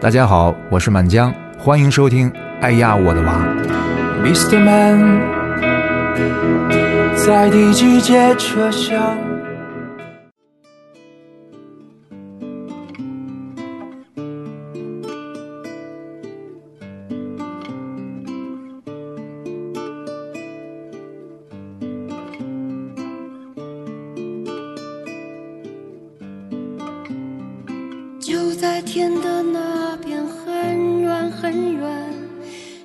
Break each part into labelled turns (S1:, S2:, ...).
S1: 大家好，我是满江，欢迎收听《哎呀我的娃》。
S2: Mr. Man，在第几节车厢？
S3: 就在天的那边，很远很远，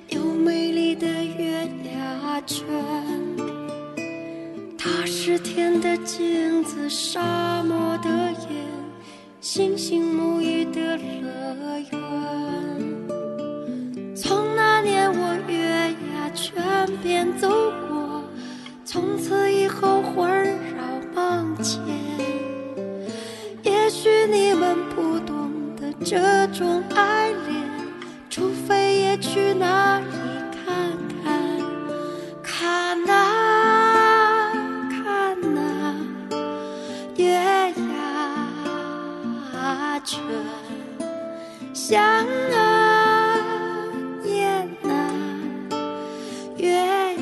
S3: 有美丽的月牙泉。它是天的镜子，沙漠的眼，星星沐浴的乐园。从那年我月牙泉边走过，从此以后环绕梦牵。也许你们不懂得这种爱恋，除非也去那里看看，看呐、看呐、月牙泉，想啊念啊，月牙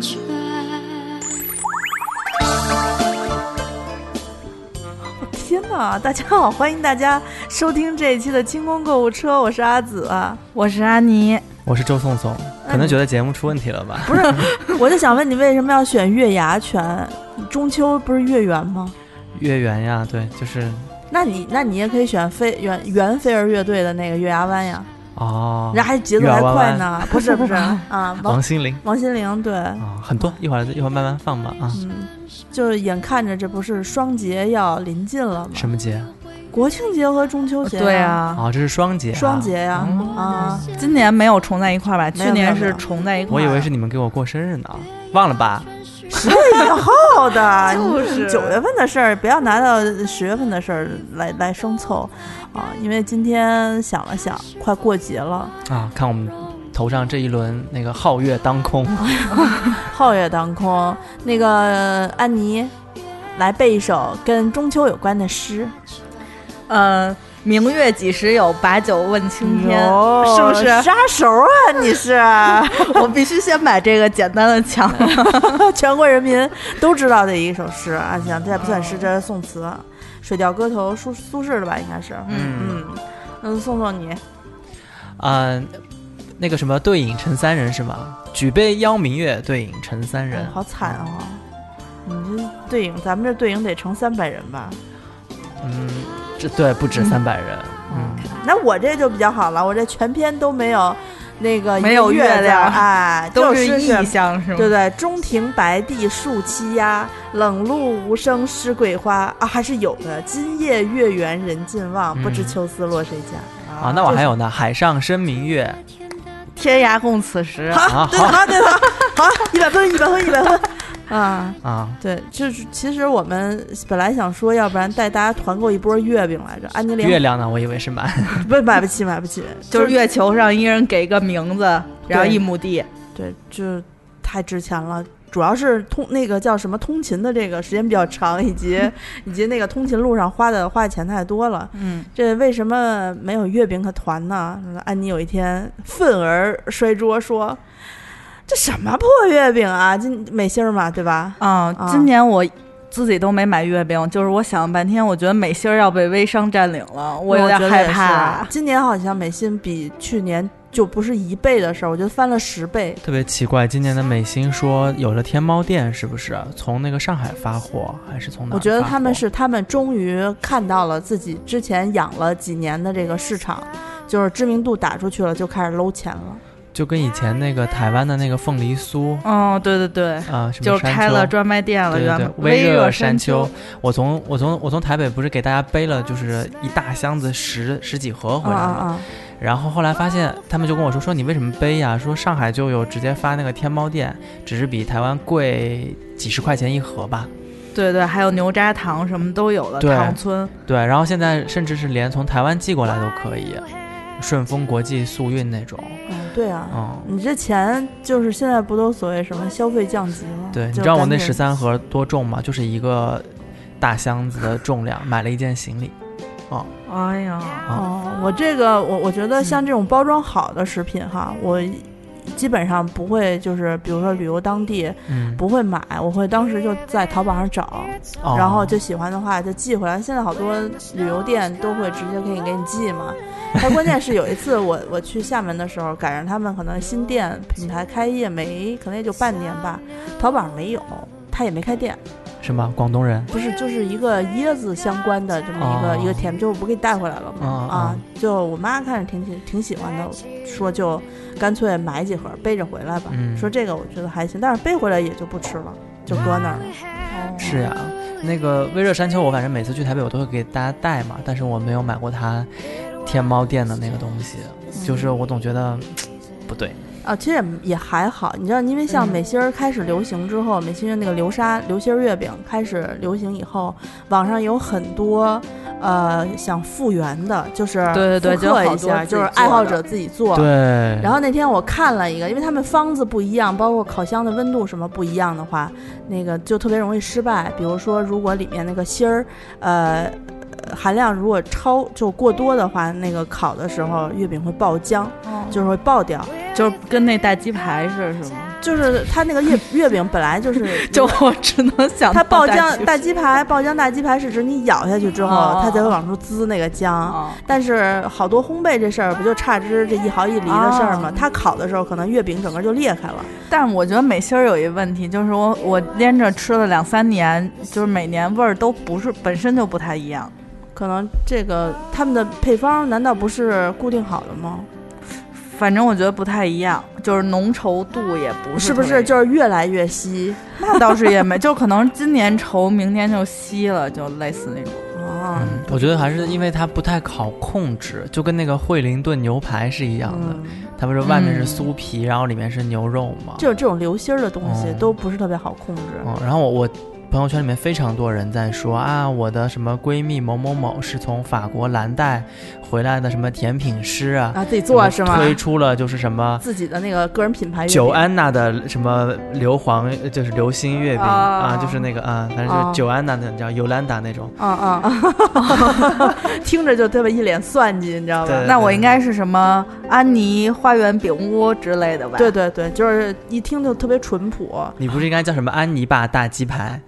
S3: 泉。
S4: 天哪！大家好，欢迎大家收听这一期的清空购物车，我是阿紫啊。
S5: 我是安妮，
S6: 我是周颂颂，
S4: 嗯
S6: 可能觉得节目出问题了吧？
S4: 我就想问你，为什么要选月牙泉？中秋不是月圆吗？
S6: 月圆呀，对，就是
S4: 那你那你也可以选飞原原飞儿乐队的那个月牙湾呀，
S6: 哦
S4: 人，家还节奏还快呢。不是不 是啊，王
S6: 王心凌
S4: 王心哦凌对，
S6: 啊，很多，一会儿一会儿慢慢放吧啊。
S4: 嗯，就眼看着这不是双节要临近了吗？
S6: 什么节？
S4: 啊国庆节和中秋节、
S5: 对
S4: 啊，
S5: 啊，
S6: 哦，这是双节，
S4: 双节呀
S6: 嗯
S4: 啊，
S5: 今年没有重在一块儿吧？
S4: 没有
S5: 去年
S4: 没有
S5: 是
S4: 没有
S5: 重在一块
S6: 我
S5: 儿。
S6: 以为是你们给我过生日呢，忘了吧？
S4: 十月以后的，
S5: 就是
S4: 九月份的事儿，不要拿到十月份的事儿来来生凑啊！因为今天想了想，快过节了，
S6: 啊，看我们头上这一轮那个皓月当空，
S4: 啊皓月当空。那个呃安妮，来背一首跟中秋有关的诗，
S5: 呃，明月几时有，把酒问青天，
S4: 哟
S5: 是不哦是？
S4: 杀手啊，你是！
S5: 我必须先把这个简单的 抢了。
S4: 全国人民都知道的一首诗啊，想这也不算诗，这是宋词，《水调歌头》苏苏轼的吧，应该是。
S6: 嗯
S4: 嗯，嗯，送送你。
S6: 啊，那个什么对影成三人是吗？举杯邀明月，对影成三
S4: 哎
S6: 人。
S4: 好惨啊、你这对影，咱们这队影得成三百人吧？
S6: 嗯，这对不止三百人，嗯，
S4: 那我这就比较好了，我这全篇都没有那个
S5: 没有
S4: 一个
S5: 月
S4: 字
S5: 亮
S4: 哎，
S5: 都
S4: 就是
S5: 意象是吗？
S4: 对对，中庭白地树栖鸦，冷露无声湿桂花啊，还是有的。今夜月圆人尽望，不知
S6: 嗯
S4: 秋思落谁家、
S6: 啊，那我还有呢，海上生明月
S5: 天涯共此时。
S6: 啊，
S4: 对
S6: 好
S4: 好对了，好，一百分，一百分，一百分。啊，
S6: 啊，
S4: 对，就是其实我们本来想说，要不然带大家团购一波月饼来着。安妮莲
S6: 月亮呢，我以为是满。
S4: 不买不起，买不起，
S5: 就是月球上一人给一个名字，然后
S4: 对
S5: 一亩地，
S4: 对，这太值钱了。主要是通那个叫什么通勤的这个时间比较长，以 及以及那个通勤路上花的花的钱太多了。
S5: 嗯，
S4: 这为什么没有月饼可团呢？安妮有一天愤而摔桌说：“这什么破月饼啊，这美心儿嘛，对吧？
S5: 啊
S4: 啊，
S5: 今年我自己都没买月饼，就是我想了半天，我觉得美心儿要被微商占领了，
S4: 我
S5: 有点
S4: 觉得
S5: 害
S4: 也是啊
S5: 怕。
S4: 今年好像美心比去年就不是一倍的事儿，我觉得翻了十倍。
S6: 特别奇怪，今年的美心说有了天猫店，是不是从那个上海发货，还是从哪儿发货？
S4: 我觉得他们是他们终于看到了自己之前养了几年的这个市场，就是知名度打出去了，就开始搂钱了。
S6: 就跟以前那个台湾的那个凤梨酥
S5: 嗯，对对对，
S6: 啊、什么
S5: 就是
S6: 山
S5: 开
S6: 丘
S5: 了专卖店了，
S6: 对对
S5: 原
S6: 对
S5: 本，
S6: 微
S5: 热
S6: 山
S5: 丘，。
S6: 我从我从我从台北不是给大家背了，就是一大箱子十十几盒回
S4: 啊
S6: 来
S4: 啊
S6: 嘛。
S4: 啊！
S6: 然后后来发现他们就跟我说说你为什么背呀、说上海就有直接发那个天猫店，只是比台湾贵几十块钱一盒吧。
S5: 对对，还有牛轧糖什么都有了，
S6: 对
S5: 糖村
S6: 对，然后现在甚至是连从台湾寄过来都可以，顺丰国际速运那种。
S4: 嗯，对啊，
S6: 嗯，
S4: 你这钱就是现在不都所谓什么消费降级吗？
S6: 对，你
S4: 就
S6: 知道我
S4: 赶
S6: 那
S4: 紧
S6: 十三盒多重吗？就是一个大箱子的重量，买了一件行李。哦，
S5: 哎呀，
S4: 哦，我这个我我觉得像这种包装好的食品哈，我基本上不会就是比如说旅游当地
S6: 嗯，
S4: 不会买，我会当时就在淘宝上找，
S6: 哦
S4: 然后就喜欢的话就寄回来。现在好多旅游店都会直接可以给你寄 嘛。但关键是有一次我 我去厦门的时候，赶上他们可能新店品牌开业没，可能也就半年吧，淘宝上没有，他也没开店。
S6: 什么广东人
S4: 不是，就是一个椰子相关的这么一个、
S6: 哦
S4: 一个甜品，就我不给你带回来了嘛、
S6: 哦哦
S4: 啊，就我妈看着挺喜挺喜欢的，说就干脆买几盒背着回来吧、
S6: 嗯
S4: 说这个我觉得还行，但是背回来也就不吃了，就搁那儿了。
S6: 是啊呀、那个微热山丘，我反正每次去台北我都会给大家带嘛，但是我没有买过它天猫店的那个东西，就是我总觉得嘖不对，
S4: 啊，其实也也还好，你知道，因为
S5: 嗯
S4: 像美心儿开始流行之后，美心儿那个流沙流心儿月饼开始流行以后，网上有很多呃想复原的，就是
S5: 对对对
S4: 复
S5: 就有
S4: 刻
S5: 好
S4: 一
S5: 多
S4: 下，
S5: 自
S4: 就是
S5: 己
S4: 爱
S5: 做
S4: 好
S5: 的
S4: 者自己做。
S6: 对，
S4: 然
S6: 后
S4: 后那天我看了一个，因为他们方子不一样，包括烤箱的温度什么不一样的话，那个就特别容易失败。比如说，如果里面那个芯儿，呃，呃含量如果超就过多的话，那个烤的时候月饼会爆浆，就是会爆掉。
S5: 就是跟那大鸡排似
S4: 嗯
S5: 的，是吗？
S4: 就是它那个月月饼本来就是
S5: 就我只能想
S4: 它爆
S5: 浆
S4: 浆大鸡排，爆浆大鸡排是指你咬下去之后
S5: 哦，
S4: 它才会往出滋那个浆。
S5: 啊，
S4: 但是好多烘焙这事儿不就差之这一毫一厘的事儿吗
S5: 哦？
S4: 它烤的时候，可能月饼整个就裂开了。
S5: 但是我觉得美心儿有一问题，就是我我连着吃了两三年，就是每年味儿都不是本身就不太一样。
S4: 可能这个他们的配方难道不是固定好的吗？
S5: 反正我觉得不太一样，就是浓稠度也不
S4: 是
S5: 是特
S4: 不
S5: 别
S4: 是就是越来越稀？
S5: 那倒是也没，就可能今年稠，明年就稀了，就类似那种。
S4: 哦，
S6: 嗯，我觉得还是因为它不太好控制，就跟那个惠灵顿牛排是一样的，
S4: 嗯
S6: 它不是外面是酥皮，然后里面是牛肉嘛，
S4: 这种这种流心儿的东西
S6: 哦
S4: 都不是特别好控制。
S5: 哦
S6: 嗯，然后我我朋友圈里面非常多人在说啊，我的什么闺蜜某某某是从法国蓝带回来的什么甜品师啊，
S4: 啊，自己做是
S6: 什
S4: 吗哎
S6: 么？推出了就是什么
S4: 自己的那个个人品牌月饼
S6: 九安娜的什么硫磺，呃就是流心月饼、啊，
S5: 啊
S6: 就是那个啊，反正就是
S4: 哦
S6: 九安娜那叫尤兰达那种。
S4: 嗯嗯，嗯 听着就特别一脸算计，你知道吧？
S6: 对
S5: 那我应该是什么安妮花园饼屋之类的吧？
S4: 对，对对，就是一听就特别淳朴。
S6: 你不是应该叫什么安妮吧大鸡排？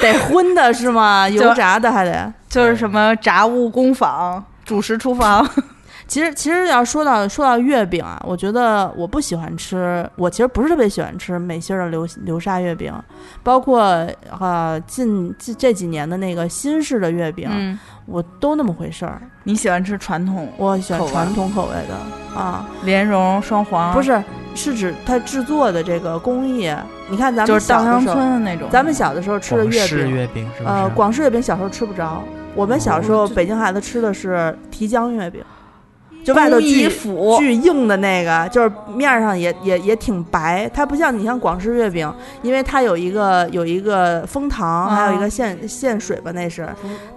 S4: 得荤的是吗？油炸的还得。
S5: 就是什么炸物工坊、主食厨房。
S4: 其实，其实要说到说到月饼啊，我觉得我不喜欢吃，我其实不是特别喜欢吃美心儿的流流沙月饼，包括呃近近这几年的那个新式的月饼，
S5: 嗯，
S4: 我都那么回事儿。
S5: 你喜欢吃传统
S4: 我喜欢
S5: 口味
S4: 传统口味的啊，
S5: 莲蓉双黄？
S4: 不，是是指它制作的这个工艺。你看咱
S5: 就
S4: 们
S5: 是稻
S4: 小的
S5: 香
S4: 时候
S5: 村，的那种。
S4: 咱们小的时候吃的
S6: 广
S4: 月
S6: 式
S4: 饼，
S6: 月饼是不是？
S4: 呃，广式月饼小时候吃不着，我们小时候北京孩子吃的是提浆月饼，就外头巨
S5: 衣服
S4: 巨硬的那个，就是面儿上也也也挺白，它不像你像广式月饼，因为它有一个有一个枫糖，还有一个现现水吧，那是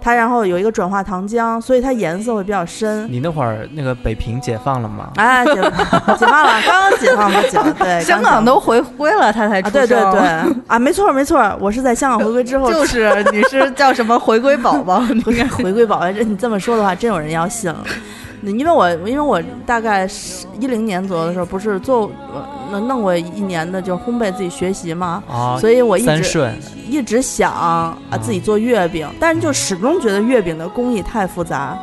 S4: 它，然后有一个转化糖浆，所以它颜色会比较深。
S6: 你那会儿那个北平解放了吗？
S4: 哎，解解放了，刚刚解放不久，对，
S5: 香
S4: 刚
S5: 港都回归了，它才
S4: 啊，
S5: 出
S4: 对对
S5: 生
S4: 对，啊，没错没错，我是在香港回归 之后
S5: 就是你是叫什么回归宝宝？你
S4: 不是回归宝贝，这你这么说的话，真有人要信了。那因为我因为我大概一零年左右的时候，不是做呃弄过一年的就是烘焙自己学习嘛，
S6: 啊，
S4: 所以我一
S6: 三
S4: 直
S6: 顺
S4: 一直想啊自己做月饼，但是就始终觉得月饼的工艺太复杂，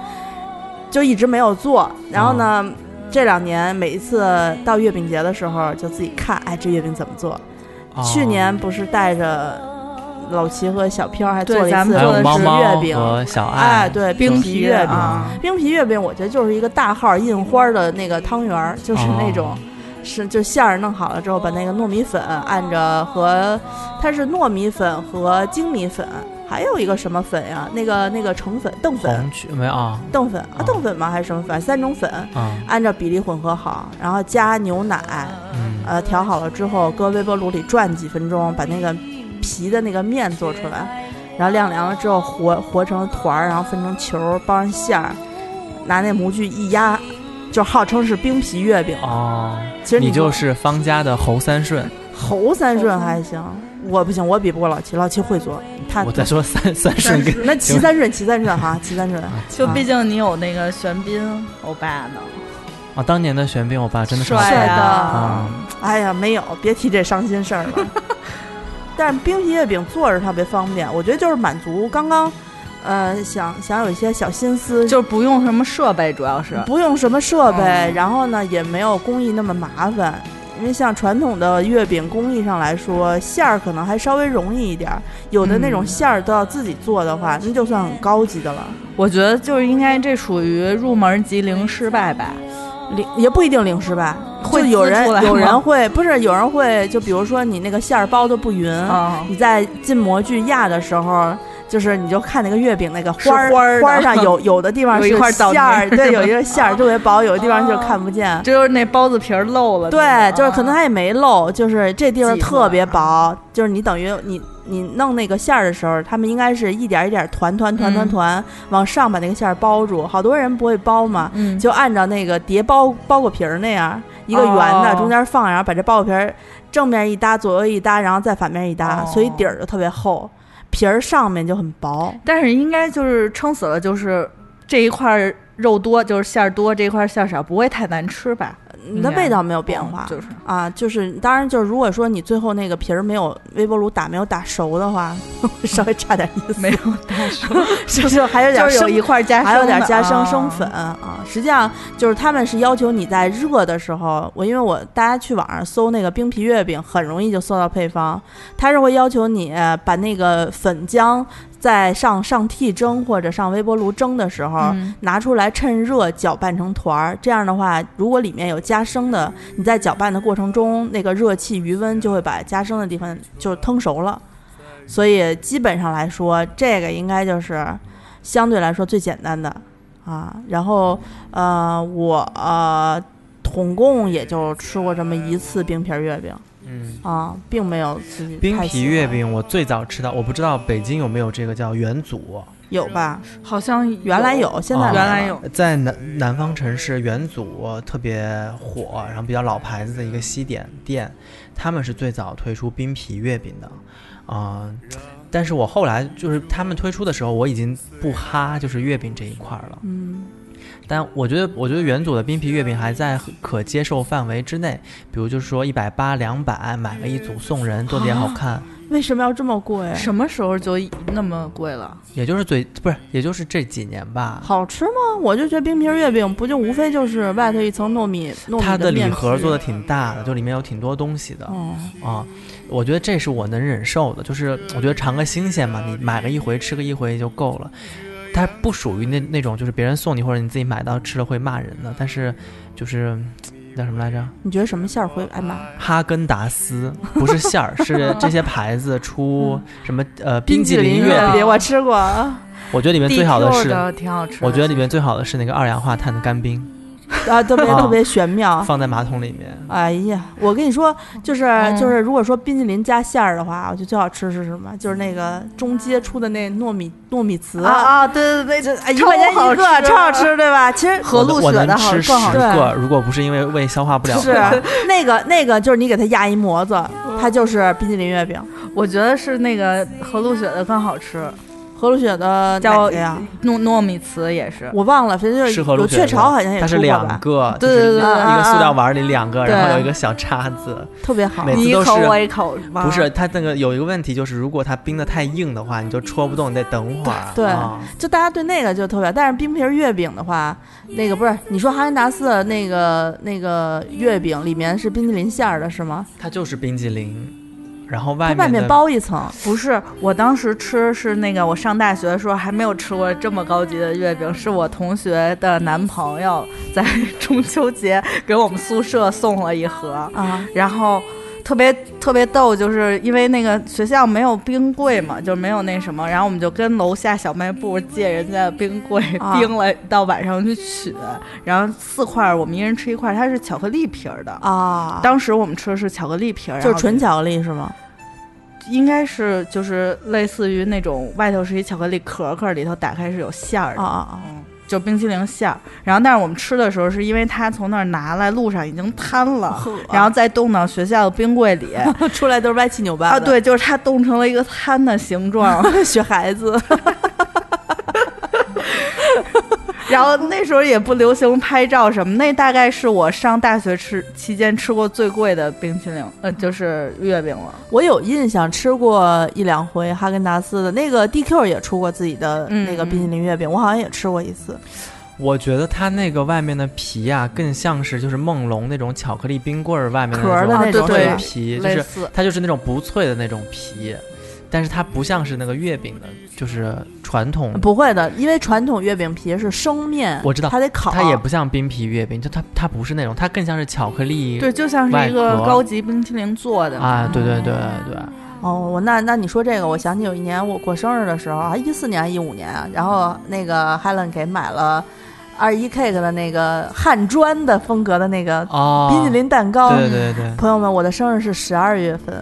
S4: 就一直没有做。然后
S6: 啊
S4: 呢，这两年每一次到月饼节的时候，就自己看，哎，这月饼怎么做？
S6: 啊
S4: 去年不是带着老齐和小飘还做
S5: 对
S4: 了一
S5: 咱
S4: 次
S5: 们
S6: 还
S5: 做
S6: 有
S5: 的
S6: 猫
S5: 是
S6: 猫
S4: 月饼
S6: 和小
S4: 哎，
S6: 爱，
S4: 对，
S5: 冰
S4: 冰
S5: 皮
S4: 皮月饼，
S5: 啊
S4: 冰皮月饼，我觉得就是一个大号印花的那个汤圆儿，就是那种。
S6: 哦
S4: 是，就馅儿弄好了之后，把那个糯米粉按着和，它是糯米粉和精米粉，还有一个什么粉呀、那个那个澄粉、澄粉、
S6: 红曲没有啊
S4: 澄粉啊
S6: 哦，
S4: 澄粉吗？还是什么粉？三种粉
S6: 啊
S4: 按照比例混合好，然后加牛奶，
S6: 嗯
S4: 呃，调好了之后，搁微波炉里转几分钟，把那个皮的那个面做出来，然后晾凉了之后和和成团儿，然后分成球儿，包上馅儿，拿那模具一压，就号称是冰皮月饼。
S6: 哦，
S4: 其实
S6: 你
S4: 说
S6: 就是方家的侯三顺。
S4: 侯三顺还行，我不行，我比不过老齐，老齐会做，他
S6: 我再说三三顺跟
S4: 那齐啊三顺，齐三顺哈，齐三顺，
S5: 就毕竟你有那个玄彬欧巴呢，
S6: 啊，当年的玄彬欧巴真的是
S5: 帅
S4: 帅
S5: 啊
S6: 啊
S4: 的，，哎呀，没有，别提这伤心事儿 了。但是冰皮月饼做着特别方便，我觉得就是满足刚刚，呃，想想有一些小心思，
S5: 就是不用什么设备，主要是
S4: 不用什么设备，
S5: 嗯
S4: 然后呢也没有工艺那么麻烦。因为像传统的月饼工艺上来说，馅儿可能还稍微容易一点儿，有的那种
S5: 嗯
S4: 馅儿都要自己做的话，那就算很高级的了。
S5: 我觉得就是应该这属于入门级零失败吧。
S4: 零也不一定零失败，
S5: 会
S4: 就有
S5: 滋
S4: 人
S5: 出来
S4: 有
S5: 吗
S4: 人会不是有人会，就比如说你那个馅儿包的不匀，
S5: 啊，
S4: 你在进模具压的时候，就是你就看那个月饼那个
S5: 是
S4: 花儿
S5: 花儿的
S4: 儿上 有有的地方
S5: 有
S4: 是
S5: 一块枣泥
S4: 馅儿，对，有一个馅 儿特别薄，有的地方就
S5: 哦
S4: 看不见。
S5: 就是那包子皮儿漏了。
S4: 对，就是可能它也没漏，就是这地方
S5: 挤出来
S4: 特别薄，就是你等于你你弄那个馅儿的时候，他们应该是一点一点团团团团
S5: 嗯
S4: 团往上把那个馅儿包住。好多人不会包嘛，
S5: 嗯，
S4: 就按照那个叠包包果皮儿那样，一个圆的，
S5: 哦
S4: 中间放，然后把这包果皮儿正面一搭，左右一搭，然后再反面一搭，
S5: 哦
S4: 所以底儿就特别厚，皮儿上面就很薄。
S5: 但是应该就是撑死了，就是这一块儿肉多，就是馅儿多，这一块儿馅儿少，不会太难吃吧？
S4: 你的
S5: 嗯
S4: 味道没有变化，
S5: 就是
S4: 啊，就是当然就是，如果说你最后那个皮儿没有微波炉打没有打熟的话， 稍微差点意思，
S5: 没有太 熟，
S4: 是就还有点
S5: 就是有
S4: 生
S5: 一块儿加生的，
S4: 还有点加生
S5: 啊
S4: 生粉。啊。实际上就是他们是要求你在热的时候，我因为我大家去网上搜那个冰皮月饼，很容易就搜到配方，它是会要求你呃把那个粉浆在上上屉蒸或者上微波炉蒸的时候。
S5: 嗯
S4: 拿出来趁热搅拌成团儿，这样的话，如果里面有夹生的，你在搅拌的过程中，那个热气余温就会把夹生的地方就腾熟了。所以基本上来说，这个应该就是相对来说最简单的啊。然后呃，我呃统共也就吃过这么一次冰皮儿月饼
S6: 嗯。
S4: 啊，并没有自己
S6: 冰
S4: 太喜
S6: 皮
S4: 欢
S6: 月饼，我最早吃到，我不知道北京有没有这个叫元祖，
S4: 有吧？
S5: 好像
S4: 原来有，现在
S6: 哦
S4: 没
S5: 原来
S4: 了
S5: 有
S6: 在南南方城市元祖特别火，然后比较老牌子的一个西点店，他们是最早推出冰皮月饼的，啊、但是我后来就是他们推出的时候，我已经不哈就是月饼这一块儿了。
S4: 嗯，
S6: 但我觉得，我觉得元祖的冰皮月饼还在可接受范围之内，比如就是说一百八、两百买个一组送人，做的也好看。
S4: 为什么要这么贵？
S5: 什么时候就那么贵了？
S6: 也就是最不是，也就是这几年吧。
S4: 好吃吗？我就觉得冰皮儿月饼不就无非就是外头一层糯米糯
S6: 它
S4: 米
S6: 的礼
S4: 面
S6: 盒
S4: 皮
S6: 做的挺大的，就里面有挺多东西的。
S4: 哦，
S6: 啊，我觉得这是我能忍受的，就是我觉得尝个新鲜嘛，你买个一回吃个一回就够了。它不属于那那种就是别人送你或者你自己买到吃了会骂人的，但是就是叫什么来着？
S4: 你觉得什么馅儿会挨哎骂？
S6: 哈根达斯不是馅儿， 是这些牌子出什么呃冰激凌
S5: 嗯冰
S6: 月
S5: 激凌月
S6: 饼，
S5: 饼
S4: 我吃过 啊，
S6: 我觉得里面最好的
S5: DQ
S6: 是，
S5: 的挺好吃的，
S6: 我觉得里面最好的是那个二氧化碳的干冰，
S4: 特别
S6: 啊
S4: 特别玄妙。
S6: 放在马桶里面。
S4: 哎呀，我跟你说，就是
S6: 哦
S4: 就是，如果说冰淇淋加馅儿的话，我觉得最好吃是什么？就是那个中街出的那糯米糯米糍
S5: 啊啊，对对对，这
S4: 一块钱一个，超好
S5: 吃。
S4: 吃，对吧？其实
S5: 和路
S6: 我
S5: 雪
S6: 能
S5: 的好
S6: 吃十
S5: 更好吃，
S6: 个，如果不是因为胃消化不了
S4: 是
S6: 的话，
S4: 那个那个，就是你给它压一模子，它就是冰淇淋月饼。
S5: 我觉得是那个和路雪的更好吃，
S4: 和路雪的哪
S5: 叫
S4: 个呀？
S5: 糯糯米糍也是。
S4: 我忘了，反正
S6: 是
S4: 就
S6: 和
S4: 有
S6: 鹿血
S4: 雀
S6: 的
S4: 巢好像也
S6: 它
S4: 出
S6: 是
S4: 过
S6: 两
S4: 吧，
S6: 个，
S5: 对
S6: 就是
S5: 对对
S4: 啊
S5: 对
S6: 一个塑料碗里两个，
S5: 对
S6: 然后有一个小叉子。
S4: 特别好
S6: 每。次
S5: 你一
S6: 都
S5: 口
S6: 是
S5: 我一口啊吧，
S6: 不是，它那个有一个问题就是，如果它冰的太硬的话，你就戳不动，你得等会儿。
S4: 对
S6: 啊
S4: 就大家对那个就特别，但是冰皮儿月饼的话，那个不是你说哈根达斯的那个那个月饼里面是冰淇淋馅儿的是吗？
S6: 它就是冰激凌，然后
S4: 它
S6: 外
S4: 外
S6: 面
S4: 面
S6: 的
S4: 包一层，
S5: 不是，我当时吃是那个我上大学的时候还没有吃过这么高级的月饼，是我同学的男朋友在中秋节给我们宿舍送了一盒，
S4: 啊，
S5: 然后特别特别逗，就是因为那个学校没有冰柜嘛，就没有那什么，然后我们就跟楼下小卖部借人家的冰柜、
S4: 啊
S5: 冰了，到晚上去取，然后四块儿我们一人吃一块儿，它是巧克力皮儿的。
S4: 啊，
S5: 当时我们吃的是巧克力皮儿，
S4: 就是
S5: 然后
S4: 纯巧克力是吗？
S5: 应该是就是类似于那种外头是一巧克力壳壳，里头打开是有馅儿的。
S4: 啊
S6: 哦
S4: 啊啊！
S5: 嗯就冰淇淋馅儿。然后，但是我们吃的时候，是因为他从那儿拿来，路上已经摊了，然后再冻到学校的冰柜里。
S4: 后出来都是歪七扭八
S5: 啊，
S4: 的，
S5: 对，就是它冻成了一个摊的形状。
S4: 雪孩子，
S5: 然后那时候也不流行拍照什么，那大概是我上大学吃期间吃过最贵的冰淇淋，呃，就是月饼了。
S4: 我有印象吃过一两回哈根达斯的那个 DQ 也出过自己的
S5: 嗯
S4: 那个冰淇淋月饼，我好像也吃过一次。
S6: 我觉得它那个外面的皮呀、更像是就是梦龙那种巧克力冰棍儿外面
S4: 壳儿
S6: 那
S4: 的
S6: 种
S4: 那种
S6: 脆
S4: 是吧
S6: 皮，就
S5: 类
S6: 是
S5: 似，
S6: 它就是那种不脆的那种皮，但是它不像是那个月饼的，就是传统，
S4: 不会的，因为传统月饼皮是生面，
S6: 嗯我知道
S4: 它得烤，
S6: 它也不像冰皮月饼，就它它不是那种，它更像是巧克力
S5: 对，就像是一
S6: 外
S5: 个
S6: 壳
S5: 高级冰淇淋做的。
S6: 啊，对对对对，
S4: 哦，我那那你说这个，我想起有一年我过生日的时候啊，一四年还一五年啊，然后那个 Helen 给买了二一 cake 的那个汉砖的风格的那个
S6: 哦，
S4: 冰淇淋蛋糕。
S6: 对对对，
S4: 朋友们，我的生日是十二月份，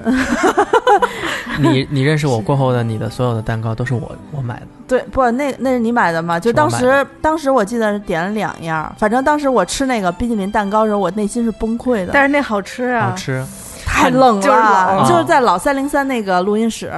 S6: 你你认识我过后的你的所有的蛋糕都是我我买的，
S4: 对，不，那那是你买的吗？就是
S6: 我
S4: 当
S6: 买
S4: 时，当时我记得是点了两样，反正当时我吃那个冰淇淋蛋糕的时候，我内心是崩溃的，
S5: 但是那好吃啊，
S6: 好吃。
S4: 太冷了，
S5: 就是冷
S4: 就是在老三零三那个录音室，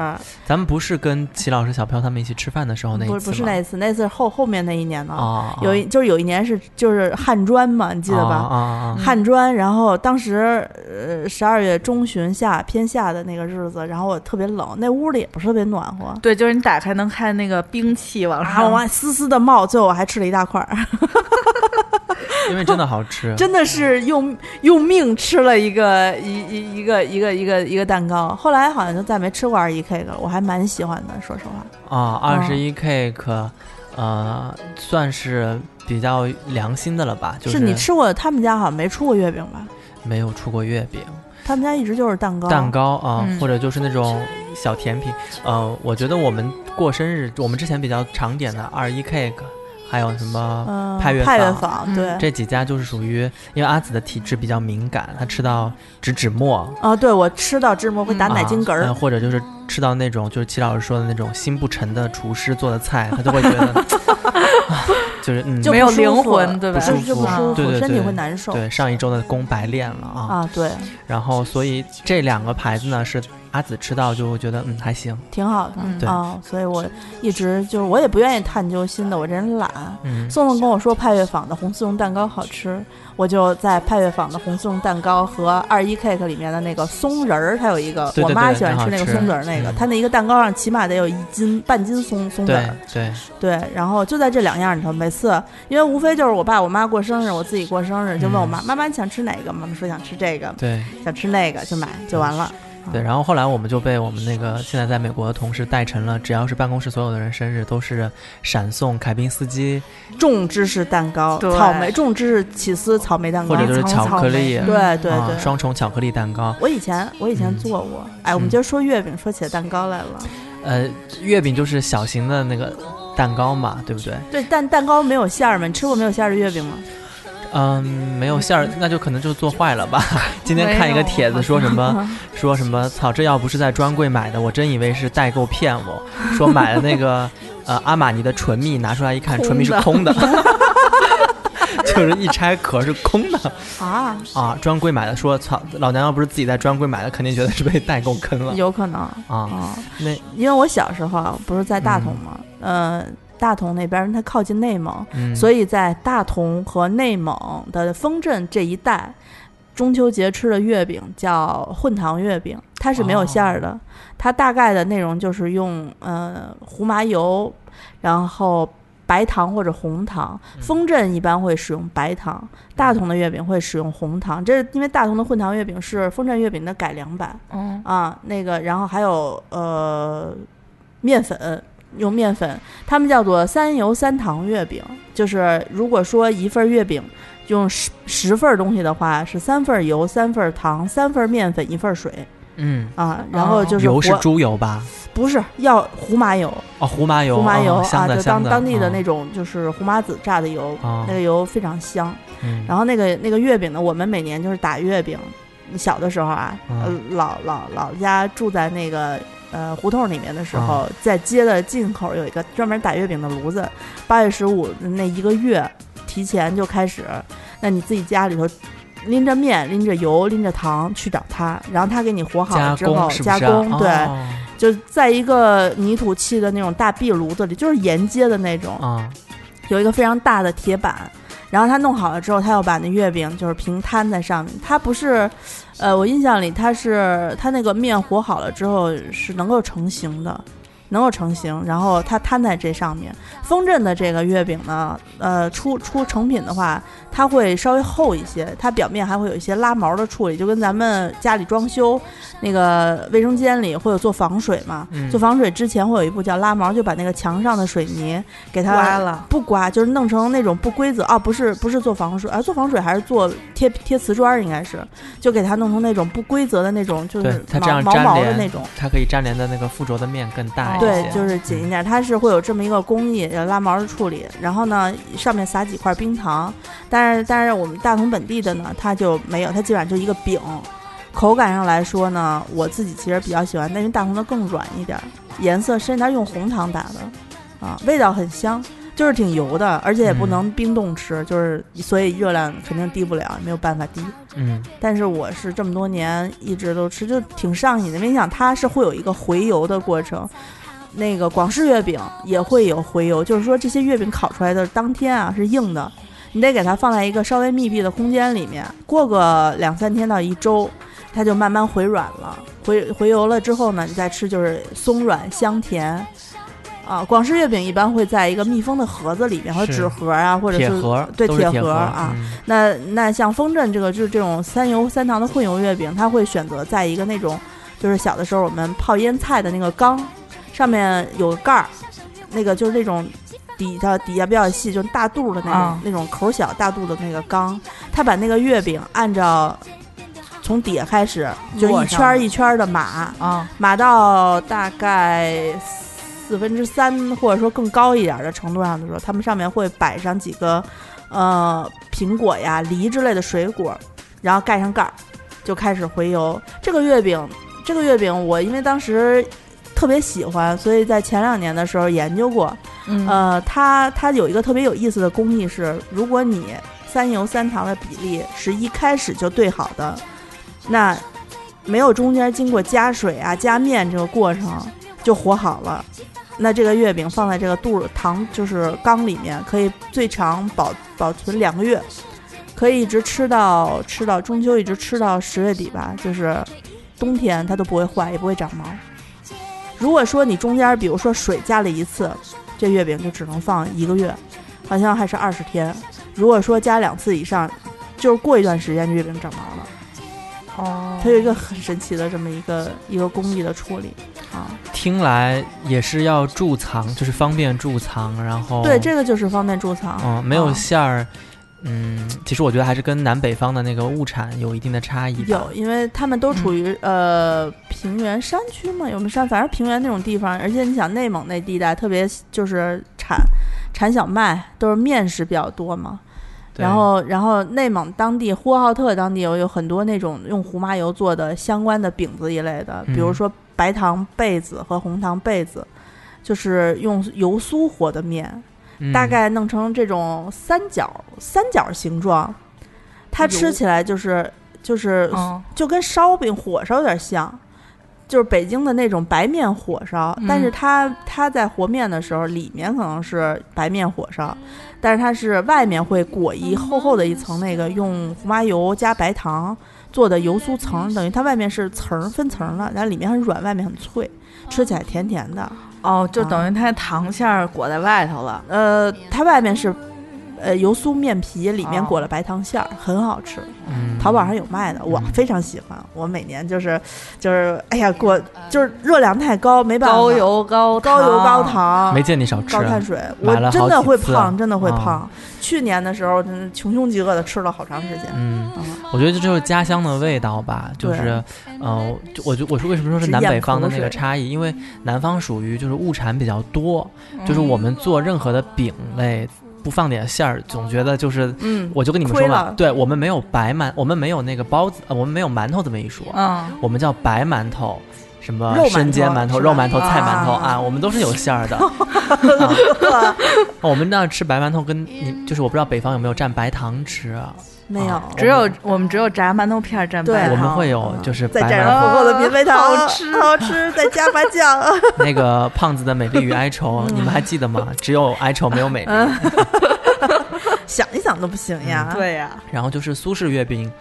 S6: 咱们不是跟齐老师、小飘他们一起吃饭的时哦候那一次
S4: 不
S6: 吗
S4: 是不是那一次，那次是后后面那一年呢，
S6: 哦，
S4: 有一就是有一年是就是汉砖嘛，你记得吧？
S6: 啊啊
S4: 汉砖，然后当时呃十二月中旬下偏下的那个日子，然后我特别冷，那屋里也不是特别暖和，
S6: 啊
S5: 对，就是你打开能看那个冰气往
S4: 啊，
S5: 上
S4: 我往丝丝的冒，最后我还吃了一大块儿，。
S6: 因为真的好吃
S4: 真的是
S6: 嗯
S4: 用用命吃了一个一一一个一个一个一个蛋糕，后来好像就再没吃过二一 K 了，我还蛮喜欢的，说实话，
S6: 啊，二十一 cake，呃，算是比较良心的了吧？就是
S4: 你吃过他们家好像没出过月饼吧？
S6: 没有出过月饼、
S4: 他们家一直就是蛋糕，
S6: 蛋糕啊、
S5: 嗯
S6: 或者就是那种小甜品。呃，我觉得我们过生日，我们之前比较常点的二一 cake，还有什么
S4: 嗯，
S6: 派
S4: 派
S6: 月坊
S4: 坊，
S5: 嗯
S4: 对，
S6: 这几家，就是属于因为阿紫的体质比较敏感，她吃到植脂末。
S4: 啊，对我吃到芝麻会打
S5: 嗯
S4: 奶
S6: 啊
S4: 精嗝儿
S6: 嗯，或者就是吃到那种就是齐老师说的那种心不沉的厨师做的菜，他就会觉得， 啊就是嗯，
S4: 就
S5: 没有
S4: 不舒
S5: 灵
S4: 服
S5: 魂对吧
S4: 就是就不
S6: 不舒
S4: 舒
S6: 服啊对
S4: 服，
S6: 对
S4: 身体
S6: 对
S4: 会难受。
S6: 对上一周的公白练了啊。
S4: 啊，对，
S6: 然后，所以这两个牌子呢，是阿紫吃到就会觉得嗯还行，
S4: 挺好的。
S5: 嗯
S6: 对
S4: 啊，所以我一直就是我也不愿意探究新的，我这人懒。
S6: 嗯，
S4: 宋宋跟我说派月坊的红丝绒蛋糕好吃，我就在派月坊的红丝绒蛋糕和二一 cake 里面的那个松仁儿，它有一个
S6: 对
S4: 我
S6: 对
S4: 妈
S6: 对
S4: 喜欢
S6: 那好
S4: 吃那个
S6: 吃
S4: 松仁儿那个，
S6: 嗯
S4: 它那一个蛋糕上起码得有一斤半斤松松仁
S6: 对
S4: 儿。
S6: 对，
S4: 对，然后就在这两样里头，每次因为无非就是我爸我妈过生日，我自己过生日，就
S6: 嗯
S4: 问我妈，妈妈你想吃哪个？妈妈说想吃这个，
S6: 对
S4: 想吃那个就买就完了。
S6: 对，然后后来我们就被我们那个现在在美国的同事带成了，只要是办公室所有的人生日都是闪送凯宾斯基
S4: 重芝士蛋糕，
S5: 对
S4: 草莓重芝士起司草莓蛋糕，
S6: 或者就是巧克力，
S5: 嗯
S4: 对对
S6: 啊
S4: 对。
S6: 双重巧克力蛋糕，
S4: 我以前我以前
S6: 嗯
S4: 做过，哎，我们
S6: 嗯
S4: 今儿说月饼，说起蛋糕来了。
S6: 呃，月饼就是小型的那个蛋糕嘛，对不对？
S4: 对，但蛋糕没有馅儿吗？你吃过没有馅儿的月饼吗？
S6: 嗯，没有馅儿，那就可能就做坏了 吧。今天看一个帖子说什么， 说什么，操，这要不是在专柜买的，我真以为是代购骗我，说买了那 个呃阿玛尼的唇蜜，拿出来一看，唇蜜是空的， 就是一拆壳是空的
S4: 啊，
S6: 啊。专柜买的说，操，老娘要不是自己在专柜买的，肯定觉得是被代购坑了
S4: 有可能
S6: 啊。
S4: 啊，
S6: 那
S4: 因为我小时候啊不是在大同嘛，呃，大同那边儿它靠近内蒙，
S6: 嗯，
S4: 所
S6: 以
S4: 以在大同和内蒙的丰镇这一带，中秋节吃的月饼叫混糖月饼，它是没有馅儿的，它大概的内容就是用呃胡麻油，然后。白糖或者红糖，丰镇一般会使用白糖，大同的月饼会使用红糖。这是因为大同的混糖月饼是丰镇月饼的改良版
S5: 嗯，
S4: 啊。那个，然后还有呃面粉，用面粉，他们叫做三油三糖月饼。就是如果说一份月饼用十十份东西的话，是三份油、三份糖、三份面粉、一份水
S6: 嗯，
S4: 啊。然后就是
S6: 油
S4: 活
S6: 是猪油吧？
S4: 不是要胡麻油，
S6: 哦，胡麻油，
S4: 胡麻油
S6: 哦、香
S4: 啊，
S6: 的
S4: 就
S6: 香
S4: 当
S6: 的，
S4: 当地的
S6: 嗯
S4: 那种就是胡麻籽榨的油，
S6: 哦
S4: 那个油非常香。
S6: 嗯
S4: 然后那个那个月饼呢，我们每年就是打月饼。小的时候啊，
S6: 嗯
S4: 呃，老老老家住在那个呃胡同里面的时候，
S6: 啊
S4: 在街的进口有一个专门打月饼的炉子，八月十五那一个月提前就开始，那你自己家里头。拎着面，拎着油，拎着糖去找他，然后他给你和好
S6: 加
S4: 了之后
S6: 工是不是啊？
S4: 对，
S6: 哦
S4: 就在一个泥土砌的那种大壁炉子里，就是沿街的那种，
S6: 啊，
S4: 有一个非常大的铁板，然后他弄好了之后，他要把那月饼就是平摊在上面。它不是，呃，我印象里它是它那个面和好了之后是能够成型的，能够成型，然后它摊在这上面。丰镇的这个月饼呢，呃，出出成品的话，它会稍微厚一些，它表面还会有一些拉毛的处理，就跟咱们家里装修那个卫生间里会有做防水嘛，
S6: 嗯
S4: 做防水之前会有一步叫拉毛，就把那个墙上的水泥给它
S5: 刮了，
S4: 不刮，就是弄成那种不规则啊，不是不是做防水啊，做防水还是做贴贴瓷砖儿应该是，就给它弄成那种不规则的那种，就
S6: 对
S4: 是
S6: 它这
S4: 毛
S6: 样
S4: 毛
S6: 粘
S4: 毛的
S6: 连
S4: 那种。
S6: 它可以粘连的那个附着的面更大一些。
S4: 对，就是紧一点，它是会有这么一个工艺呃拉毛的处理，然后呢上面撒几块冰糖，但是但是我们大同本地的呢，它就没有，它基本上就一个饼。口感上来说呢，我自己其实比较喜欢，但因为大同的更软一点儿，颜色深，它是用红糖打的，啊，味道很香，就是挺油的，而且也不
S6: 嗯
S4: 能冰冻吃，就是所以热量肯定低不了，没有办法低。
S6: 嗯，
S4: 但是我是这么多年一直都吃，就挺上瘾的。因为你想，它是会有一个回油的过程，那个广式月饼也会有回油，就是说这些月饼烤出来的当天啊是硬的，你得给它放在一个稍微密闭的空间里面，过个两三天到一周，它就慢慢回软了，回回油了之后呢，你再吃就是松软香甜。啊，广式月饼一般会在一个密封的盒子里面，或者
S6: 是
S4: 纸盒啊，或者
S6: 铁
S4: 是
S6: 盒
S4: 对
S6: 都是
S4: 铁
S6: 铁
S4: 盒
S6: 盒
S4: 啊，
S6: 嗯
S4: 那那像丰镇这个就是这种三油三糖的混油月饼，它会选择在一个那种就是小的时候我们泡腌菜的那个缸，上面有个盖儿，那个就是那种底下底下比较细，就是大肚的那种、
S5: 啊
S4: 那种口小大肚的那个缸，它把那个月饼按照从底下开始，就
S5: 摞
S4: 一
S5: 上
S4: 圈儿
S5: 的
S4: 一圈儿的码，
S5: 啊，
S4: 码到大概四分之三或者说更高一点的程度上的时候，他们上面会摆上几个呃苹果呀、梨之类的水果，然后盖上盖儿，就开始回油。这个月饼，这个月饼我因为当时。特别喜欢，所以在前两年的时候研究过。
S5: 嗯
S4: 呃，它它有一个特别有意思的工艺是，如果你三油三糖的比例是一开始就对好的，那没有中间经过加水啊、加面这个过程就和好了。那这个月饼放在这个肚儿糖就是缸里面，可以最长保保存两个月，可以一直吃到吃到中秋，一直吃到十月底吧，就是冬天它都不会坏，也不会长毛。如果说你中间比如说水加了一次，这月饼就只能放一个月，好像还是二十天。如果说加两次以上，就是过一段时间这月饼长毛了。
S5: 哦
S4: 它有一个很神奇的这么一个一个工艺的处理啊。
S6: 听来也是要贮藏，就是方便贮藏，然后
S4: 对，这个就是方便贮藏。
S6: 嗯哦没有
S4: 啊
S6: 馅儿，嗯，其实我觉得还是跟南北方的那个物产有一定的差异吧。嗯
S4: 有，因为他们都处于、呃平原山区嘛，有没有山？反正平原那种地方，而且你想内蒙那地带特别就是产产小麦，都是面食比较多嘛。
S6: 对，
S4: 然后，然后内蒙当地呼和浩特当地有有很多那种用胡麻油做的相关的饼子一类的，比如
S6: 嗯
S4: 说白糖被子和红糖被子，就是用油酥和的面，
S6: 嗯
S4: 大概弄成这种三角三角形状，它吃
S5: 油
S4: 起来就是就是
S6: 哦
S5: 嗯
S4: 就跟烧饼火烧有点像，就是北京的那种白面火烧，
S5: 嗯
S4: 但是它它在和面的时候，里面可能是白面火烧，但是它是外面会裹一厚厚的一层那个用胡麻油加白糖做的油酥层，等于它外面是层儿分层了，然后里面很软，外面很脆，吃起来甜甜的。
S5: 哦，
S4: 啊
S5: 就等于它糖馅儿裹在外头了。
S4: 呃，它外面是。呃，油酥面皮里面裹了白糖馅儿，很好吃。
S6: 嗯
S4: 淘宝上有卖的，我
S6: 嗯
S4: 非常喜欢。我每年就是，就是，哎呀，过就是热量太高，没办法，
S5: 高油高
S4: 高油高，糖，
S6: 没见你少吃
S4: 高
S6: 啊，
S4: 碳水，
S6: 买
S4: 我
S6: 了
S4: 真
S6: 好
S4: 的
S6: 几
S4: 会
S6: 次啊
S4: 胖，真的会
S6: 啊
S4: 胖。去年的时候，真的穷凶极恶的吃了好长时间，
S6: 嗯
S4: 嗯，
S6: 我觉得这就是家乡的味道吧，就
S4: 对
S6: 是，呃，就我就我说为什么说是
S4: 是
S6: 南
S4: 咽
S6: 北方的
S4: 口
S6: 那
S4: 水
S6: 个差异，因为南方属于就是物产比较多，就是
S5: 嗯
S6: 我们做任何的饼类不放点馅儿，总觉得就是。
S4: 嗯，
S6: 我就跟你们
S4: 亏
S6: 说嘛
S4: 了，
S6: 对我们没有白馒，我们没有那个包子，呃我们没有馒头这么一说，
S5: 嗯
S6: 我们叫白馒头，什么
S4: 肉馒头啊
S6: 生煎馒头、
S4: 是吧
S6: 肉馒头、菜馒头
S4: 啊
S6: 啊，我们都是有 馅儿的。啊我们那儿吃白馒头跟
S4: 嗯
S6: 你就是我不知道北方有没有蘸白糖吃啊，
S4: 没有
S6: 啊，
S5: 只有我们只有炸馒头片儿蘸
S4: 对
S5: 白
S6: 我
S5: 糖，
S6: 们会有就是
S4: 再
S6: 白
S4: 蘸
S6: 馒
S4: 上
S6: 头
S4: 火锅的
S5: 啊
S4: 品味糖，
S5: 好吃
S4: 好吃，再加把酱。
S6: 那个胖子的美丽与哀愁，啊你们还记得吗？只有哀愁没有美丽。
S4: 嗯想一想都不行呀。，
S6: 嗯
S5: 对呀、
S6: 然后就是苏式月饼，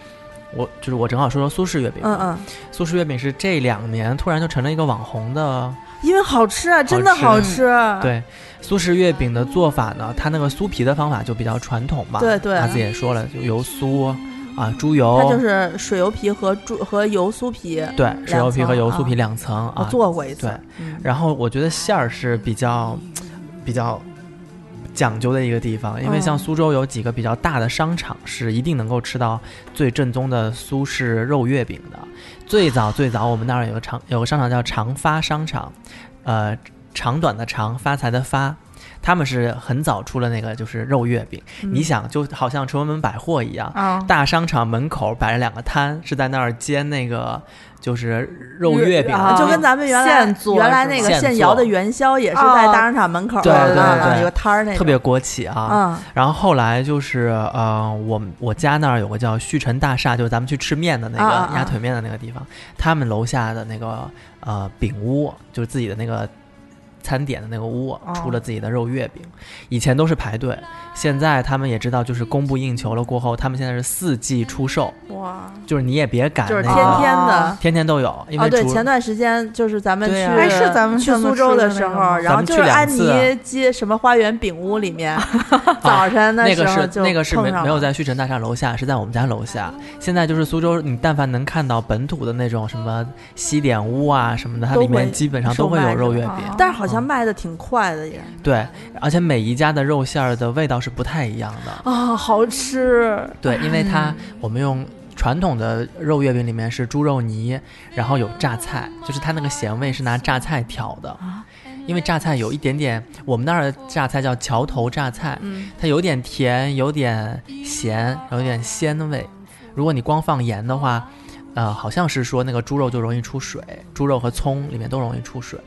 S6: 我就是我正好说说苏式月饼。
S4: 嗯嗯，
S6: 苏式月饼是这两年突然就成了一个网红的。
S4: 因为好吃啊，真的好吃。
S6: 对，苏式月饼的做法呢，它那个酥皮的方法就比较传统吧。
S4: 对对
S6: 阿紫也说了，就油酥啊，猪油，
S4: 它就是水油皮和猪和油酥皮，
S6: 对水油皮和油酥皮
S4: 啊
S6: 两层
S4: 我
S6: 啊。
S4: 做过一次
S6: 对。，
S4: 嗯
S6: 然后我觉得馅儿是比较比较讲究的一个地方，因为像
S4: 嗯
S6: 苏州有几个比较大的商场是一定能够吃到最正宗的苏式肉月饼的。最早最早，我们那儿有个长有个商场叫长发商场，呃，长短的长，发财的发。他们是很早出了那个就是肉月饼，你想就好像崇文门百货一样，
S5: 啊，
S6: 大商场门口摆着两个摊，是在那儿煎那个就是肉月饼，
S5: 啊
S4: 就跟咱们原来
S5: 现做
S4: 原来那个
S6: 是吧
S4: 现摇的元宵也是在
S5: 哦
S4: 大商场门口，
S6: 对
S4: 啊
S5: 对
S4: 啊
S6: 对
S4: 有个摊儿那种
S6: 特别国企啊。
S4: 嗯
S6: 然后后来就是呃，我们我家那儿有个叫旭晨大厦，就是咱们去吃面的那
S4: 啊啊
S6: 个
S4: 啊
S6: 鸭腿面的那个地方，他们楼下的那个呃饼屋，就是自己的那个。餐点的那个屋
S4: 哦
S6: 出了自己的肉月饼，以前都是排队，现在他们也知道就是供不应求了。过后，他们现在是四季出售，
S4: 哇，
S6: 就是你也别赶、那
S4: 就
S6: 个，
S4: 是天天的
S5: 啊。
S6: 天天都有，因
S4: 哦，
S6: 为
S4: 对，
S6: 主
S4: 前段时间就是咱们去，
S6: 对呀
S5: 哎是咱们
S4: 去
S5: 上次
S4: 苏州
S5: 吃的
S4: 的
S5: 那
S4: 时
S5: 个
S4: 候，
S5: 吗
S4: 然后
S6: 咱们
S4: 就
S6: 去
S4: 是
S6: 两
S4: 安
S6: 次啊
S4: 妮街什么花园饼屋里 面，早晨的
S6: 那
S4: 时
S6: 个
S4: 候
S6: 是
S4: 就
S6: 那个是
S4: 碰
S6: 没
S4: 上
S6: 没有
S4: 了
S6: 在旭晨大厦楼下，是在我们家楼下。现在就是苏州，你但凡能看到本土的那种什么西点屋啊什么的，它
S4: 都
S6: 里面
S4: 会
S6: 基本上都
S4: 售
S6: 会
S4: 卖
S6: 有
S4: 是
S6: 肉
S4: 吧
S6: 月
S5: 啊
S6: 饼。
S4: 但是好像卖的挺快的也
S6: 对，而且每一家的肉馅儿的味道是不太一样的。
S4: 啊，好吃，
S6: 对，因为它我们用传统的肉月饼里面是猪肉泥，然后有榨菜，就是它那个咸味是拿榨菜调的。因为榨菜有一点点，我们那儿的榨菜叫桥头榨菜，
S4: 嗯，
S6: 它有点甜，有点咸，有点鲜味。如果你光放盐的话，呃，好像是说那个猪肉就容易出水，猪肉和葱里面都容易出水。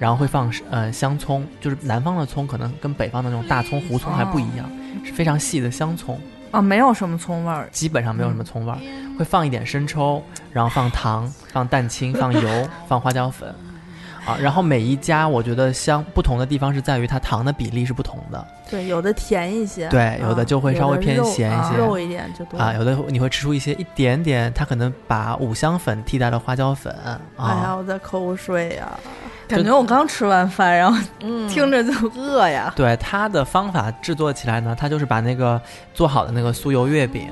S6: 然后会放呃香葱，就是南方的葱可能跟北方的那种大葱、胡葱还不一样，是非常细的香葱，
S5: 啊，没有什么葱味儿，
S6: 基本上没有什么葱味儿。会放一点生抽，然后放糖、放蛋清、放油、放花椒粉，啊，然后每一家我觉得香不同的地方是在于它糖的比例是不同的。
S4: 对，有的甜一些，
S6: 对有的
S4: 啊
S6: 就会稍微
S4: 有的
S6: 偏
S4: 肉
S6: 咸一
S4: 啊
S6: 些
S4: 肉一点就多
S6: 啊，。有的你会吃出一些一点点，它可能把五香粉替代了花椒粉
S4: 哎呀，
S6: 啊。哦
S4: 我在口水啊呀，
S5: 感觉我刚吃完饭，然后
S4: 嗯，
S5: 听着就饿呀。
S6: 对它的方法制作起来呢，它就是把那个做好的那个酥油月饼，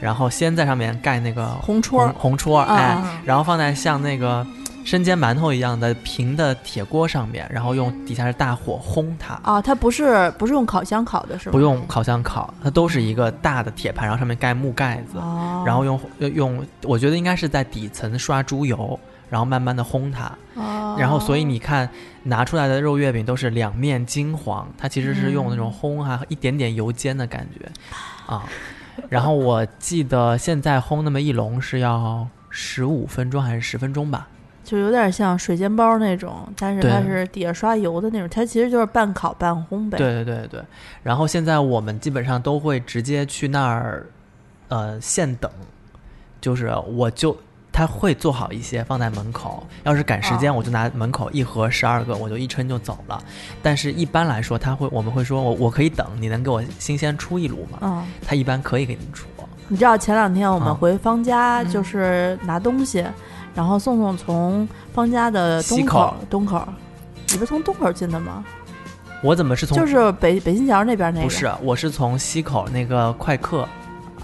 S6: 然后先在上面盖那个
S4: 红戳儿
S6: 红红戳儿，
S4: 啊
S6: 哎，
S4: 啊
S6: 然后放在像那个生煎馒头一样的平的铁锅上面，然后用底下是大火烘它，
S4: 啊，它不是不是用烤箱烤的是吗？
S6: 不用烤箱烤，它都是一个大的铁盘，然后上面盖木盖子，
S4: 哦，
S6: 然后用用，我觉得应该是在底层刷猪油，然后慢慢的烘它。
S4: 哦，
S6: 然后，所以你看拿出来的肉月饼都是两面金黄，它其实是用那种烘啊、一点点油煎的感觉啊。然后我记得现在烘那么一笼是要十五分钟还是十分钟吧？
S4: 就有点像水煎包那种，但是
S6: 对
S4: 它是底下刷油的那种，它其实就是半烤半烘呗。，
S6: 对对对对。然后现在我们基本上都会直接去那儿，呃，现等，就是我就。他会做好一些放在门口，要是赶时间，
S4: 哦
S6: 我就拿门口一盒十二个，我就一称就走了。但是一般来说，他会我们会说我我可以等，你能给我新鲜出一炉吗？
S4: 嗯，
S6: 他一般可以给你出。
S4: 你知道前两天我们
S6: 嗯
S4: 回方家就是拿东西，然后宋宋从方家的
S6: 西
S4: 东
S6: 口
S4: 东口，你不是从东口进的吗？
S6: 我怎么是从？
S4: 就是北北新桥那边那个。
S6: 不是，我是从西口那个快客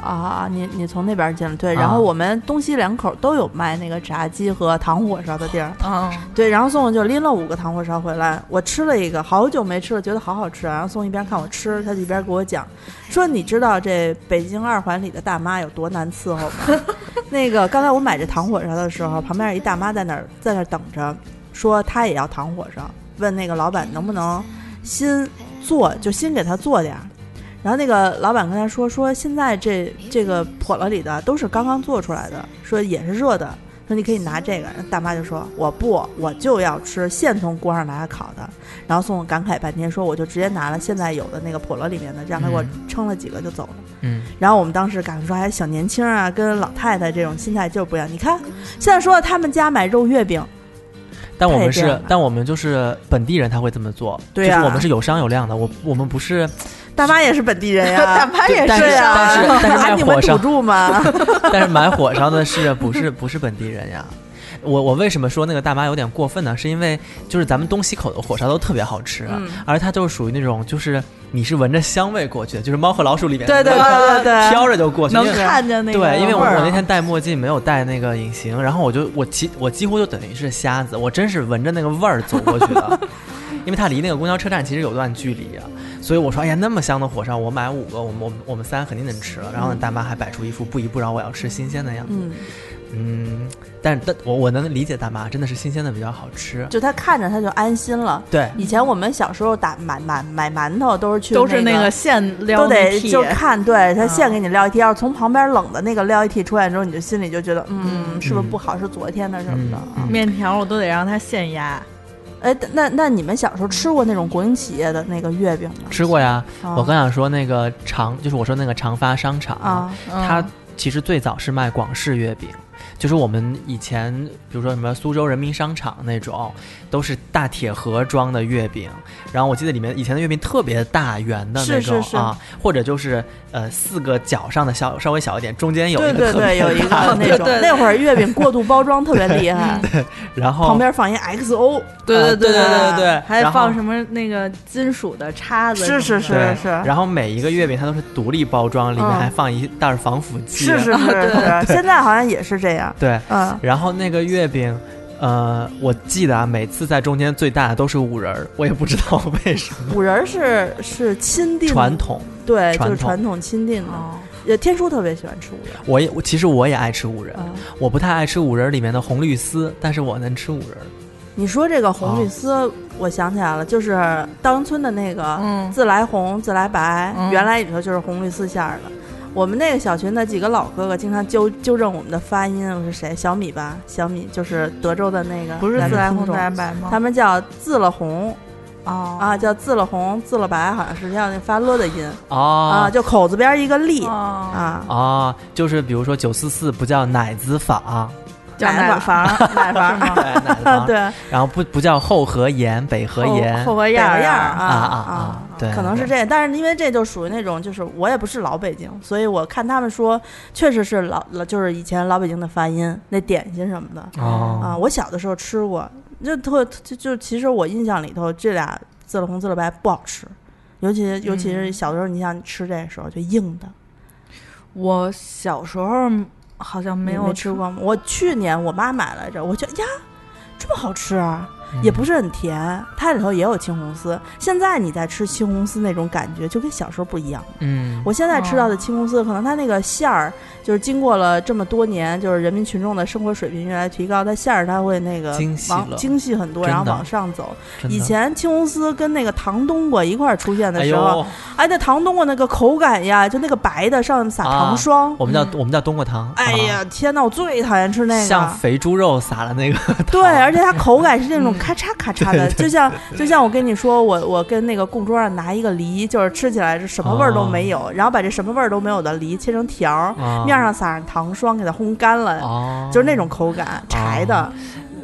S4: 啊，你你从那边进了，对。
S6: 啊
S4: 然后我们东西两口都有卖那个炸鸡和糖火烧的地儿，
S5: 嗯，
S4: 对。然后宋宋就拎了五个糖火烧回来，我吃了一个，好久没吃了，觉得好好吃啊。然后宋一边看我吃，他就一边给我讲，说你知道这北京二环里的大妈有多难伺候吗？ 那个刚才我买这糖火烧的时候，旁边有一大妈在那儿在那儿等着，说她也要糖火烧，问那个老板能不能新做，就新给她做点儿。然后那个老板跟他说，说现在这这个笸箩里的都是刚刚做出来的，说也是热的，说你可以拿这个。大妈就说我不，我就要吃现从锅上拿来烤的。然后宋总感慨半天说，我就直接拿了现在有的那个普罗里面的，让他给我
S6: 嗯
S4: 称了几个就走了。
S6: 嗯，
S4: 然后我们当时感觉说，哎，小年轻啊，跟老太太这种心态就是不一样。你看，现在说他们家买肉月饼，
S6: 但我们
S4: 太这
S6: 是
S4: 样了，
S6: 但我们就是本地人，他会这么做，
S4: 对啊
S6: 就是我们是有商有量的，我我们不是，
S4: 大妈也是本地人哎呀、
S5: 大妈也
S6: 但
S5: 是
S6: 是
S4: 对
S5: 啊，
S6: 但是但是
S4: 啊，
S6: 卖
S4: 你们
S6: 火
S4: 土
S6: 烧，
S4: 著 吗？
S6: 但是买火烧的是不是 不是本地人呀？我我为什么说那个大妈有点过分呢？是因为就是咱们东西口的火烧都特别好吃，啊
S4: 嗯
S6: 而它就是属于那种就是你是闻着香味过去的，就是猫和老鼠里面
S4: 对对
S6: 那个
S4: 对对对嗯
S6: 飘着就过去，
S5: 能
S6: 因为
S5: 看见那个味儿啊。
S6: 对，因为我我那天戴墨镜没有戴那个隐形，然后我就我几我几乎就等于是瞎子，我真是闻着那个味儿走过去 的，因为它离那个公交车站其实有段距离啊，所以我说哎呀那么香的火烧，我买五个，我们我们我们三肯定能吃了。
S5: 嗯
S6: 然后呢大妈还摆出一副不依不饶我要吃新鲜的样子，
S4: 嗯，
S6: 嗯，但是但我我能理解大妈真的是新鲜的比较好吃，
S4: 就他看着他就安心了。
S6: 对，
S4: 以前我们小时候打买买买馒头都是去
S5: 都是
S4: 那
S5: 那个现撩
S4: 都得
S5: 的屉
S4: 就看，对
S5: 嗯
S4: 他现给你撂一屉，要是从旁边冷的那个撂一屉出来之后，你就心里就觉得，嗯，是不是不好？是昨天的什么的
S6: 嗯
S4: 啊
S6: 嗯？
S5: 面条，我都得让它现压。
S4: 哎，那那你们小时候吃过那种国营企业的那个月饼吗？
S6: 嗯吃过呀。
S5: 哦
S4: 啊
S6: 我刚想说那个长，就是我说那个长发商场
S4: 啊，
S5: 嗯
S6: 它其实最早是卖广式月饼，就是我们以前比如说什么苏州人民商场那种，都是大铁盒装的月饼。然后我记得里面以前的月饼特别大圆的
S4: 是
S6: 那种
S4: 是是
S6: 啊，或者就是呃四个角上的小稍微小一点，中间有
S4: 对
S6: 一个
S4: 对
S6: 特
S4: 对，
S6: 别大
S4: 有一个那种
S5: 对对对
S4: 那会儿月饼过度包装特别厉害，
S6: 嗯然后
S4: 旁边呃放一 XO，
S5: 对
S6: 啊对对
S5: 对
S6: 对对
S5: 还
S6: 然后
S5: 放什么那个金属的叉子什么
S4: 是
S5: 的？
S4: 是是
S6: 对
S4: 是
S6: 然后每一个月饼它都是独立包装，里面
S4: 嗯
S6: 还放一袋儿防腐剂。
S4: 是
S6: 啊
S4: 是是 是，啊现在好像也是这样，
S6: 对，
S4: 嗯。
S6: 然后那个月饼，呃，我记得啊，每次在中间最大的都是五仁儿，我也不知道为什么。
S4: 五仁儿是是亲定的
S6: 传，统，
S4: 对，
S6: 传
S4: 就是
S6: 统
S4: 传统亲定的。
S5: 哦，
S4: 也天叔特别喜欢吃五仁儿，
S6: 我也我其实我也爱吃五仁，
S4: 啊
S6: 我不太爱吃五仁里面的红绿丝，但是我能吃五仁。
S4: 你说这个
S6: 哦
S4: 红绿丝，我想起来了，就是稻香村的那
S6: 哦
S4: 个
S5: 嗯，
S4: 自来红、自来白，
S5: 嗯
S4: 原来里头就是红绿丝馅儿的。我们那个小区那几个老哥哥经常纠纠正我们的发音，啊我是谁？小米吧，小米就是德州的那个，
S5: 不是自来红自
S4: 自
S5: 来白吗？
S4: 他们叫自了红
S5: 哦
S4: 啊，叫自了红、自了白，好像是要那发了的音啊，
S6: 哦
S4: 就口字边儿一个立
S5: 啊，
S4: 啊，
S6: 哦，就是比如说九四四不叫奶子坊，
S5: 叫
S4: 奶
S5: 奶
S4: 房奶房
S5: 是吗
S6: 对，奶子坊，
S4: 啊对，
S6: 然后不不叫后河沿、北河沿，
S5: 后河
S4: 样
S5: 沿儿
S4: 样
S5: 啊
S4: 啊
S6: 啊啊啊对
S4: 可能是这样，但是因为这就属于那种，就是我也不是老北京，所以我看他们说，确实是老老就是以前老北京的发音，那点心什么的啊，
S6: 哦，
S4: 我小的时候吃过，就特就就其实我印象里头这俩自了红自了白不好吃，尤其尤其是小的时候，你想你吃这时候就硬的，
S5: 我小时候好像没
S4: 你
S5: 有
S4: 吃。过吗？我去年我妈买来着，我觉得呀，这么好吃啊！
S6: 嗯
S4: 也不是很甜，它里头也有青红丝。现在你在吃青红丝那种感觉，就跟小时候不一样。
S6: 嗯，
S4: 我现在吃到的青红丝，可能它那个馅儿，就是经过了这么多年，就是人民群众的生活水平越来越提高，它馅儿它会那个
S6: 精细
S4: 往
S6: 了
S4: 精细很多，
S6: 真
S4: 然后
S6: 的
S4: 往上走。
S6: 真的
S4: 以前青红丝跟那个糖冬瓜一块儿出现的
S6: 哎
S4: 时候，
S6: 呦
S4: 哎，那糖冬瓜那个口感呀，就那个白的上面撒糖
S6: 啊
S4: 霜，
S6: 我们叫我们叫冬瓜糖，
S4: 嗯哎呀，天呐，我最讨厌吃那
S6: 啊，
S4: 个，
S6: 像肥猪肉撒了那个糖，
S4: 对，而且它口感是那种
S5: 嗯
S4: 咔嚓咔嚓的，就像就像我跟你说，我我跟那个供桌上拿一个梨，就是吃起来是什么味儿都没有，然后把这什么味儿都没有的梨切成条儿，
S6: 啊
S4: 面上撒上糖霜，给它烘干了，
S6: 哦，
S4: 就是那种口感，柴的，
S6: 啊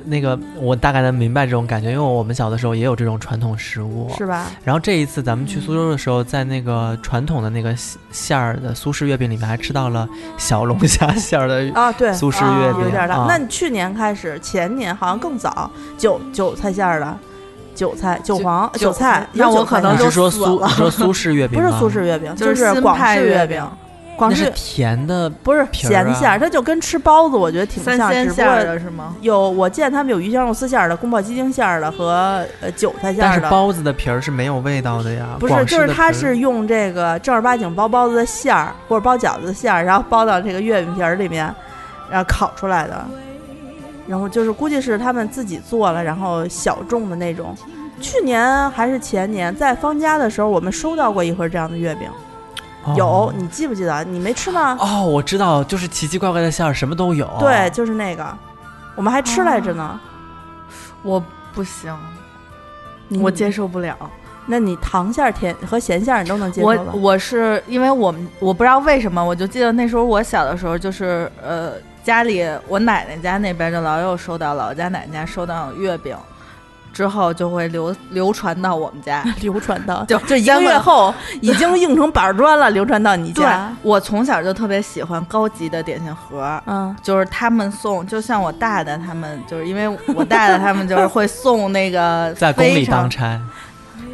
S6: 那个我大概能明白这种感觉，因为我们小的时候也有这种传统食物，
S4: 是吧？
S6: 然后这一次咱们去苏州的时候，在那个传统的那个馅儿的苏式月饼里面，还吃到了小龙虾馅儿的
S4: 啊，对，
S6: 苏式月饼，
S4: 有点大
S6: 啊。
S4: 那你去年开始，前年好像更早，韭韭菜馅儿的，韭菜、韭黄、
S5: 韭
S4: 韭菜，
S5: 那
S4: 有
S5: 我
S4: 韭菜
S5: 可能
S6: 你
S4: 馅
S6: 是
S4: 儿
S5: 就
S6: 说
S5: 死
S6: 苏
S5: 了
S6: 你说苏式月饼
S4: 不是
S6: 吗
S4: 苏式月饼，
S5: 就是新
S4: 广
S5: 派
S4: 式
S5: 月
S4: 饼
S5: 饼，
S4: 广
S6: 那是
S4: 式。
S6: 甜的
S4: 不是
S6: 皮儿
S4: 咸
S6: 啊
S4: 馅儿，它就跟吃包子，我觉得挺
S5: 三
S4: 像，只
S5: 鲜
S4: 不
S5: 馅儿
S4: 过
S5: 的是吗？
S4: 有，我见他们有鱼香肉丝馅儿的、宫保鸡丁馅儿的和呃韭菜馅
S6: 但
S4: 儿
S6: 是
S4: 的。
S6: 包子的皮儿是没有味道的呀，
S4: 不是，
S6: 啊广式
S4: 就是
S6: 的
S4: 它
S6: 皮儿
S4: 是用这个正儿八经包包子的馅儿，或者包饺子的馅儿，然后包到这个月饼皮儿里面，然后烤出来的。然后就是估计是他们自己做了，然后小众的那种。去年还是前年，在方家的时候，我们收到过一盒这样的月饼，
S6: 哦
S4: 有你记不记得？你没吃吗？
S6: 哦，我知道，就是奇奇怪怪的馅儿，什么都有。
S4: 对，就是那个。我们还吃来着呢。
S5: 我不行，
S4: 你
S5: 我接，受不了。
S4: 那你糖馅儿甜和咸馅儿你都能接受
S5: 我
S4: 吧？
S5: 我是因为我们我不知道为什么，我就记得那时候我小的时候，就是呃家里我奶奶家那边就老有收到老家奶奶家收到月饼，之后就会流流传到我们 家。
S4: 流传到
S5: 就
S4: 就一个月后已经硬成板砖了，流传到你
S5: 对
S4: 家。，
S5: 我从小就特别喜欢高级的点心盒儿。
S4: 嗯，
S5: 就是他们送，就像我大大他们，就是因为我大大他们就是会送那 个
S6: 在宫
S5: 非
S6: 里
S5: 常
S6: 当差，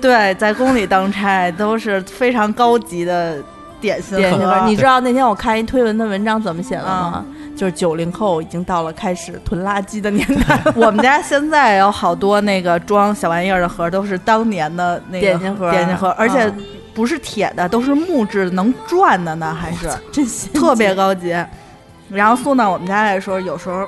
S5: 对，在宫里当差都是非常高级的点心
S4: 点心
S5: 盒。
S4: 你知道那天我看一推文的文章怎么写的吗？
S5: 嗯
S4: 就是九零后已经到了开始囤垃圾的年 代，
S5: 我们家现在有好多那个装小玩意儿的盒，都是当年的那个
S4: 点心盒
S5: 点心盒，而且
S4: 嗯
S5: 不是铁的，都是木质的，能转的呢，还是
S4: 真心
S5: 特别高级。然后送到我们家来的时候，有时候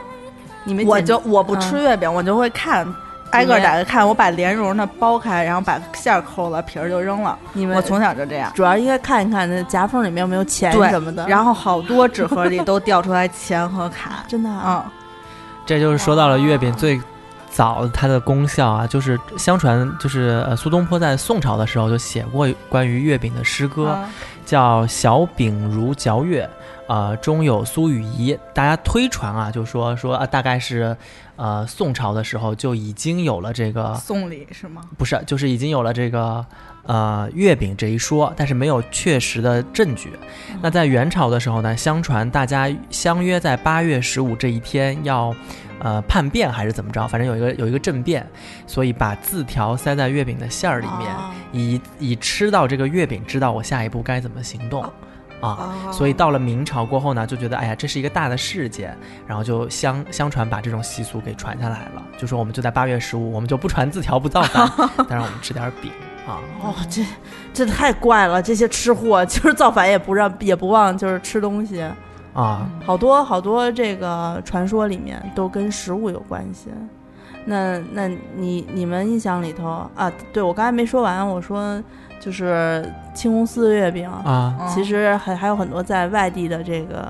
S4: 你们
S5: 我
S4: 简
S5: 就我不吃
S4: 嗯
S5: 月饼，我就会看。挨个打开看，我把莲蓉的剥开，然后把馅儿抠了，皮儿就扔了。
S4: 你们
S5: 我从小就这样。
S4: 主要应该看一看那夹缝里面有没有钱
S5: 对
S4: 什么的。后
S5: 然后好多纸盒里都掉出来钱和
S4: 。
S5: 卡
S4: 真的啊，
S5: 嗯，
S6: 这就是说到了月饼最早它的功效啊，就是相传就是呃苏东坡在宋朝的时候就写过关于月饼的诗歌，
S5: 嗯
S6: 叫《小饼如嚼月》，啊、中有苏雨仪。大家推传啊，就说说啊，大概是呃宋朝的时候就已经有了这个，
S5: 送礼是吗？
S6: 不是，就是已经有了这个呃月饼这一说，但是没有确实的证据。那在元朝的时候呢，相传大家相约在八月十五这一天要。呃，叛变还是怎么着？反正有一个有一个政变，所以把字条塞在月饼的馅
S5: 嗯
S6: 儿里面，
S4: 哦啊
S6: 以以吃到这个月饼，知道我下一步该怎么行动。啊，
S5: 哦
S6: 所以到了明朝过后呢，就觉得哎呀，这是一个大的事件，然后就相相传把这种习俗给传下来了，就说我们就在八月十五，我们就不传字条，不造反，但是我们吃点饼啊。
S4: 哦，这这太怪了，这些吃货就是造反也不让也不忘就是吃东西，
S6: 啊，
S4: 好多好多这个传说里面都跟食物有关系。那那你你们印象里头啊，对我刚才没说完，我说就是青红丝月饼，
S6: 啊，
S5: 嗯
S4: 其实还还有很多在外地的这个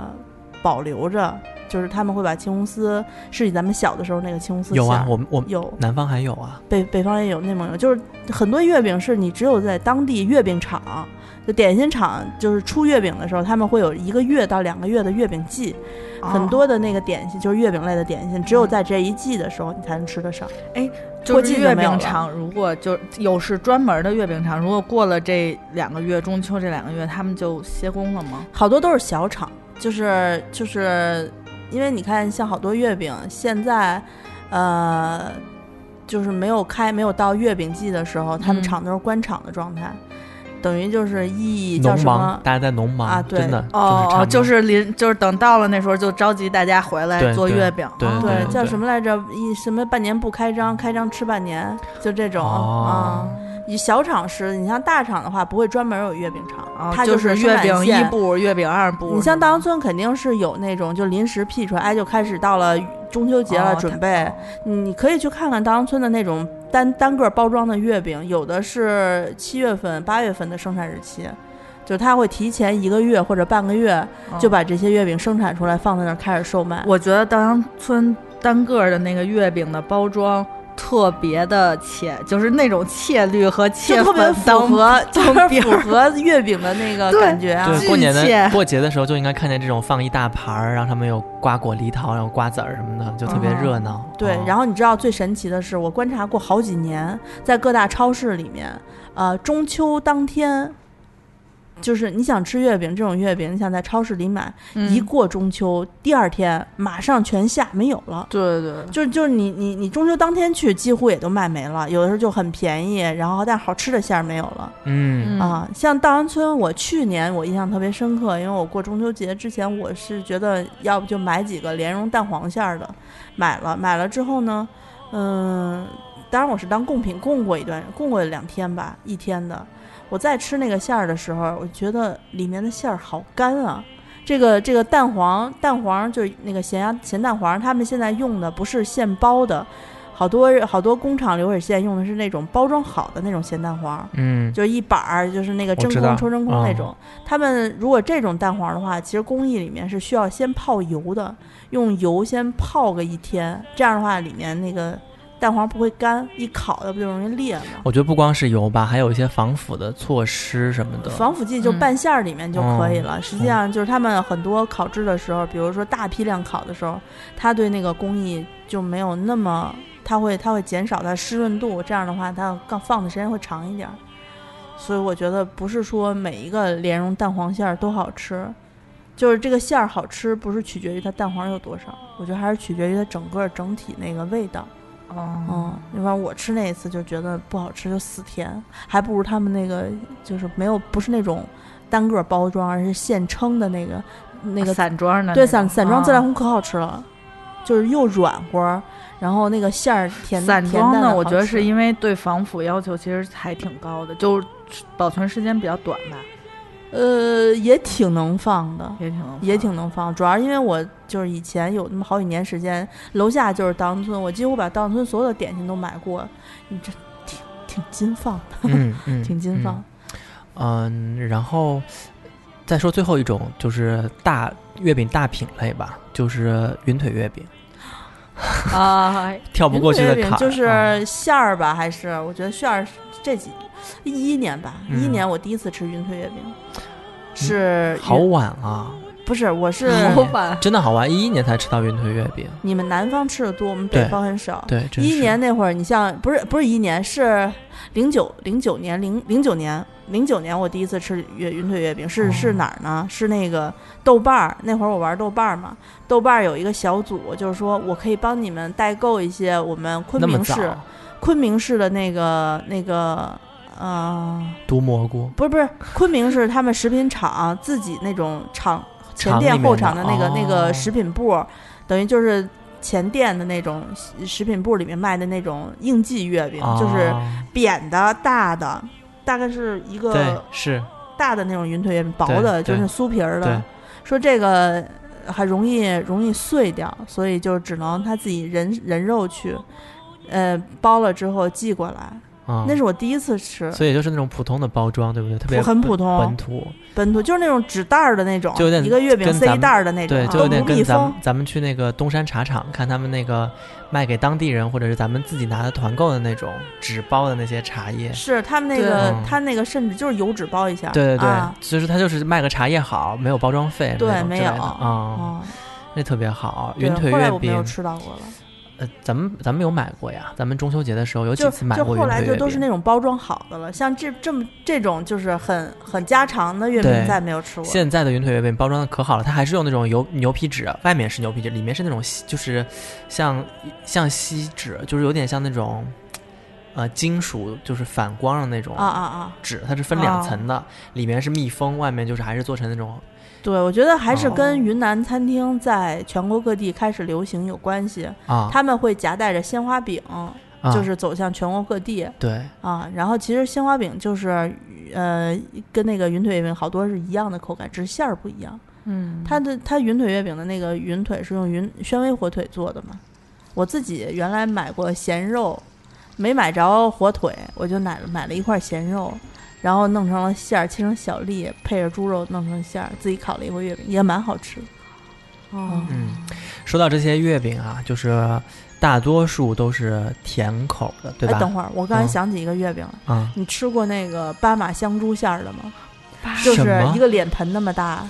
S4: 保留着，就是他们会把青红丝是以咱们小的时候那个青红丝
S6: 有啊，
S4: 馅儿
S6: 我们我们
S4: 有
S6: 南方还有啊，
S4: 北北方也有，内蒙有，就是很多月饼是你只有在当地月饼厂，就点心厂，就是出月饼的时候，他们会有一个月到两个月的月饼季，
S5: 嗯
S4: 很多的那个点心就是月饼类的点心，只有在这一季的时候你才能吃得上。
S5: 就
S4: 过
S5: 是
S4: 季就
S5: 月
S4: 没有
S5: 饼
S4: 了
S5: 厂，如果就有是专门的月饼厂，如果过了这两个月，中秋这两个月，他们就歇工了吗？
S4: 好多都是小厂，就是就是，因为你看，像好多月饼现在，呃，就是没有开，没有到月饼季的时候，他们
S5: 嗯
S4: 厂都是关厂的状态，等于就是一叫
S6: 农
S4: 什
S6: 忙
S4: 么，？
S6: 大家在农忙，
S4: 啊对
S6: 真的
S5: 哦，
S6: 就
S5: 就是是临就是等到了那时候，就召集大家回来
S6: 对
S5: 做
S6: 对
S5: 月饼。
S6: 对
S5: 哦
S4: 对，
S6: 对
S4: 叫什么来着？一什么半年不开张，开张吃半年，就这种啊
S6: 哦。
S4: 以小厂吃，你像大厂的话，不会专门有月饼厂，
S5: 哦
S4: 它
S5: 就是月
S4: 生产
S5: 饼一
S4: 线
S5: 步，月饼二步。
S4: 你像大王村肯定是有那种就临时辟出来，哎，就开始到了中秋节了，
S5: 哦
S4: 准
S5: 它
S4: 备。你可以去看看大王村的那种单单个包装的月饼，有的是七月份、八月份的生产日期，就他会提前一个月或者半个月
S5: 嗯
S4: 就把这些月饼生产出来，放在那儿开始售卖。
S5: 我觉得稻香村单个儿的那个月饼的包装特别的切，就是那种切绿和
S4: 就
S5: 切
S4: 特别
S5: 粉
S4: 符
S5: 当
S4: 合，
S5: 当
S4: 就是
S5: 饼
S4: 符合月饼的那个
S5: 对
S4: 感觉啊。
S6: 对过
S5: 巨
S6: 年的
S5: 蟹
S6: 过节的时候就应该看见这种放一大盘儿，然后他们有瓜果梨桃，然后瓜子儿什么的，就特别
S5: 嗯
S6: 热闹。
S4: 对
S6: 哦，
S4: 然后你知道最神奇的是，我观察过好几年，在各大超市里面，呃，中秋当天，就是你想吃月饼这种月饼，你想在超市里买，一
S5: 一
S4: 过中秋第二天马上全下没有了。
S5: 对对
S4: 就就是你你你中秋当天去，几乎也都卖没了，有的时候就很便宜，然后但好吃的馅儿没有了。
S6: 嗯，
S4: 啊，像大安村，我去年我印象特别深刻，因为我过中秋节之前，我是觉得要不就买几个莲蓉蛋黄馅儿的，买了，买了之后呢，嗯、当然我是当贡品供过一段，供过两天吧，一天的。我在吃那个馅儿的时候，我觉得里面的馅儿好干啊。这个这个蛋黄蛋黄就是那个咸鸭咸蛋黄，他们现在用的不是现包的，好多好多工厂流水线用的是那种包装好的那种咸蛋黄，
S6: 嗯，
S4: 就一板儿，就是那个真
S1: 我知道啊
S4: 空抽真空那种
S6: 哦。
S4: 他们如果这种蛋黄的话，其实工艺里面是需要先泡油的，用油先泡个一天，这样的话里面那个蛋黄不会干，一烤的不就容易裂吗？
S6: 我觉得不光是油吧，还有一些防腐的措施什么的。哦
S4: 防腐剂就
S5: 嗯
S4: 拌馅儿里面就可以了。实际上就是他们很多烤制的时候，比如说大批量烤的时候，它对那个工艺就没有那么，它会它会减少它湿润度，这样的话它更放的时间会长一点儿。所以我觉得不是说每一个莲蓉蛋黄馅儿都好吃，就是这个馅儿好吃不是取决于它蛋黄有多少，我觉得还是取决于它整个整体那个味道。
S5: 哦，
S4: 嗯，要不然我吃那一次就觉得不好吃，就死甜，还不如他们那个就是没有不是那种单个包装，而是现称的那个那个
S5: 散装的那种，
S4: 对散散装自然
S5: 哦
S4: 烘可好吃了，就是又软和，然后那个馅儿甜
S5: 散
S4: 甜
S5: 装
S4: 淡
S5: 的，
S4: 的，
S5: 我觉得是因为对防腐要求其实还挺高的，就是保存时间比较短吧，
S4: 呃也挺能放的。
S5: 也挺能
S4: 也
S5: 放
S4: 挺能放，主要因为我就是以前有那么好几年时间，楼下就是稻香村，我几乎把稻香村所有的点心都买过，你这挺挺金放的，
S6: 嗯嗯，
S4: 挺金放。
S6: 嗯。嗯，然后再说最后一种就是大月饼大品类吧，就是云腿月饼，
S5: 啊，
S6: 跳不过去
S4: 云
S6: 的嗯
S4: 腿月
S6: 坎
S4: 饼
S6: 儿。
S4: 就是馅儿吧，还是我觉得馅儿是这几一一年吧，
S6: 嗯
S4: 一一年我第一次吃云腿月饼，是
S6: 嗯好
S4: 云
S6: 晚啊，
S4: 不是我是
S5: 老板
S6: 真的好晚，一一年才吃到云腿月饼。
S4: 你们南方吃的多，我们北
S6: 对
S4: 方很少。
S6: 对，真
S4: 一一
S6: 是
S4: 年那会儿，你像不是不是一年，是零九零九年零零九年零九年，我第一次吃月云腿月饼是、
S6: 哦
S4: 是哪儿呢？是那个豆瓣儿，那会儿我玩豆瓣儿嘛，豆瓣儿有一个小组，就是说我可以帮你们代购一些我们昆
S6: 那么
S4: 明
S6: 早
S4: 市昆明市的那个那个呃，
S6: 毒蘑菇，
S4: 不是不是，昆明是他们食品厂自己那种厂前
S6: 厂里
S4: 店
S6: 面
S4: 后
S6: 的
S4: 厂的那个那
S6: 哦
S4: 个食品部，等于就是前店的那种食品部里面卖的那种应季月饼，就是
S6: 啊
S4: 扁的大的，大概是一
S6: 对
S4: 个
S6: 是
S4: 大的那种云腿月饼，薄
S6: 对
S4: 的就是
S6: 对
S4: 酥皮儿
S6: 对
S4: 的。说这个呃还容易容易碎掉，所以就只能他自己人人肉去，呃，包了之后寄过来。
S6: 啊，
S4: 那是我第一次吃，
S6: 所以就是那种普通的包装，对不对？特别
S4: 很普
S6: 本
S4: 通
S6: 本土，
S4: 本土就是那种纸袋儿的那种，
S6: 就有点
S4: 一个月饼
S6: 跟
S4: 塞
S6: 咱
S4: 一
S6: 们
S4: 袋儿的那种，
S6: 对，
S4: 啊
S6: 就有点
S4: 都不
S6: 跟
S4: 密
S6: 咱
S4: 封
S6: 们。咱们去那个东山茶厂看他们那个卖给当地人，或者是咱们自己拿的团购的那种纸包的那些茶叶。
S4: 是他们那
S5: 对
S4: 个
S6: 嗯，
S4: 他那个甚至就是油纸包一下，
S6: 对对对，
S4: 啊
S6: 就是他就是卖个茶叶好，没有包装费，
S4: 对
S6: 那种之
S4: 没
S6: 类
S4: 有
S6: 的啊，
S4: 哦
S6: 那特别好。
S4: 对
S6: 云腿
S4: 后来
S6: 月
S4: 我没有
S6: 饼，
S4: 吃到过了，
S6: 呃，咱们咱们有买过呀，咱们中秋节的时候有几
S4: 就
S6: 次买
S4: 就
S6: 过云
S4: 后来
S6: 腿
S4: 就
S6: 月
S4: 都是那
S6: 饼。
S4: 种包装好的了，像这这么这种就是很很家常的月饼
S6: 对，
S4: 再没有吃过。啊
S6: 现在的云腿月饼包装的可好了，它还是用那种油牛皮纸，外面是牛皮纸，里面是那种锡就是像像锡纸，就是有点像那种呃金属，就是反光的那种
S4: 啊啊啊！
S6: 纸，它是分两层的，里面是密封，外面就是还是做成那种
S4: 对，我觉得还是
S5: 哦
S4: 跟云南餐厅在全国各地开始流行有关系。
S6: 啊，
S4: 他们会夹带着鲜花饼，
S6: 啊
S4: 就是走向全国各地。
S6: 对，
S4: 啊，然后其实鲜花饼就是，呃，跟那个云腿月饼好多是一样的口感，只是馅儿不一样。
S5: 嗯，
S4: 它的它云腿月饼的那个云腿是用云宣威火腿做的嘛，我自己原来买过咸肉，没买着火腿，我就买了买了一块咸肉，然后弄成了馅儿，切成小粒，配着猪肉弄成馅儿，自己烤了一回月饼，也蛮好吃的。
S5: 哦
S6: 嗯，说到这些月饼啊，就是大多数都是甜口的，对
S4: 哎，等会
S6: 吧？
S4: 儿我刚才
S6: 嗯
S4: 想起一个月饼来，
S6: 啊、
S4: 你吃过那个巴马香猪馅儿的吗？就是
S6: 什么
S4: 一个脸盆那么大，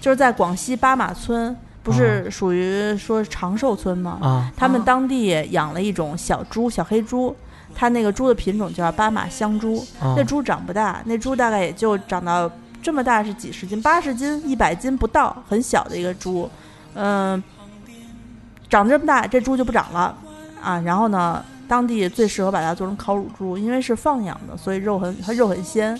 S4: 就是在广西巴马村，不是属于说长寿村吗？
S6: 啊，
S4: 他们
S5: 哦
S4: 当地养了一种小猪，小黑猪，它那个猪的品种叫巴马香猪。
S6: 啊
S4: 那猪长不大，那猪大概也就长到这么大是几十斤，八十斤、一百斤不到，很小的一个猪。嗯、长这么大，这猪就不长了啊。然后呢，当地最适合把它做成烤乳猪，因为是放养的，所以肉很它肉很鲜。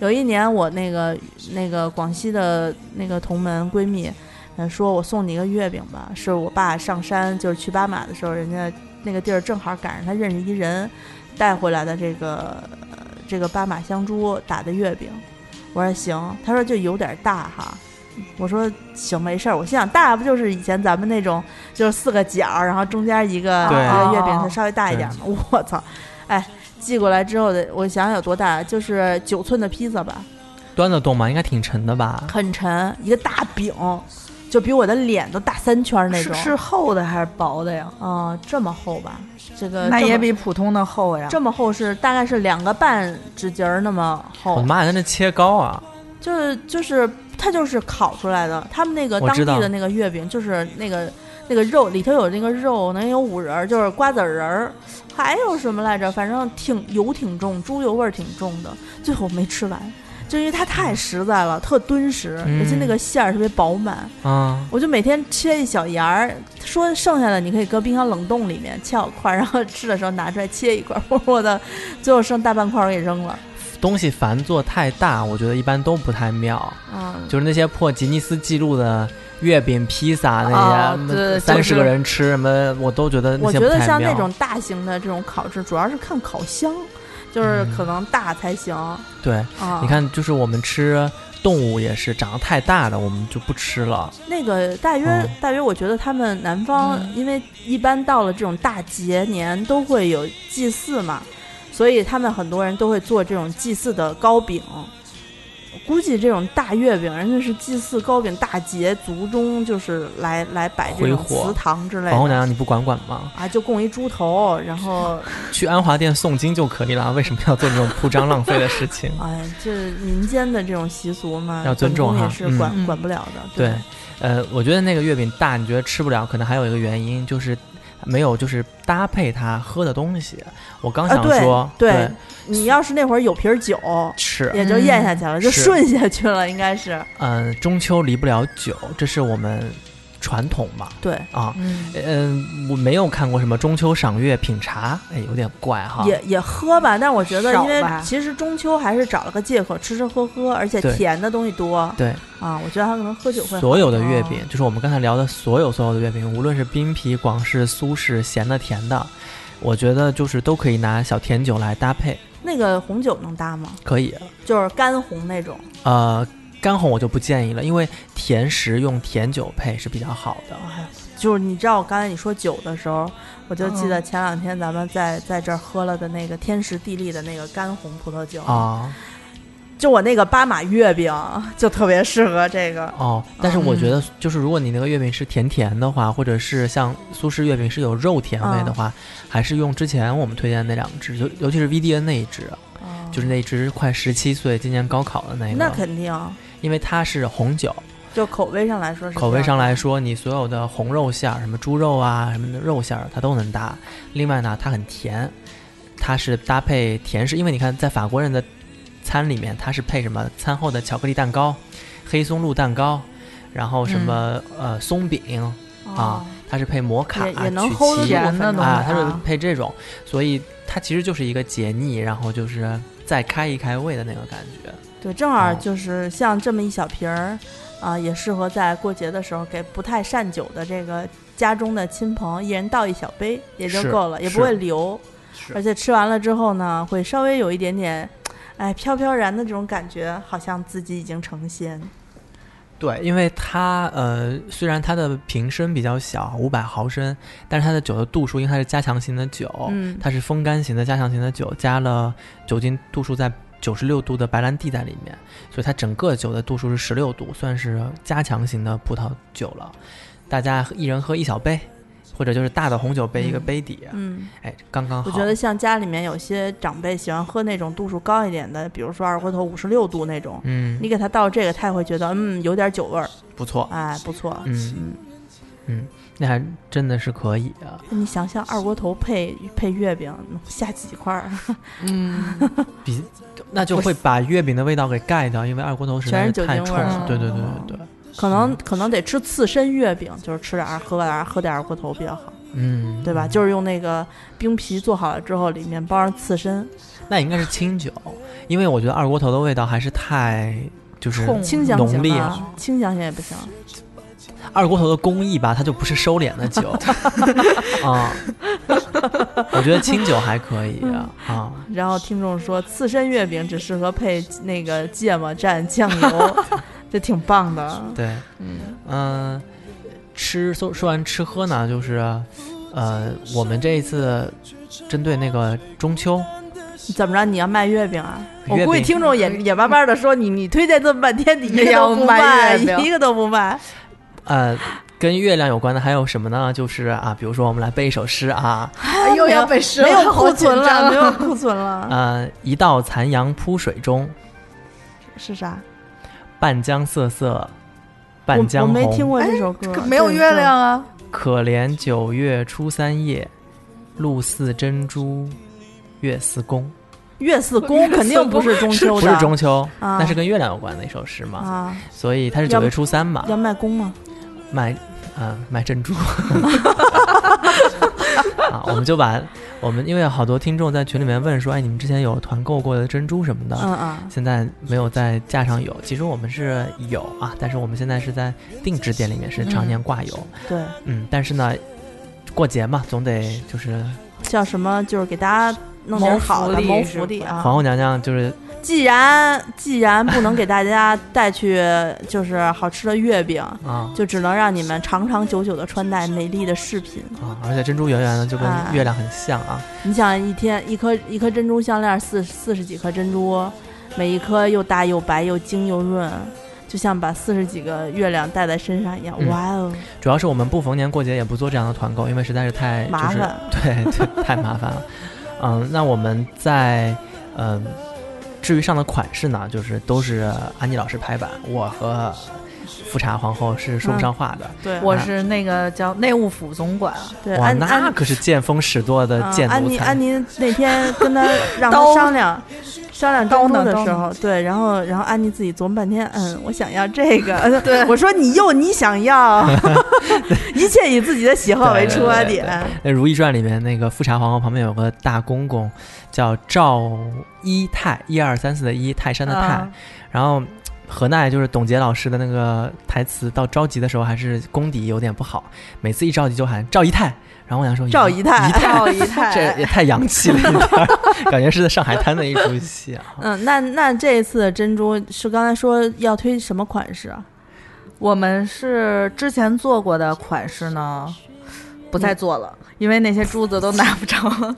S4: 有一年，我那个那个广西的那个同门闺蜜，嗯，说我送你一个月饼吧，是我爸上山就是去巴马的时候，人家那个地儿正好赶上他认识一人带回来的这个这个巴马香猪打的月饼。我说行，他说就有点大哈，我说行，没事儿。我心想大不就是以前咱们那种，就是四个角儿，然后中间一个
S6: 对
S4: 一个月饼，它稍微大一点嘛。 我操，哎，寄过来之后的，我想想有多大，就是九寸的披萨吧，
S6: 端得动吗？应该挺沉的吧？
S4: 很沉，一个大饼，就比我的脸都大三圈儿那
S5: 是
S4: 种。
S5: 是厚的还是薄的呀？
S4: 啊、这么厚吧？这个
S5: 那
S4: 呃这
S5: 也
S4: 么
S5: 比普通的厚呀。
S4: 这么厚是大概是两个半指节儿那么
S6: 我的
S4: 厚，
S6: 妈呀，那是切糕啊！
S4: 就是就是它就是烤出来的。他们那个
S6: 我
S4: 当
S6: 知
S4: 地
S6: 道
S4: 的那个月饼就是那个那个肉里头有那个肉，能有五仁儿，就是瓜子仁儿，还有什么来着？反正挺油挺重，猪油味儿挺重的。最后没吃完，就因为它太实在了，特敦实，
S6: 嗯
S4: 尤其那个馅儿特别饱满。
S6: 嗯，
S4: 我就每天切一小芽儿，说剩下的你可以搁冰箱冷冻里面切好块儿，然后吃的时候拿出来切一块儿。 我的最后剩大半块儿我给扔了。
S6: 东西繁做太大，我觉得一般都不太妙。
S4: 嗯，
S6: 就是那些破吉尼斯纪录的月饼、披萨
S5: 哦
S6: 那
S5: 对对
S6: 些，
S5: 对
S6: 三
S5: 就是
S6: 十个人吃什么，我都觉得那
S4: 我
S6: 些
S4: 觉
S6: 不太
S4: 得像
S6: 妙。
S4: 那种大型的这种烤制，主要是看烤箱，就是可能大才行啊。
S6: 对，嗯你看，就是我们吃动物也是长得太大的，我们就不吃了。
S4: 那个大约、
S6: 嗯
S4: 大约，我觉得他们南方、
S5: 嗯
S4: 因为一般到了这种大节年都会有祭祀嘛，所以他们很多人都会做这种祭祀的糕饼。估计这种大月饼，人家是祭祀糕饼大节，族中就是来来摆这种
S6: 挥霍
S4: 祠堂之类
S6: 皇后
S4: 的
S6: 娘娘，你不管管吗？
S4: 啊，就供一猪头，然 后？
S6: 去安华殿诵经就可以了，为什么要做这种铺张浪费的事情
S4: 哎，这民间的这种习俗嘛，
S6: 要尊重
S4: 本宫
S6: 哈
S4: 也是管、
S5: 嗯
S4: 管不了的。
S6: 对，呃，我觉得那个月饼大，你觉得吃不了，可能还有一个原因就是没有就是搭配它喝的东西。我刚
S4: 啊，
S6: 想
S4: 对
S6: 说，
S4: 对，你要是那会儿有瓶酒，
S6: 是，
S4: 也就咽下去了，就是顺下去了，应该是
S6: 嗯、中秋离不了酒，这是我们传统嘛
S4: 对，
S6: 啊。
S5: 嗯，
S6: 嗯，我没有看过什么中秋赏月品茶，哎，有点怪哈。
S4: 也也喝吧。但我觉得，因为
S5: 少吧
S4: 其实中秋还是找了个借口吃吃喝喝，而且
S6: 对
S4: 甜的东西多
S6: 对，
S4: 啊。我觉得他可能喝酒会好哦
S6: 所有的月饼，就是我们刚才聊的所有所有的月饼，无论是冰皮、广式、苏式、咸的、甜的，我觉得就是都可以拿小甜酒来搭配，
S4: 那个红酒能搭吗？
S6: 可以。
S4: 就是干红那种
S6: 呃，干红我就不建议了，因为甜食用甜酒配是比较好的。
S4: 哎，就是你知道我刚才你说酒的时候，我就记得
S5: 嗯
S4: 前两天咱们在在这儿喝了的那个天时地利的那个干红葡萄酒，
S6: 啊
S4: 就我那个巴马月饼就特别适合这个。
S6: 哦，但是我觉得，就是如果你那个月饼是甜甜的话，或者是像苏式月饼是有肉甜味的话，还是用之前我们推荐的那两只，尤尤其是 VDN 那一只，
S4: 哦
S6: 就是那只快十七岁今年高考的那个，
S4: 嗯那肯定，
S6: 因为它是红酒，
S4: 就口味上来说是
S6: 口味上
S4: 这样
S6: 来说，你所有的红肉馅儿，什么猪肉啊，什么的肉馅儿，它都能搭。另外呢，它很甜，它是搭配甜食，因为你看在法国人的餐里面，它是配什么餐后的巧克力蛋糕、黑松露蛋糕，然后什么、呃松饼
S4: 的
S6: 啊，它是配摩卡、
S4: 嗯也也能
S6: 曲
S4: hold 得
S6: 奇
S4: 住
S5: 甜的
S4: 反正
S5: 东
S6: 啊，
S5: 西
S6: 它是
S5: 啊
S6: 配这种，所以它其实就是一个解腻，然后就是再开一开胃的那个感觉。
S4: 对，正好
S6: 哦
S4: 就是像这么一小瓶儿，啊，也适合在过节的时候给不太善酒的这个家中的亲朋一人倒一小杯也就是够了，也不
S6: 是
S4: 会留。而且吃完了之后呢，会稍微有一点点，哎，飘飘然的这种感觉，好像自己已经成仙。
S6: 对，因为它呃，虽然它的瓶身比较小，五百毫升，但是它的酒的度数，因为它是加强型的酒，
S4: 嗯
S6: 它是风干型的加强型的酒，加了酒精度数在九十六度的白兰地在里面，所以它整个酒的度数是十六度，算是加强型的葡萄酒了。大家一人喝一小杯，或者就是大的红酒杯一个杯底，
S4: 嗯，
S6: 哎，刚刚好。
S4: 我觉得像家里面有些长辈喜欢喝那种度数高一点的，比如说二锅头五十六度那种，
S6: 嗯
S4: 你给他倒这个，他也会觉得嗯有点酒味儿，
S6: 不错，
S4: 哎，不错。
S6: 嗯嗯，那还真的是可以啊。
S4: 你想想，二锅头配配月饼，下几块儿？
S6: 那就会把月饼的味道给盖掉，因为二锅头实在
S4: 全是
S6: 太
S4: 酒精
S6: 冲
S4: 味儿啊
S6: 了
S5: 嗯。
S6: 对对对对对，
S4: 可能可能得吃刺身月饼，就是吃点儿喝点儿喝点儿锅头比较好，
S6: 嗯，
S4: 对吧？
S6: 嗯
S4: 就是用那个冰皮做好了之后，里面包上刺身，
S6: 那应该是清酒，因为我觉得二锅头的味道还是太就是
S5: 冲
S4: 清香型
S6: 浓烈
S4: 啊，清香型也不行。
S6: 二锅头的工艺吧，它就不是收敛 的酒啊。我觉得清酒还可以啊
S4: 嗯
S6: 啊，
S4: 然后听众说，刺身月饼只适合配那个芥末蘸酱油。这挺棒的。
S6: 对，
S4: 嗯，
S6: 嗯、吃说说完吃喝呢，就是，呃，我们这一次针对那个中秋，
S4: 怎么着？你要卖月饼啊？我
S6: 月
S4: 估计
S6: 饼
S4: 听众也也巴巴的说你，你推荐这么半天，你一个
S5: 要
S4: 都不
S5: 卖
S4: 卖，
S5: 月饼
S4: 一个都不卖。
S6: 呃，跟月亮有关的还有什么呢？就是啊，比如说我们来背一首诗啊，
S5: 哎又要被吃
S4: 没有
S5: 好
S4: 库存
S5: 紧张
S4: 了，没有库存了，
S6: 呃，一道残阳铺水中，
S4: 是啥？
S6: 半江瑟瑟，半
S4: 我
S6: 江
S4: 我
S6: 红。
S4: 没听过这首歌
S5: 哎可，没有
S4: 对
S5: 月亮。啊，
S6: 可怜九月初三夜，露似珍珠，月似弓。
S4: 对月似弓肯定不是中秋
S6: 不
S4: 的，
S6: 是中秋，
S4: 啊
S6: 那是跟月亮有关的一首诗嘛。
S4: 啊？
S6: 所以它是
S4: 要
S6: 九
S4: 不
S6: 月初三嘛，
S4: 要卖弓吗？
S6: 卖，呃，卖 珍珠。 啊，我们就把我们因为有好多听众在群里面问说，哎，你们之前有团购过的珍珠什么的，
S4: 嗯嗯，
S6: 现在没有在架上有。其实我们是有啊，但是我们现在是在定制店里面是常年挂有。
S4: 对，
S6: 嗯，但是呢，过节嘛，总得就是
S4: 叫什么？就是给大家弄点好的，谋
S5: 谋
S4: 福
S5: 福利
S4: 利
S5: 是吧
S4: 啊！
S6: 皇后娘娘就是
S4: 既然既然不能给大家带去就是好吃的月饼，
S6: 啊
S4: 就只能让你们长长久久的穿戴美丽的饰品。
S6: 啊，而且珍珠圆圆的，就跟
S4: 啊
S6: 月亮很像啊。
S4: 你想，一天一颗一颗珍珠项链，四四十几颗珍珠，每一颗又大又白又晶又润，就像把四十几个月亮戴在身上一样。
S6: 嗯
S4: 哇哦，
S6: 主要是我们不逢年过节也不做这样的团购，因为实在是太
S4: 麻
S6: 哎就是
S4: 烦。
S6: 对对，太麻烦了。嗯，那我们在嗯、至于上的款式呢，就是都是安妮老师排版，我和富察皇后是说不上话的。
S4: 对，
S5: 我是那个叫内务府总管，啊
S4: 对
S6: 哇，
S4: 呃安
S6: 那
S4: 安
S6: 可是见风使舵的
S4: 啊
S6: 贱
S4: 安
S6: 奴
S4: 妮，
S6: 才。
S4: 安妮 那天跟他让他
S5: 刀
S4: 商量商量珍
S5: 刀
S4: 珠
S5: 呢
S4: 的
S5: 刀
S4: 时
S5: 呢
S4: 候，对，然后然后安妮自己琢磨半天，嗯，我想要这 个，对，我说你又你想要， 一切以自己的喜好为出发
S6: 对对对
S4: 点，
S6: 那《如懿传》里面那个富察皇后旁边有个大公公，叫赵一泰，一二三四的一，泰
S4: 嗯
S6: 山的泰。
S5: 啊
S6: 然后何奈就是董洁老师的那个台词，到着急的时候还是功底有点不好，每次一着急就喊赵一泰，然后我想说
S4: 赵
S6: 一
S4: 姨太
S6: 一泰，
S5: 赵姨太
S6: 这也太洋气了一点儿，感觉是在上海滩的一出戏啊。
S4: 嗯，那那这一次的珍珠是刚才说要推什么款式啊？
S5: 我们是之前做过的款式呢，不再做了，因为那些珠子都拿不着了。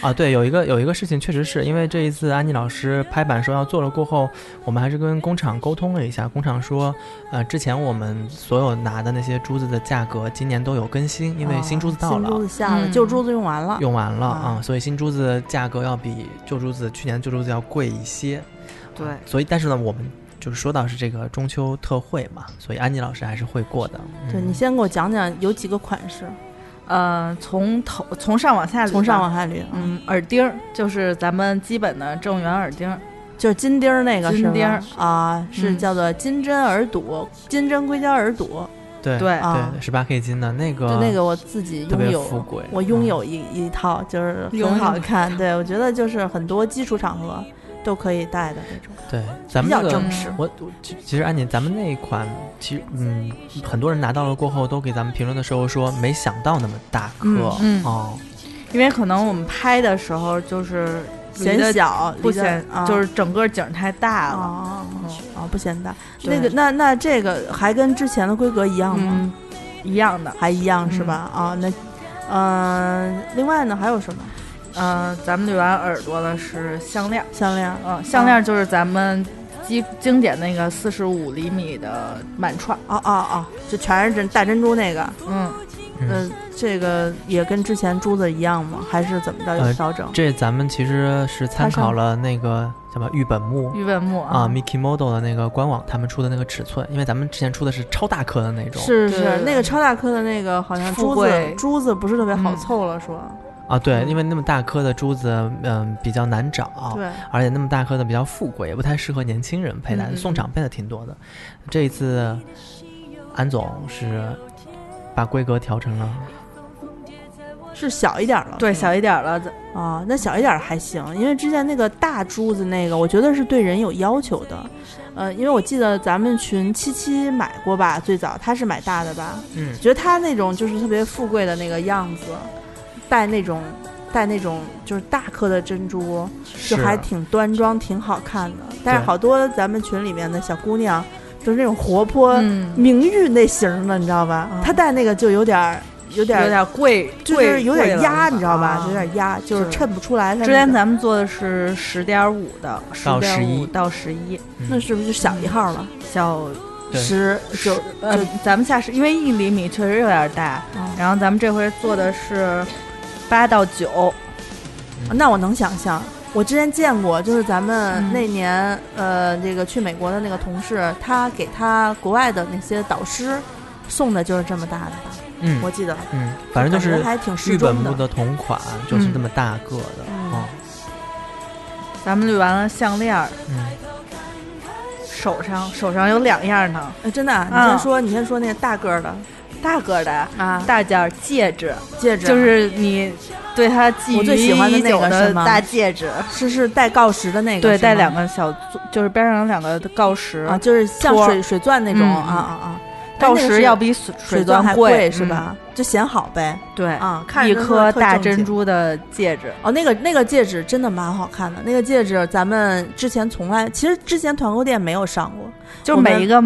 S6: 啊，对，有一个有一个事情，确实是因为这一次安妮老师拍板说要做了过后，我们还是跟工厂沟通了一下，工厂说，呃，之前我们所有拿的那些珠子的价格今年都有更新，因为新珠子到
S4: 哦
S6: 了。
S4: 新珠子下了，
S5: 嗯
S4: 旧珠子用完了。
S6: 用完了
S4: 啊
S6: 啊、所以新珠子价格要比旧珠子去年旧珠子要贵一些。啊
S5: 对，
S6: 所以但是呢，我们就是说到是这个中秋特惠嘛，所以安妮老师还是会过的。
S4: 对
S6: 嗯
S4: 你先给我讲讲有几个款式，
S5: 呃，从头从上往下捋吧，
S4: 从上往下捋啊，
S5: 嗯，耳钉儿就是咱们基本的正圆耳钉儿，
S4: 就是金钉儿那个是吗
S5: 金钉儿
S4: 啊，是
S5: 嗯
S4: 叫做金针耳堵，金针硅胶耳堵，
S6: 对
S5: 对
S4: 啊
S6: 对，十八 K 金的那个
S4: 就那个我自己
S6: 特
S4: 拥
S6: 别
S4: 有，
S6: 富贵，
S4: 我拥
S6: 嗯
S4: 有一一套，就是
S5: 拥
S4: 很
S5: 有
S4: 好看。对我觉得就是很多基础场合都可以戴的那种，
S6: 对，咱
S4: 比
S6: 们
S4: 较
S6: 那个
S4: 正式。
S6: 我我其其实安妮，咱们那一款，其实嗯，很多人拿到了过后，都给咱们评论的时候说，没想到那么大颗、
S5: 嗯嗯
S6: 哦，
S5: 因为可能我们拍的时候就是离
S4: 显
S5: 得
S4: 小
S5: 不
S4: 离得
S5: 显，
S4: 啊
S5: 就是整个景儿太大了。
S4: 哦
S5: 嗯
S4: 哦不显大。
S5: 对
S4: 那个那那这个还跟之前的规格一样吗？
S5: 嗯，一样的。
S4: 还一样是吧？啊，那嗯，另外呢还有什么
S5: 呃，咱们捋完耳朵了是项链儿，
S4: 项链儿？
S5: 嗯、项链儿就是咱们经经典那个四十五厘米的满串儿，
S4: 哦哦哦，就全是珍大珍珠那个。
S5: 嗯，
S6: 嗯，
S4: 嗯，这个也跟之前珠子一样吗？还是怎么着有
S6: 呃
S4: 调整？
S6: 这咱们其实是参
S4: 上
S6: 考了那个什么玉本木
S5: 玉本木
S4: 哦
S6: 啊、m i k i Model 的那个官网他们出的那个尺寸，因为咱们之前出的是超大颗的那种，
S4: 是
S5: 对
S4: 是
S5: 对，
S4: 那个超大颗的那个好像
S5: 富
S4: 珠子
S5: 贵
S4: 珠子不是特别好
S5: 嗯
S4: 凑了，说
S6: 啊，对，
S4: 嗯
S6: 因为那么大颗的珠子，嗯、比较难找，
S4: 对，
S6: 而且那么大颗的比较富贵，也不太适合年轻人佩戴。
S5: 嗯嗯
S6: 送长辈的挺多的，这一次安总是把规格调成了，
S4: 是小一点了。
S5: 对，
S4: 是吗
S5: 小一点儿了，
S4: 啊，那小一点还行，因为之前那个大珠子那个，我觉得是对人有要求的。呃，因为我记得咱们群七七买过吧，最早她是买大的吧，
S6: 嗯，
S4: 觉得她那种就是特别富贵的那个样子，戴那种带那种就是大颗的珍珠，就是
S5: 啊
S4: 还挺端庄，挺好看的。但是好多咱们群里面的小姑娘，就是那种活泼、
S5: 嗯，
S4: 名誉那型的，你知道吧？
S5: 嗯
S4: 她戴那个就有点儿，有点
S5: 有
S4: 儿，
S5: 点贵，
S4: 就是有点
S5: 贵了
S4: 压，你知道吧
S5: 啊？
S4: 有点压，就是
S5: 是
S4: 衬不出来她那
S5: 之
S4: 个。
S5: 前咱们做的是十点五的，十
S6: 到
S5: 点五
S6: 11
S5: 到十一，
S6: 嗯
S4: 那是不是就小一号了？
S5: 小
S6: 对
S4: 十九
S5: 就呃，咱们下十，因为一厘米确实有点大，
S4: 嗯
S5: 然后咱们这回做的是八到九，
S4: 那我能想象，我之前见过，就是咱们
S5: 嗯
S4: 那年、呃，这个去美国的那个同事，他给他国外的那些导师送的就是这么大的吧，
S6: 嗯
S4: 我记得，
S6: 嗯，反正就
S4: 感觉
S6: 是
S4: 还挺适
S6: 日本
S4: 中
S6: 木
S4: 的。
S6: 的同款，就是这么大个的
S4: 嗯
S6: 啊，
S5: 咱们捋完了项链儿，
S6: 嗯，
S5: 手上手上有两样呢，
S4: 呃真的啊、你
S5: 嗯
S4: 先说，你先说那个大个儿的
S5: 大个儿的
S4: 啊，
S5: 大件儿戒指，
S4: 戒指啊，
S5: 就是你对它寄
S4: 我最
S5: 予
S4: 喜欢的
S5: 已
S4: 那
S5: 久
S4: 个
S5: 的
S4: 是吗
S5: 大戒指，
S4: 是是带锆石的那个，
S5: 对，
S4: 是
S5: 带
S4: 吗
S5: 两个小钻，就是边上有两个锆石
S4: 啊，，就是像
S5: 托儿
S4: 水水钻那种、
S5: 嗯
S4: 啊啊啊，但
S5: 锆
S4: 那个
S5: 石
S4: 是
S5: 要比水
S4: 水钻
S5: 钻
S4: 还
S5: 贵
S4: 是？吧？就显好呗
S5: 嗯对，
S4: 啊，看
S5: 一
S4: 着就
S5: 颗
S4: 特
S5: 大
S4: 正经
S5: 珍珠的戒指，
S4: 哦，那个那个戒指真的蛮好看的，那个戒指咱们之前从来，其实之前团购店没有上过，
S5: 就是
S4: 我们
S5: 每一个。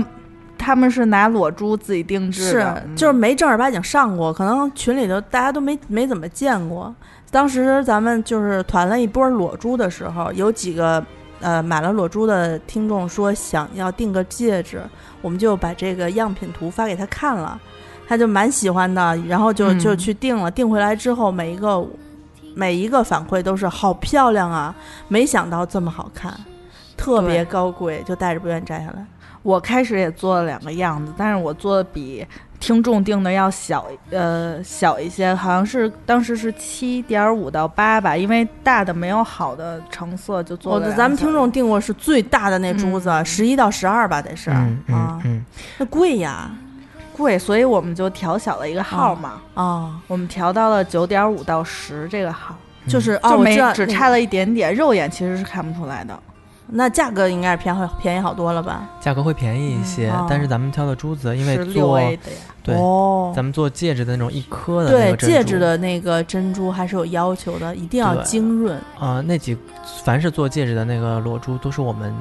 S5: 他们是拿裸珠自己定制
S4: 是
S5: 的，嗯
S4: 就是没正儿八经上过，可能群里头大家都没没怎么见过。当时咱们就是团了一波裸珠的时候，有几个呃买了裸珠的听众说想要订个戒指，我们就把这个样品图发给他看了，他就蛮喜欢的，然后就就
S5: 嗯
S4: 去订了。订回来之后，每一个每一个反馈都是好漂亮啊，没想到这么好看，特别
S5: 对
S4: 高贵，就戴着不愿意摘下来。
S5: 我开始也做了两个样子，但是我做的比听众定的要小，呃，小一些，好像是当时是七点五到八吧，因为大的没有好的成色，哦就做
S4: 我的
S5: 了两个小的。
S4: 咱们听众订过是最大的那珠子，
S5: 嗯
S4: 十一、到十二吧，得是、
S6: 嗯嗯
S4: 啊，
S6: 嗯，
S4: 那贵呀
S5: 贵，所以我们就调小了一个号嘛，
S4: 啊、
S6: 嗯
S4: 哦
S5: 我们调到了九点五到十这个号，
S4: 就是哦，
S5: 就
S4: 我
S5: 没
S4: 知道
S5: 只差了一点点，肉眼其实是看不出来的。
S4: 那那价格应该是便宜便宜好多了吧？
S6: 价格会便宜一些
S4: 哦，
S6: 但是咱们挑的珠子，因为
S5: 六
S6: 做
S5: A 的呀，
S6: 对，
S4: 哦
S6: 咱，们做戒指的那种一颗的那
S4: 对
S6: 个珍
S4: 戒
S6: 珠
S4: 指的那个珍珠还是有要求的，一定要
S6: 对
S4: 精润。
S6: 啊，那几凡是做戒指的那个裸珠都是我们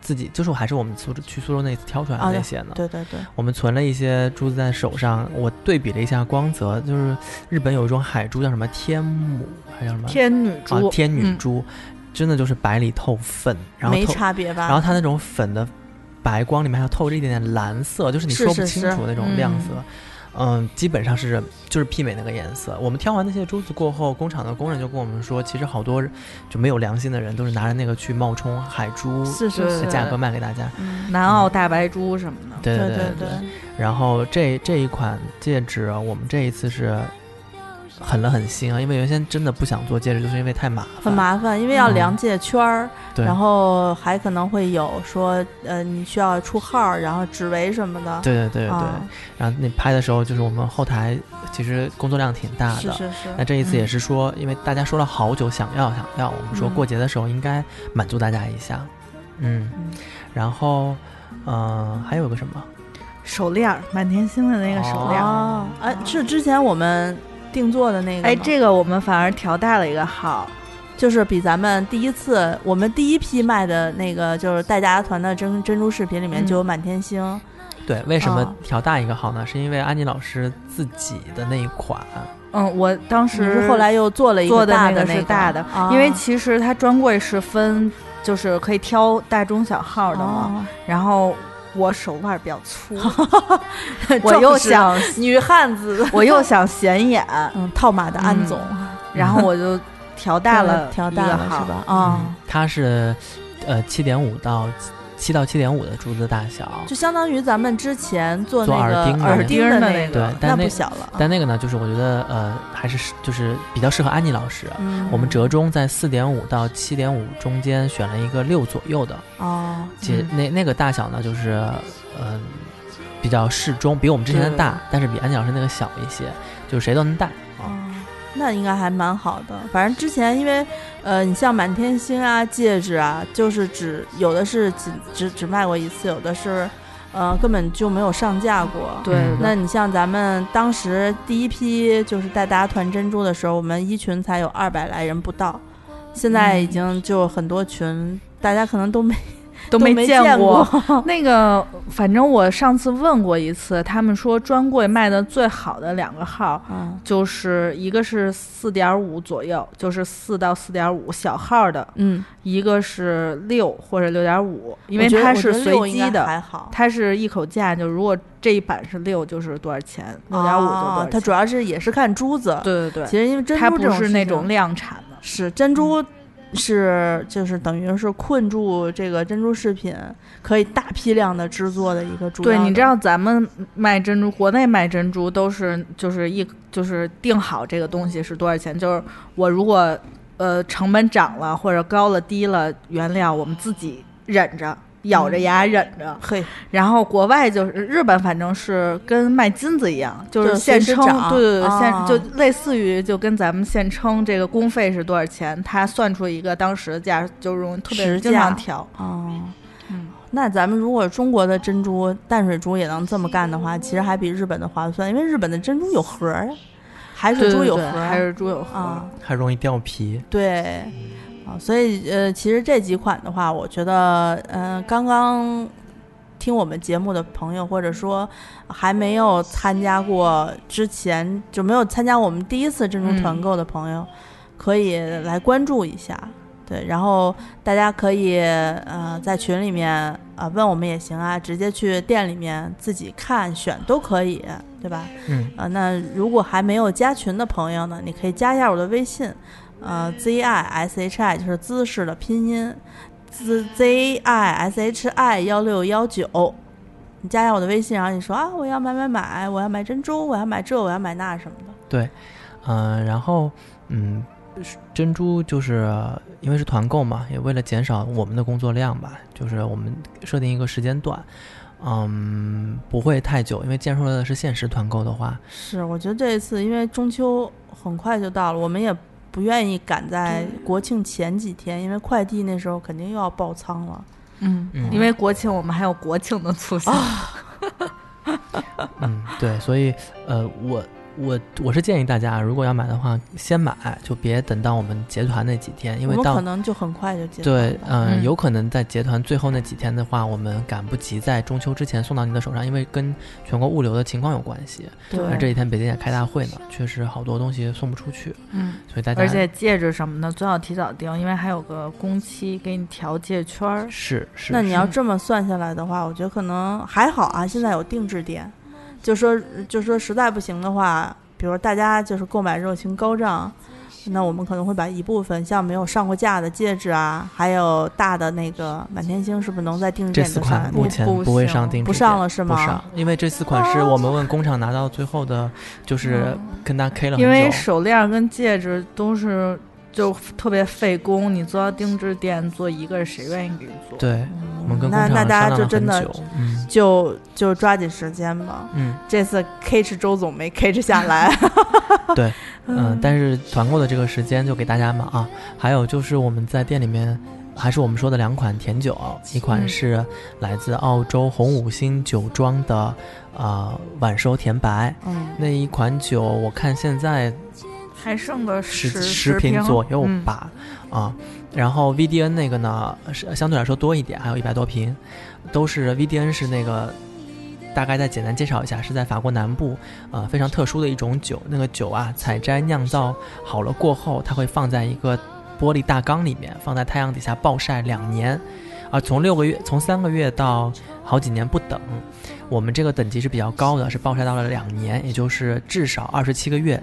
S6: 自己，就是还是我们苏州去苏州那次挑出来
S4: 啊
S6: 的那些呢。
S4: 对对对，
S6: 我们存了一些珠子在手上，我对比了一下光泽，就是日本有一种海珠叫什么天母，还叫什么
S5: 天女
S6: 啊
S5: 珠，
S6: 天女
S5: 嗯
S6: 珠，真的就是白里透粉，然后
S4: 没
S6: 透，
S4: 差别吧？
S6: 然后它那种粉的白光里面还有透着一点点蓝色，就是你
S4: 是
S6: 说不
S4: 是
S6: 清
S4: 是
S6: 楚那种亮
S5: 嗯
S6: 色。嗯，基本上是就是媲美那个颜色。我们挑完那些珠子过后，工厂的工人就跟我们说，其实好多就没有良心的人都是拿着那个去冒充海珠
S4: 是是
S5: 对
S6: 的
S4: 是，
S6: 价格卖给大家。
S4: 嗯
S5: 南澳大白珠什么的。
S6: 对
S4: 对
S6: 对
S4: 对，
S6: 然后这这一款戒指，我们这一次是狠了狠心啊，因为原先真的不想做戒指，就是因为太麻烦。
S4: 很麻烦，因为要
S6: 嗯
S4: 量戒圈儿，
S6: 对
S4: 然后还可能会有说，呃，你需要出号儿，然后指围什么的。
S6: 对对对对对。
S4: 啊
S6: 然后那拍的时候，就是我们后台其实工作量挺大的。
S4: 是是是，
S6: 那这一次也
S5: 嗯
S6: 是说，因为大家说了好久想要想要，我们说
S4: 嗯
S6: 过节的时候应该满足大家一下，嗯，
S4: 嗯
S6: 然后，呃，还有个什么，
S5: 手链儿，满天星的那个手链儿。
S4: 哦，哎，是之前我们定做的那个吗，
S5: 哎，这个我们反而调大了一个号，
S4: 就是比咱们第一次我们第一批卖的那个，就是戴家团的珍珍珠饰品里面
S5: 嗯
S4: 就有满天星，
S6: 对，为什么
S4: 哦
S6: 调大一个号呢？是因为安妮老师自己的那一款，
S5: 嗯，我当
S4: 你
S5: 时
S4: 是后来又做了一
S5: 做
S4: 个
S5: 的
S4: 大
S5: 那
S4: 的那
S5: 个是大的，
S4: 啊
S5: 因为其实它专柜是分，就是可以挑大中小号的嘛。
S4: 哦，
S5: 然后我手腕比较 粗，我
S4: 哦 我
S5: 又
S4: 又想
S5: 想
S4: 女汉子，
S5: 我又想显眼，
S4: 嗯，套马的安总
S5: 然后我就调嗯大了
S4: 调
S5: 一
S4: 大
S5: 个
S4: 了
S5: 号
S4: 是？吧？啊、
S6: 嗯它是，呃，七点五到七到七点五的珠子大小，
S4: 就相当于咱们之前做
S6: 做
S4: 那个
S6: 耳钉的
S4: 耳钉的
S5: 耳钉的
S4: 那
S5: 那
S4: 个
S5: 个，
S6: 对但那
S4: 不小了啊。
S6: 但那个呢，就是我觉得，呃，还是就是比较适合安妮老师。
S4: 嗯，
S6: 我们折中在四点五到七点五中间选了一个六左右的，
S4: 哦，
S6: 其实那那个大小呢，就是嗯、呃比较适中，比我们之前的大，但是比安妮老师那个小一些，就是谁都能戴啊。
S4: 哦，那应该还蛮好的。反正之前因为，呃，你像满天星啊、戒指啊，就是只有的是只只只卖过一次，有的是，呃，根本就没有上架过。
S5: 对
S6: 嗯，
S4: 那你像咱们当时第一批就是带大家团珍珠的时候，我们一群才有二百来人不到，
S5: 嗯
S4: 现在已经就很多群，大家可能都没
S5: 都
S4: 没
S5: 没
S4: 见
S5: 过。那个，反正我上次问过一次，他们说专柜卖的最好的两个号，
S4: 嗯
S5: 就是一个是四点五左右，就是四到四点五小号的，
S4: 嗯，
S5: 一个是六或者六点五，因
S4: 我
S5: 为
S4: 觉得
S5: 它
S4: 我觉
S5: 是
S4: 得
S5: 随
S4: 六应
S5: 机
S4: 该
S5: 的，
S4: 还好。
S5: 它是一口价，就如果这一版是六，就是多少钱，六点五就多
S4: 哦
S5: 少，
S4: 它
S5: 钱。
S4: 主要是也是看珠子。，
S5: 对对
S4: 其实因为
S5: 对，
S4: 珍
S5: 它
S4: 珠这
S5: 不
S4: 种
S5: 是
S4: 事
S5: 那
S4: 情
S5: 种嗯量产的。
S4: 是珍珠是就是等于是困住这个珍珠饰品可以大批量的制作的一个主要
S5: 对，
S4: 的
S5: 你知道咱们卖珍珠，国内卖珍珠都是就是一就是定好这个东西是多少钱，就是我如果呃成本涨了或者高了低了，原料我们自己忍着，
S4: 嗯
S5: 咬着牙忍着。
S4: 嘿，
S5: 然后国外就是日本，反正是跟卖金子一样，就
S4: 就是是
S5: 现
S4: 随时
S5: 称
S4: 涨，
S5: 对对对，现、
S4: 啊
S5: 就类似于就跟咱们现称这个工费是多少钱，他算出一个当时的价，就容易特别
S4: 实
S5: 经
S4: 价
S5: 常调。
S4: 哦。
S5: 嗯
S4: 那咱们如果中国的珍珠、淡水珠也能这么干的话，其实还比日本的划算，因为日本的珍珠有核儿呀，海水
S5: 对
S4: 珠
S5: 对
S4: 有核
S5: 对
S4: 儿
S5: 还是猪有核儿
S4: 啊，
S6: 还容易掉皮。
S4: 对，啊，所以呃，其实这几款的话，我觉得，嗯、刚刚听我们节目的朋友，或者说还没有参加过之前就没有参加我们第一次珍珠团购的朋友，可以来关注一下。对，然后大家可以呃在群里面啊、呃问我们也行啊，直接去店里面自己看选都可以，对吧？
S6: 嗯，
S4: 啊，那如果还没有加群的朋友呢，你可以加一下我的微信，呃，z i s h i 就是姿势的拼音，z z i s h i 幺六幺九，你加一下我的微信，然后你说啊，我要买买买，我要买珍珠，我要买这，我要买那什么的，
S6: 嗯、然后嗯，珍珠就是因为是团购嘛，也为了减少我们的工作量吧，就是我们设定一个时间段，嗯，不会太久，因为建说的是限时团购的话，
S4: 是，我觉得这一次因为中秋很快就到了，我们也。不愿意赶在国庆前几天，因为快递那时候肯定又要爆仓了。
S5: 嗯
S6: 嗯哦
S5: 因为国庆我们还有国庆的促销，
S6: 嗯，对，所以呃，我我我是建议大家，如果要买的话，先买，就别等到我们结团那几天，因为
S4: 我们
S6: 到
S4: 可能就很快就结束
S6: 对，
S4: 了
S6: 嗯，
S5: 嗯
S6: 有可能在结团最后那几天的话，我们赶不及在中秋之前送到您的手上，因为跟全国物流的情况有关系。而
S4: 对，
S6: 这几天北京也开大会呢，确实好多东西送不出去，
S5: 嗯，
S6: 所以大家
S5: 而且戒指什么的最好提早订，因为还有个工期给你调戒圈儿。
S6: 是是，
S4: 那你
S6: 是
S4: 要这么算下来的话，我觉得可能还好啊。现在有定制店，就说就说实在不行的话，比如大家就是购买热情高涨，那我们可能会把一部分像没有上过架的戒指啊，还有大的那个满天星，是不是能在定制
S6: 这
S4: 店
S6: 四
S4: 就上来
S6: 款目前
S5: 不
S6: 会
S5: 行
S6: 上定制
S4: 不
S6: 店，
S4: 上了是
S6: 不
S4: 吗？
S6: 上，因为这四款是我们问工厂拿到最后的，就是
S4: 嗯
S6: 跟他 K 了很
S5: 因为
S6: 久。
S5: 手链跟戒指都是就特别费工，你做到定制店做一个，谁愿意给你做？，
S6: 对，我们跟工
S4: 那
S6: 厂
S4: 那
S6: 商
S4: 大
S6: 量
S4: 家
S6: 了
S4: 就真
S6: 很
S4: 的
S6: 久，嗯
S4: 就就抓紧时间吧。
S6: 嗯
S4: 这次 K 是周总没 K 下来，
S6: 嗯，但是团购的这个时间就给大家嘛啊，还有就是我们在店里面。还是我们说的两款甜酒，一款
S5: 嗯
S6: 是来自澳洲红五星酒庄的，呃，晚收甜白
S4: 嗯，
S6: 那一款酒，我看现在
S5: 还剩个
S6: 十
S5: 十
S6: 瓶左右
S5: 嗯
S6: 吧，啊，然后 VDN 那个呢是相对来说多一点，还有一百多瓶，都是 VDN 是那个。大概再简单介绍一下，是在法国南部，呃，非常特殊的一种酒。那个酒啊，采摘酿造好了过后，它会放在一个玻璃大缸里面，放在太阳底下暴晒两年，啊，从六个月，从三个月到好几年不等。我们这个等级是比较高的，是暴晒到了两年，也就是至少二十七个月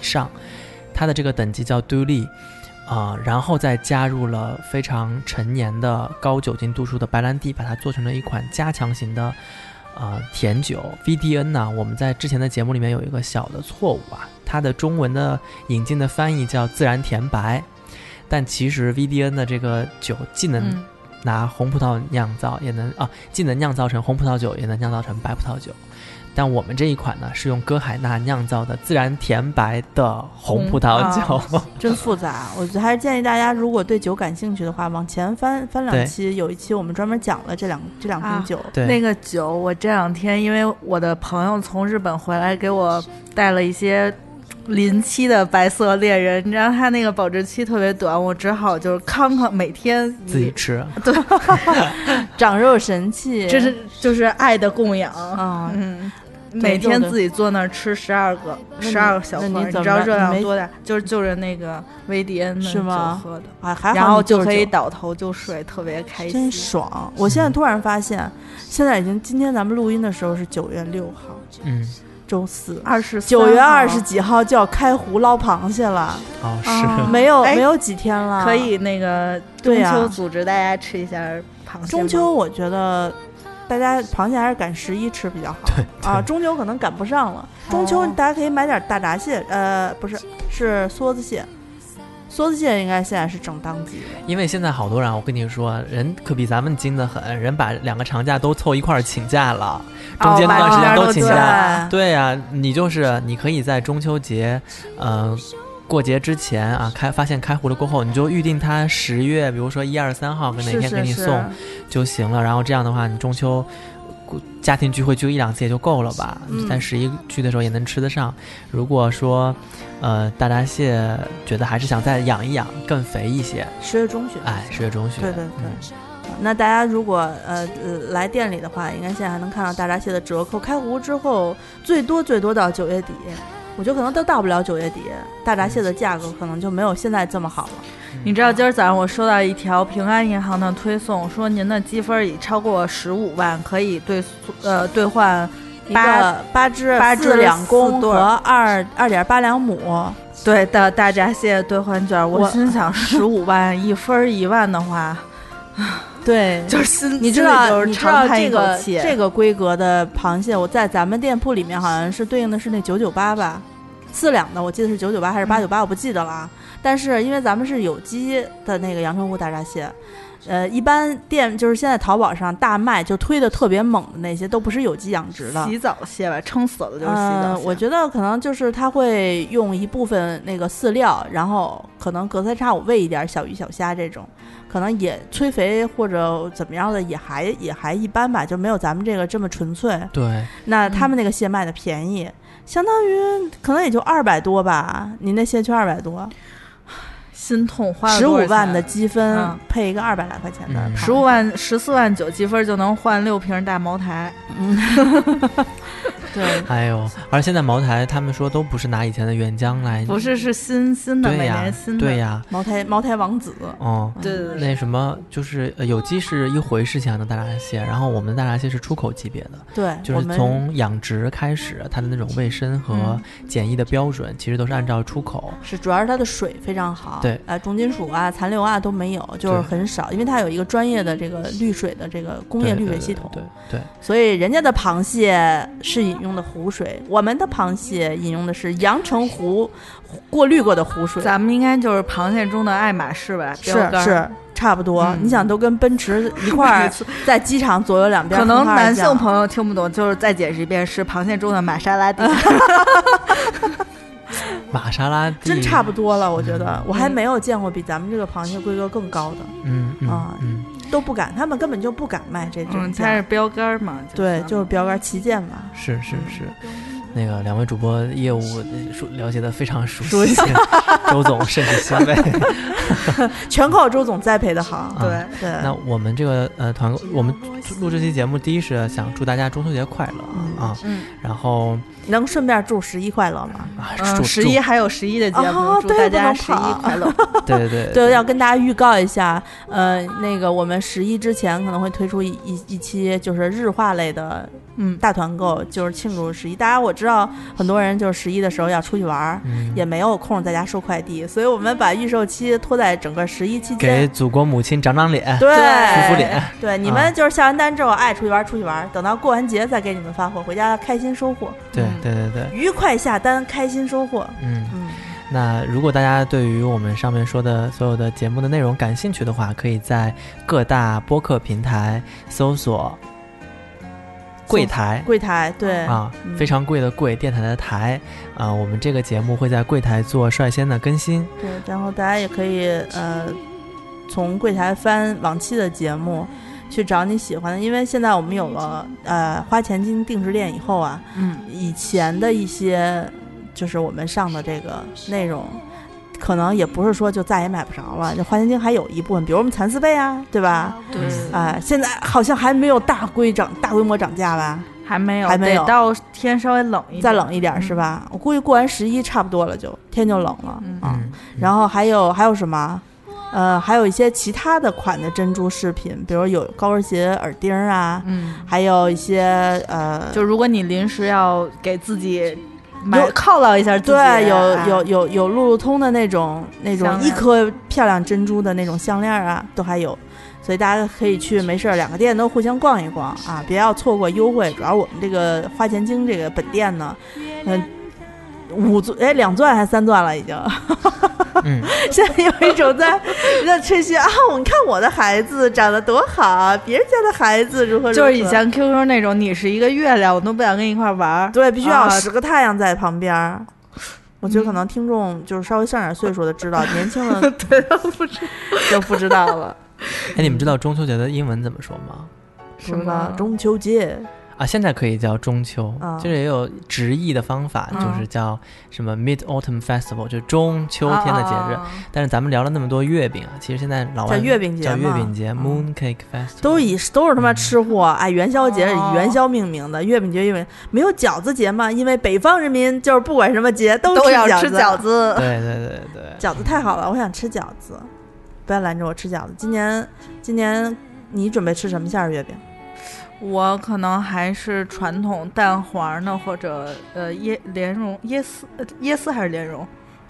S6: 以上。它的这个等级叫 d u l y 啊、然后再加入了非常陈年的高酒精度数的白兰地，把它做成了一款加强型的呃甜酒 VDN 呢。我们在之前的节目里面有一个小的错误啊，它的中文的引进的翻译叫自然甜白，但其实 VDN 的这个酒既能
S5: 嗯
S6: 拿红葡萄酿造，也能啊，既能酿造成红葡萄酒，也能酿造成白葡萄酒。但我们这一款呢是用哥海纳酿造的自然甜白的红
S5: 红
S6: 葡萄
S4: 啊
S6: 酒。
S4: 真复杂。我觉得还是建议大家，如果对酒感兴趣的话，往前翻翻
S6: 对
S4: 两期，有一期我们专门讲了这两这两
S5: 啊
S4: 瓶酒。
S6: 对，
S5: 那个酒，我这两天因为我的朋友从日本回来，给我带了一些临期的白色猎人，你知道他那个保质期特别短，我只好就是康康每天
S6: 自己吃，
S4: 长肉神器，
S5: 这是就是爱的供养，
S4: 啊，
S5: 嗯，
S4: 对
S5: 每天
S4: 就得
S5: 自己坐那儿吃十二个
S4: 那你
S5: 十二个小盒，
S4: 那你
S5: 你
S4: 怎么
S5: 知道
S4: 着
S5: 热
S4: 你
S5: 量
S4: 没
S5: 多大？就是就是那个威迪恩的
S4: 是吗
S5: 酒喝的，
S4: 啊还好
S5: 然后
S4: 你就
S5: 就可以
S4: 酒
S5: 倒头就睡，特别开
S4: 真
S5: 心。
S4: 爽！我现在突然发现，现在已经今天咱们录音的时候是九月六号，
S6: 嗯，
S4: 周四，
S5: 二十
S4: 九月二十几号就要开湖捞螃蟹了，
S6: 哦是，
S5: 啊
S4: 没有
S5: 哎
S4: 没有几天了，
S5: 可。以那个中
S4: 对呀
S5: 秋组织大家吃一下螃蟹吗。
S4: 中秋我觉得大家螃蟹还是赶十一吃比较好
S6: 对
S4: 啊，中秋可能赶不上了。中秋
S5: 哦
S4: 大家可以买点大闸蟹，呃，不是是梭子蟹，梭子蟹应该现在是正当季的，
S6: 因为现在好多人啊，我跟你说，人可比咱们精得很，人把两个长假都凑一块儿请假了，中间那段时间都请
S5: 哦把
S6: 假。
S5: 假
S4: 对
S6: 对呀、你就是你可以在中秋节，嗯、过节之前啊，开发现开户了过后，你就预定它十月，比如说一二三号跟哪
S4: 是
S6: 天给
S4: 是
S6: 你
S4: 是，
S6: 送就行了。然后这样的话，你中秋呃家庭聚会就一两次也就够了吧？
S4: 嗯
S6: 在十一去的时候也能吃得上。如果说，呃，大闸蟹觉得还是想再养一养，更肥一些，
S4: 十月中旬，
S6: 哎，十月中旬，
S4: 对对对
S6: 嗯
S4: 那大家如果呃呃来店里的话，应该现在还能看到大闸蟹的折扣。开湖之后，最多最多到九月底，我觉得可能都到不了九月底，大闸蟹的价格可能就没有现在这么好了。
S5: 你知道今儿早上我收到一条平安银行的推送，说您的积分已超过十五万，可以兑速呃兑换
S4: 一
S5: 八
S4: 个八只
S5: 八
S4: 四
S5: 只
S4: 两公
S5: 四对
S4: 和
S5: 儿
S4: 二二点八两母，
S5: 对的大闸蟹兑换券。我
S4: 我
S5: 心想，十五万一分一万 的话，
S4: 对，
S5: 就是心
S4: 你知
S5: 心里就
S4: 道
S5: 是
S4: 你知
S5: 长
S4: 道
S5: 叹
S4: 这
S5: 一口
S4: 个
S5: 气
S4: 这个规格的螃蟹，我在咱们店铺里面好像是对应的是那九九八吧，四两的，我记得是九九八
S5: 嗯
S4: 还是八九八，我不记得了啊。但是因为咱们是有机的那个阳澄湖大闸蟹。呃，一般店就是现在淘宝上大卖就推的特别猛的那些，都不是有机养殖的。
S5: 洗澡蟹吧，撑死了就是洗澡
S4: 嗯，
S5: 蟹。
S4: 我觉得可能就是它会用一部分那个饲料，然后可能隔三差五喂一点小鱼小虾这种，可能也催肥或者怎么样的也还也还一般吧，就没有咱们这个这么纯粹。
S6: 对，
S4: 那他
S5: 嗯
S4: 们那个蟹卖的便宜，相当于可能也就二百多吧，您那蟹就二百多，
S5: 心痛花了
S4: 十五万的
S5: 多
S4: 积分、
S5: 嗯
S4: 配一个二百来块钱的螃蟹，
S6: 嗯
S5: 少钱，十五万十四万九积分就能换六瓶大茅台。
S4: 对。
S6: 哎呦，而现在茅台他们说都不是拿以前的原浆来，
S5: 不是，是新新的，
S6: 对
S5: 每
S6: 呀
S5: 年新，的。
S6: 对呀，
S4: 茅台茅台王子，
S6: 哦。
S5: 对对对，
S6: 那什么，就是呃有机是一回事情啊，那大闸蟹，然后我们的大闸蟹是出口级别的，
S4: 对，
S6: 就
S4: 我
S6: 是
S4: 们嗯
S6: 从养殖开始，它的那种卫生和检疫的标准，其实都是按照出口。
S4: 是，主要是它的水非常好，
S6: 对
S4: 呃，重金属啊、残留啊都没有，就是
S6: 对
S4: 很少，因为它有一个专业的这个滤水的这个工业
S6: 对
S4: 滤水
S6: 对对
S4: 系统，
S6: 对对，
S4: 所以人家的螃蟹是饮用的湖水，我们的螃蟹饮用的是阳澄湖过滤过的湖水，
S5: 咱们应该就是螃蟹中的爱马仕吧？
S4: 是
S5: 标杆儿，
S4: 是差不多。
S5: 嗯
S4: 你想，都跟奔驰一块 儿在机场左右两边
S5: 可
S4: 儿
S5: 能
S4: 横跨而
S5: 男
S4: 降
S5: 性朋友听不懂，就是再解释一遍，是螃蟹中的玛莎 拉蒂。
S6: 玛莎拉蒂
S4: 真差不多了，我觉得我还没有见过比咱们这个螃蟹规格更高的，
S6: 嗯嗯
S4: 啊
S6: 嗯，
S4: 都不敢，他们根本就不敢卖这种
S5: 嗯，
S4: 价。
S5: 它是标杆儿嘛。
S4: 对，
S5: 是
S4: 就是标杆旗舰嘛。
S6: 是是是。那个两位主播业务呃熟了解的非常熟
S4: 熟
S6: 悉， 周总甚至欣慰。
S4: 全靠周总栽培的好。
S6: 对
S5: 对，
S4: 对，
S6: 啊那我们这个呃团购，我们录这期节目，第一是想祝大家中秋节快乐
S4: 嗯
S6: 啊，
S5: 嗯
S6: 然后
S4: 能顺便祝十一快乐吗？
S6: 啊
S5: 嗯，
S6: 祝
S5: 十
S6: 祝
S5: 一还有十一的节目
S4: 哦，
S5: 祝
S4: 对不
S5: 大家
S4: 能
S5: 十一
S4: 跑
S5: 快 乐。
S6: 对对对
S4: 对，要跟大家预告一下，呃，那个我们十一之前可能会推出一一一期就是日化类的
S5: 嗯，
S4: 大团购，就是庆祝十一。大家我知道很多人就是十一的时候要出去玩儿，
S6: 嗯
S4: 也没有空在家收快递，所以我们把预售期拖在整个十一期
S6: 给
S4: 间。
S6: 祖国母亲长长脸，
S4: 对，
S6: 敷敷嗯脸。
S4: 对，你
S6: 啊
S4: 们就是下完单之后爱出去玩儿出去玩儿，等到过完节再给你们发货，回家开心收获，
S6: 对
S5: 嗯
S6: 对对对，
S4: 愉快下单，开心收获。
S6: 嗯。
S4: 嗯。
S6: 那如果大家对于我们上面说的所有的节目的内容感兴趣的话，可以在各大播客平台搜索柜台
S4: 柜台对
S6: 啊，
S4: 嗯
S6: 非常贵的贵，电台的台啊，我们这个节目会在柜台做率先的更新。
S4: 对，然后大家也可以呃从柜台翻往期的节目。去找你喜欢的，因为现在我们有了呃花钱进定制店以后啊，
S5: 嗯，
S4: 以前的一些就是我们上的这个内容，可能也不是说就再也买不着了。就花钱精还有一部分，比如我们蚕丝被啊，对吧？
S5: 对，
S4: 哎、现在好像还没有大规涨大规模涨价吧？
S5: 还没有，
S4: 还没有
S5: 得到天稍微冷一点，
S4: 再冷一点儿是吧？我估计过完十一差不多了就，天就冷了、
S5: 嗯
S4: 啊。然后还有还有什么？呃，还有一些其他的款的珍珠饰品，比如有高跟鞋、耳钉儿啊，
S5: 嗯，
S4: 还有一些呃，
S5: 就如果你临时要给自己买
S4: 有
S5: 犒劳一下自己，
S4: 对，有
S5: 哎
S4: 有有有路路通的那种那种
S5: 项
S4: 一
S5: 链
S4: 颗漂亮珍珠的那种项链啊，都还有，所以大家可以去没事儿两个店都互相逛一逛啊，别要错过优惠。主要我们这个花钱精这个本店呢，嗯、五钻哎两钻还三钻了已经，
S6: 嗯，
S4: 现在有一种在在吹嘘啊，我你看我的孩子长得多好，别人家的孩子如何如何，
S5: 就是以前 QQ 那种，你是一个月亮，我都不想跟你一块玩儿。
S4: 对，必须要有
S5: 啊
S4: 十个太阳在旁边儿。我觉得可能听众就是稍微上点岁数的知 道，年轻的对就不知道了。
S6: 哎，你们知道中秋节的英文怎么说吗？
S4: 什么中秋节
S6: 啊，现在可以叫中秋，
S4: 啊
S6: 就是也有直译的方法，
S5: 啊
S6: 就是叫什么 Mid Autumn Festival，就是中秋天的节日。
S5: 啊
S6: 但是咱们聊了那么多月饼啊，其实现在老外
S4: 叫月饼节
S6: 叫月
S4: 嘛嗯
S6: 饼节 Moon Cake Festival，
S4: 都以都是他妈吃货，哎，元宵节是
S5: 哦
S4: 以元宵命名的，月饼节月饼没有饺子节嘛？因为北方人民就是不管什么节都
S5: 都要
S4: 吃
S5: 吃饺
S4: 子，
S5: 子，
S6: 对对对 对，
S4: 饺子太好了，我想吃饺子，不要拦着我吃饺子。今年今年你准备吃什么馅儿月饼？
S5: 我可能还是传统蛋黄的，或者呃椰莲蓉、椰丝、呃椰丝还是莲蓉。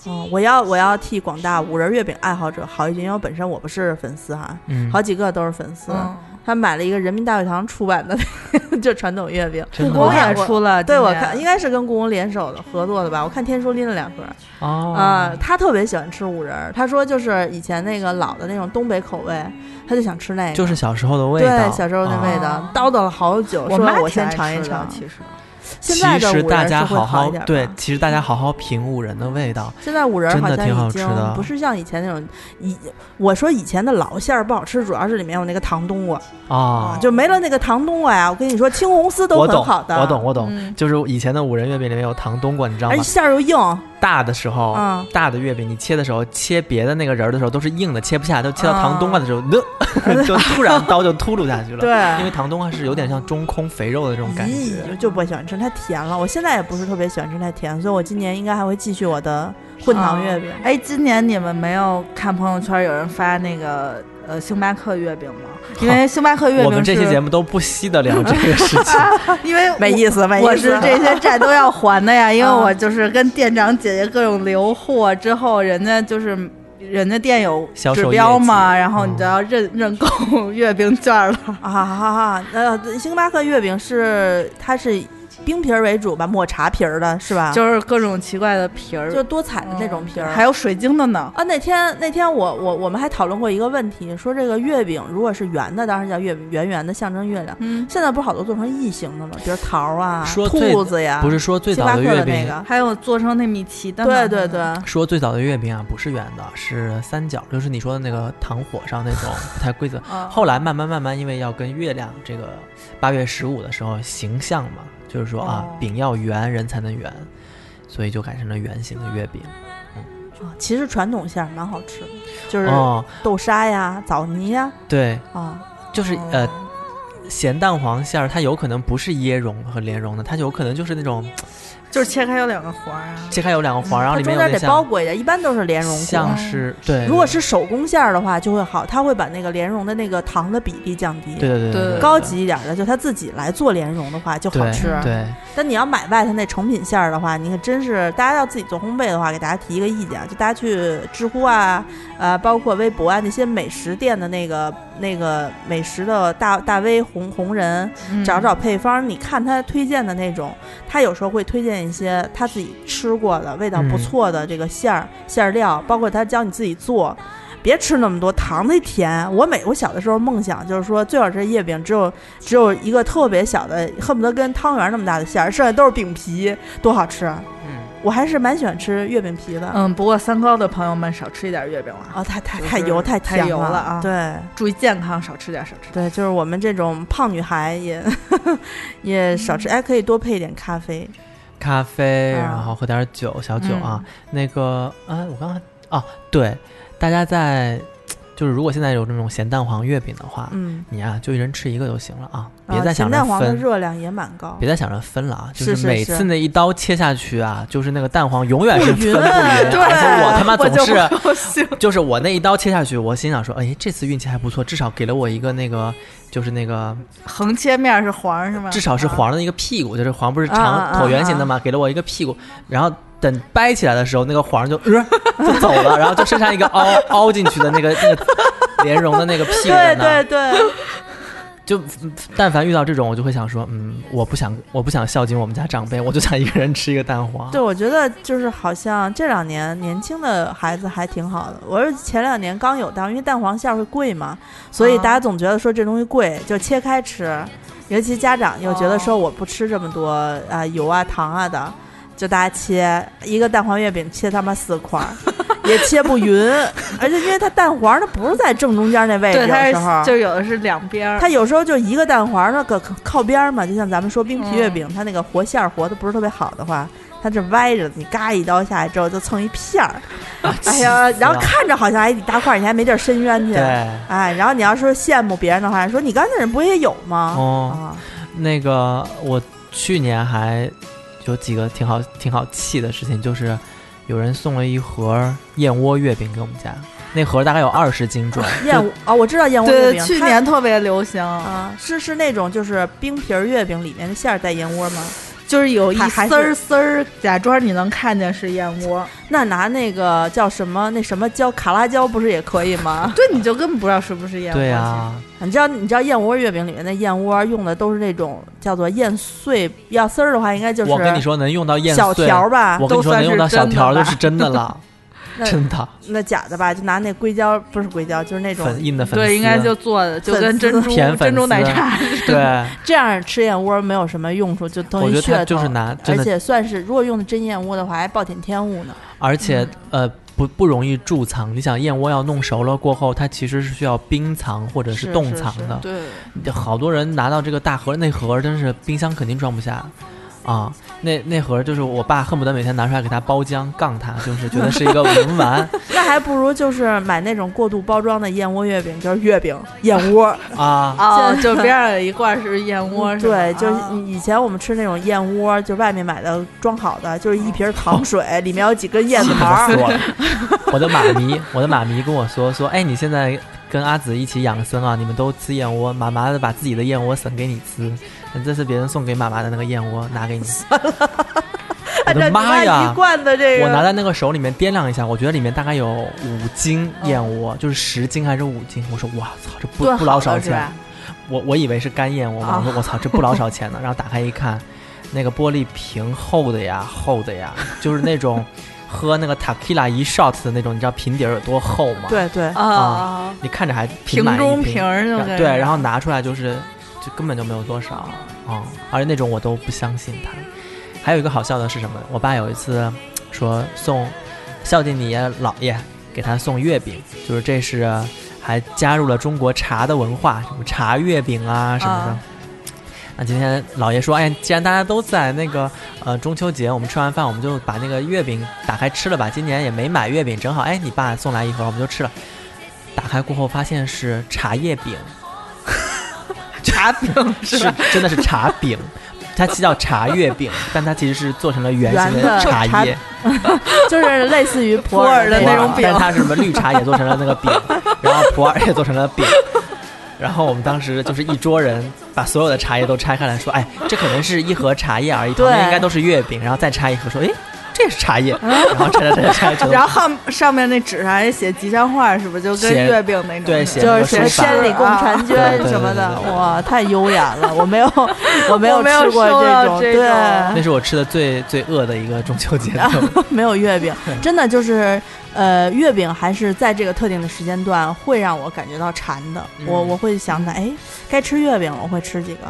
S4: 嗯，我要我要替广大五仁月饼爱好者好一句，因为我本身我不是粉丝哈，
S6: 嗯，
S4: 好几个都是粉丝。
S5: 嗯，
S4: 他买了一个人民大会堂出版的 就传统月饼，
S6: 真的
S5: 我
S6: 吗
S5: 也出了，
S4: 对我
S5: 今年
S4: 看应该是跟故宫联手的合作的吧。我看天书拎了两盒啊、
S6: 哦
S4: 他特别喜欢吃五仁儿，他说就是以前那个老的那种东北口味，他就想吃那个，
S6: 就是小时候的味
S4: 对
S6: 道，
S4: 小时候那味道，
S5: 哦
S4: 叨叨了好久，说
S5: 我妈
S4: 我
S5: 挺
S4: 先
S5: 爱
S4: 尝一
S5: 吃的
S4: 尝。
S5: 其实
S4: 现在的
S6: 其实
S4: 五仁
S6: 大
S4: 儿
S6: 家
S4: 是会
S6: 好
S4: 好一
S6: 好
S4: 点吧
S6: 对，其实大家好好品五仁的味道，
S4: 现在五仁儿
S6: 真的
S4: 好像
S6: 挺好
S4: 已
S6: 吃
S4: 经
S6: 的
S4: 不是像以前那种以我说以前的老馅儿不好吃，主要是里面有那个糖冬瓜，
S6: 啊。
S4: 就没了那个糖冬瓜呀。我跟你说，青红丝都
S6: 我懂，
S4: 很好的，
S6: 我懂，我懂，
S5: 嗯
S6: 就是以前的五仁月饼里面有糖冬瓜，你知道哦
S4: 而且
S6: 吗？
S4: 馅儿又硬，
S6: 大的时候，
S4: 嗯
S6: 大的月饼，你切的时候切别的那个仁儿的时候都是硬的，切不下，都切到糖冬瓜的时候，呃就突然刀就秃噜下去了。
S4: 对
S6: 因为糖冬瓜是有点像中空肥肉的这种感
S4: 咦
S6: 觉。
S4: 我就不喜欢吃太甜了。我现在也不是特别喜欢吃太甜，所以我今年应该还会继续我的混糖月饼。
S5: 哎，今年你们没有看朋友圈有人发那个呃星巴克月饼吗？因为星巴克月饼
S6: 哦我们这期
S5: 是
S6: 节目都不惜的聊这个事 情，
S5: 因为我
S4: 没意思没意思
S5: 我是这 些债都要还的呀，因为
S4: 啊
S5: 我就是跟店长姐姐各种留货之后，人家就是人家店有
S6: 销售
S5: 指
S6: 业
S5: 标嘛，
S6: 绩嗯
S5: 然后你就要认、 认购月饼券了。
S4: 啊哈哈哈！呃，星巴克月饼是它是冰皮儿为主吧，抹茶皮儿的是吧？
S5: 就是各种奇怪的皮儿，
S4: 嗯就是多彩的那种皮儿，
S5: 还有水晶的呢。
S4: 啊，那天那天我我我们还讨论过一个问题，说这个月饼如果是圆的，当然叫月饼，圆圆的象征月亮。
S5: 嗯，
S4: 现在不是好多做成异形的吗？比如桃儿啊、
S6: 说最
S4: 兔子呀，
S6: 不是说最
S4: 星
S6: 早
S4: 巴
S6: 的
S4: 克
S6: 月
S4: 的
S6: 饼，
S4: 那个。
S5: 还有做成那米奇的
S4: 对
S5: 呢。
S4: 对对，
S6: 说最早的月饼啊不是圆的，是三角，就是你说的那个糖火烧那种不太 规则。
S4: 哦
S5: 啊
S6: 后来慢慢慢慢，因为要跟月亮这个八月十五的时候形象嘛，就是说啊，
S4: 哦
S6: 饼要圆，人才能圆，所以就改成了圆形的月饼。
S4: 啊其实传统馅儿蛮好吃的，就是
S6: 哦，
S4: 豆沙呀、枣泥呀
S6: 对，
S4: 啊，
S6: 就是呃，咸蛋黄馅儿，它有可能不是椰蓉和莲蓉的，它有可能就是那种
S5: 就是切开有两个环儿啊。
S6: 切开有两个黄，然
S4: 嗯
S6: 后
S4: 它
S6: 里
S4: 中
S6: 面
S4: 间
S6: 有
S4: 得
S6: 点
S4: 包
S6: 像
S4: 裹一点，一般都是莲蓉果。
S6: 像是对，
S4: 如果是手工馅儿的话，就会好，它会把那个莲蓉的那个糖的比例降低。
S6: 对对对
S5: 对
S4: 高级一点的，就他自己来做莲蓉的话，就好
S6: 对
S4: 吃。
S6: 对，
S4: 但你要买外头那成品馅儿的话，你可真是大家要自己做烘焙的话，给大家提一个意见啊，就大家去知乎啊，呃，包括微博啊那些美食店的那个那个美食的大大 V 红红人，
S5: 嗯
S4: 找找配方，你看他推荐的那种，他有时候会推荐一些他
S5: 嗯
S4: 自己吃过的味道不错的这个馅儿、馅儿料，包括他教你自己做。别吃那么多，糖得甜。我每我小的时候梦想就是说，最好吃的月饼只有只有一个特别小的，恨不得跟汤圆那么大的馅儿，剩下都是饼皮，多好吃啊！
S6: 嗯，
S4: 我还是蛮喜欢吃月饼皮的。
S6: 啊
S5: 嗯，不过三高的朋友们少吃一点月饼了，
S4: 哦，太太
S5: 就是
S4: 太油太
S5: 太
S4: 甜
S5: 油了啊
S4: 对
S5: 注意健康，少吃点，少吃点。
S4: 对，就是我们这种胖女孩也 也少
S5: 嗯
S4: 吃，哎，可以多配一点咖啡。
S6: 咖啡，
S4: 啊
S6: 然后喝点酒，小酒啊。
S4: 嗯
S6: 那个，啊，我刚刚哦，对，大家在就是如果现在有那种咸蛋黄月饼的话，
S4: 嗯，
S6: 你啊就一人吃一个就行了啊，别
S4: 啊
S6: 再
S4: 咸
S6: 想着
S4: 蛋黄的
S6: 分。
S4: 热量也蛮高。
S6: 别再想着分了啊！就是
S4: 是
S6: 每
S4: 是
S6: 次那一刀切下去啊，就是那个蛋黄永远是
S4: 不
S6: 分不
S4: 匀
S6: 匀，而且
S4: 对
S6: 我他妈
S5: 哎我
S6: 总
S5: 就是不高兴。
S6: 就是我那一刀切下去，我心想说，哎，这次运气还不错，至少给了我一个那个，就是那
S4: 啊
S6: 个，
S5: 横切面是黄是吗？
S6: 至少是
S5: 啊。
S6: 黄的一个屁股，就是黄不是
S4: 啊啊
S6: 长
S4: 啊
S6: 椭圆形的嘛，给了我一个屁股，然后等掰起来的时候，那个黄就、 呃、就走了，然后就剩下一个凹凹进去的那个 那个莲蓉的那个屁股在
S4: 对
S6: 那
S4: 对
S6: 儿。
S4: 对，
S6: 就但凡遇到这种，我就会想说，嗯，我不想我不想孝敬我们家长辈，我就想一个人吃一个蛋黄。
S4: 对，我觉得就是好像这两年年轻的孩子还挺好的。我是前两年刚有蛋，因为蛋黄馅儿会贵嘛，所以大家
S5: 哦
S4: 总觉得说这东西贵，就切开吃。尤其家长又觉得
S6: 哦
S4: 说我不吃这么多啊、油啊糖啊的，就大家切一个蛋黄月饼切他妈四块儿，也切不匀。 而且因为它蛋黄它不是在正中间那位置，
S5: 对，
S4: 有
S5: 它
S4: 时候
S5: 是就有的是两边儿，
S4: 它有时候就一个蛋黄儿，那个靠边儿嘛，就像咱们说冰皮月饼，它那个和馅儿和的不是特别好的话，它这歪着，你嘎一刀下来之后就蹭一片儿，哎呀，然后看着好像还一大块儿，你还没地儿伸冤去，
S6: 对，
S4: 哎，然后你要说羡慕别人的话，说你刚才人不也有吗？
S6: 哦。
S4: 啊，
S6: 那个我去年还有几个挺好挺好气的事情，就是有人送了一盒燕窝月饼给我们家，那盒大概有二十 斤重，
S4: 燕窝啊，我知道燕窝月
S5: 对，
S4: 饼，
S5: 去
S4: 它
S5: 年特别流行，
S4: 啊，是是那种就是冰皮儿月饼里面的馅儿带燕窝吗？
S5: 就是有一
S4: 还还是
S5: 丝儿丝儿，假装你能看见是燕窝，
S4: 那拿那个叫什么那什么胶卡拉胶不是也可以吗？
S5: 对，你就根本不知道是不是燕窝。
S6: 对
S5: 其实，
S6: 啊，
S4: 你知道，你知道燕窝月饼里面的燕窝用的都是那种叫做燕碎，要丝儿的话应该就是
S6: 我跟你说能用到燕
S4: 小
S6: 碎，
S4: 条儿吧？
S6: 我跟你说
S5: 都算
S6: 能用到
S5: 是
S6: 小
S5: 真的
S6: 条就
S5: 吧
S6: 是真的了，
S4: 那
S6: 真的
S4: 那假的吧？就拿那硅胶，不是硅胶，就是那种
S6: 粉印的粉丝，
S5: 对，应该就做的就
S4: 粉
S5: 跟
S4: 丝
S5: 珍珠
S6: 甜粉
S5: 珍珠奶
S6: 丝
S5: 茶
S6: 对，
S4: 这样吃燕窝没有什么用处，就
S6: 我
S4: 东
S6: 觉
S4: 西噱
S6: 得
S4: 头。
S6: 它就是拿真
S4: 而
S6: 的，
S4: 且算是，如果用的真燕窝的话，还暴殄天物呢。
S6: 而且
S4: 嗯
S6: 呃。不不容易贮藏，你想燕窝要弄熟了过后，它其实是需要冰藏或者
S4: 是
S6: 冻
S4: 是
S6: 藏
S4: 是
S6: 的。
S5: 对，
S6: 好多人拿到这个大盒，那盒真是冰箱肯定装不下啊！那那盒就是我爸恨不得每天拿出来给他包浆杠他，就是觉得是一个文玩
S4: 那还不如就是买那种过度包装的燕窝月饼，就是月饼燕窝。
S6: 啊。
S5: 哦，
S4: 现
S5: 就边上有一罐是燕窝，是吧
S4: 嗯对，就是
S5: 啊
S4: 以前我们吃那种燕窝，就外面买的装好的，就是一瓶糖水，里面有几根燕子
S6: 气
S4: 桃儿
S6: 死。我了！我的妈咪，我的妈咪跟我说说，哎，你现在跟阿紫一起养生啊，你们都吃燕窝，妈妈把自己的燕窝省给你吃，这是别人送给妈妈的那个燕窝，拿给你。我
S4: 按照
S6: 的
S4: 你妈
S6: 妈呀！
S4: 一罐的这个，
S6: 我拿在那个手里面掂量一下，我觉得里面大概有五斤燕窝，就是十斤还是五斤。我说哇操，这不
S4: 哦炖
S6: 不老
S4: 好
S6: 少
S4: 了是
S6: 钱
S4: 吧。
S6: 我我以为是干燕窝嘛，
S4: 啊
S6: 我说我操，这不老少钱呢。然后打开一看，那个玻璃瓶厚的呀，厚的呀， 就是那种喝那个 tequila 一 shot 的那种，你知道瓶底儿有多厚吗？，
S4: 对对，
S5: 啊，
S6: 你看着还
S5: 瓶
S6: 挺满
S5: 中
S6: 一瓶
S5: 瓶儿就
S6: 然
S5: 跟
S6: 对，然后拿出来就是就根本就没有多少啊、而且那种我都不相信他。还有一个好笑的是什么？我爸有一次说送孝敬你爷姥爷，给他送月饼，就是这是还加入了中国茶的文化，什么茶月饼啊什么的。
S5: 啊
S6: 那今天老爷说，哎，既然大家都在那个呃中秋节，我们吃完饭我们就把那个月饼打开吃了吧。今年也没买月饼，正好哎你爸送来一盒，我们就吃了。打开过后发现是茶叶饼，
S5: 茶饼
S6: 是
S5: 吧？
S6: 真的是茶饼，它其实叫茶月饼，但它其实是做成了圆形
S4: 圆的
S6: 茶
S4: 茶
S6: 叶，
S4: 就是类似于普
S5: 普
S4: 洱
S5: 洱的那
S4: 那
S5: 种
S6: 哇
S5: 饼
S6: 但是它是什么绿茶也做成了那个饼，然后普洱也做成了饼。然后我们当时就是一桌人把所有的茶叶都拆开来说，哎，这可能是一盒茶叶而已，旁边
S4: 对
S6: 应该都是月饼，然后再拆一盒说，哎，这叶是茶叶，然后拆拆拆拆拆，
S5: 嗯啊然后上上面那纸上还写吉祥话，是不是就跟
S6: 写
S5: 月饼那种？
S6: 对写
S4: 就
S6: 那
S4: 是
S6: 个
S4: 什
S6: 书
S4: 么
S6: 法
S4: 千里共婵
S6: 对对
S4: 娟
S6: 对
S4: 什么的
S6: 对对，对
S4: 哇，太优雅了！我没 有，我没有
S5: 我没有
S4: 吃过
S5: 收
S4: 这
S5: 到
S4: 种，
S5: 这
S4: 对，
S5: 种
S6: 那是我吃的最最饿的一个中秋节的
S4: 没有月饼， 真的就是，呃，月饼还是在这个特定的时间段会让我感觉到馋的。我
S6: 嗯
S4: 我会想着，哎，该吃月饼，我会吃几个。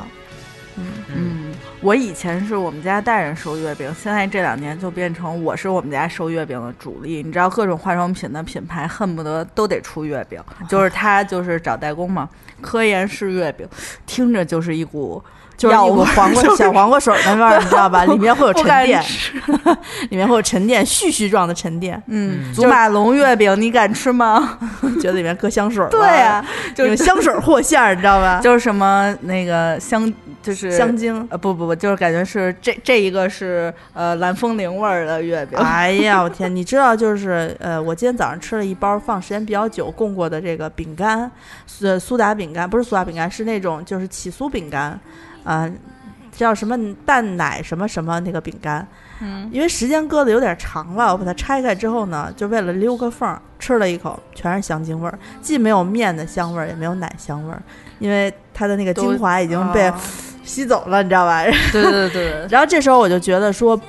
S5: 嗯，我以前是我们家大人收月饼，现在这两年就变成我是我们家收月饼的主力。你知道各种化妆品的品牌恨不得都得出月饼，
S4: 哦
S5: 就是他就是找代工嘛。科研式月饼，听着就是一股
S4: 就是
S5: 药
S4: 一股
S5: 味儿
S4: 黄瓜、
S5: 就是
S4: 小黄瓜水那味儿，你知道 吧？里面会有
S5: 不
S4: 沉
S5: 敢
S4: 淀，
S5: 吃。
S4: 里面会有沉淀，絮絮状的沉淀，
S5: 嗯，祖马龙月饼你敢吃吗？
S4: 觉得里面搁香水儿了。
S5: 对啊，就
S4: 有
S5: 是
S4: 香水儿和馅儿，你知道吧？
S5: 就是什么那个香，就是
S4: 香精。
S5: 呃，不不不，就是感觉是这这一个是呃蓝风铃味儿的月饼，
S4: 哎呀，我天！你知道，就是呃，我今天早上吃了一包放时间比较久供过的这个饼干，苏呃苏打饼干，不是苏打饼干，是那种就是起酥饼干，啊、叫什么蛋奶什么什么那个饼干。嗯，因为时间搁的有点长了，我把它拆开之后呢，就为了溜个缝儿，吃了一口，全是香精味儿，既没有面的香味儿，也没有奶香味儿，因为它的那个
S5: 都
S4: 精华已经被
S5: 啊
S4: 吸走了，你知道吧？
S5: 对对 对对，
S4: 然后这时候我就觉得说，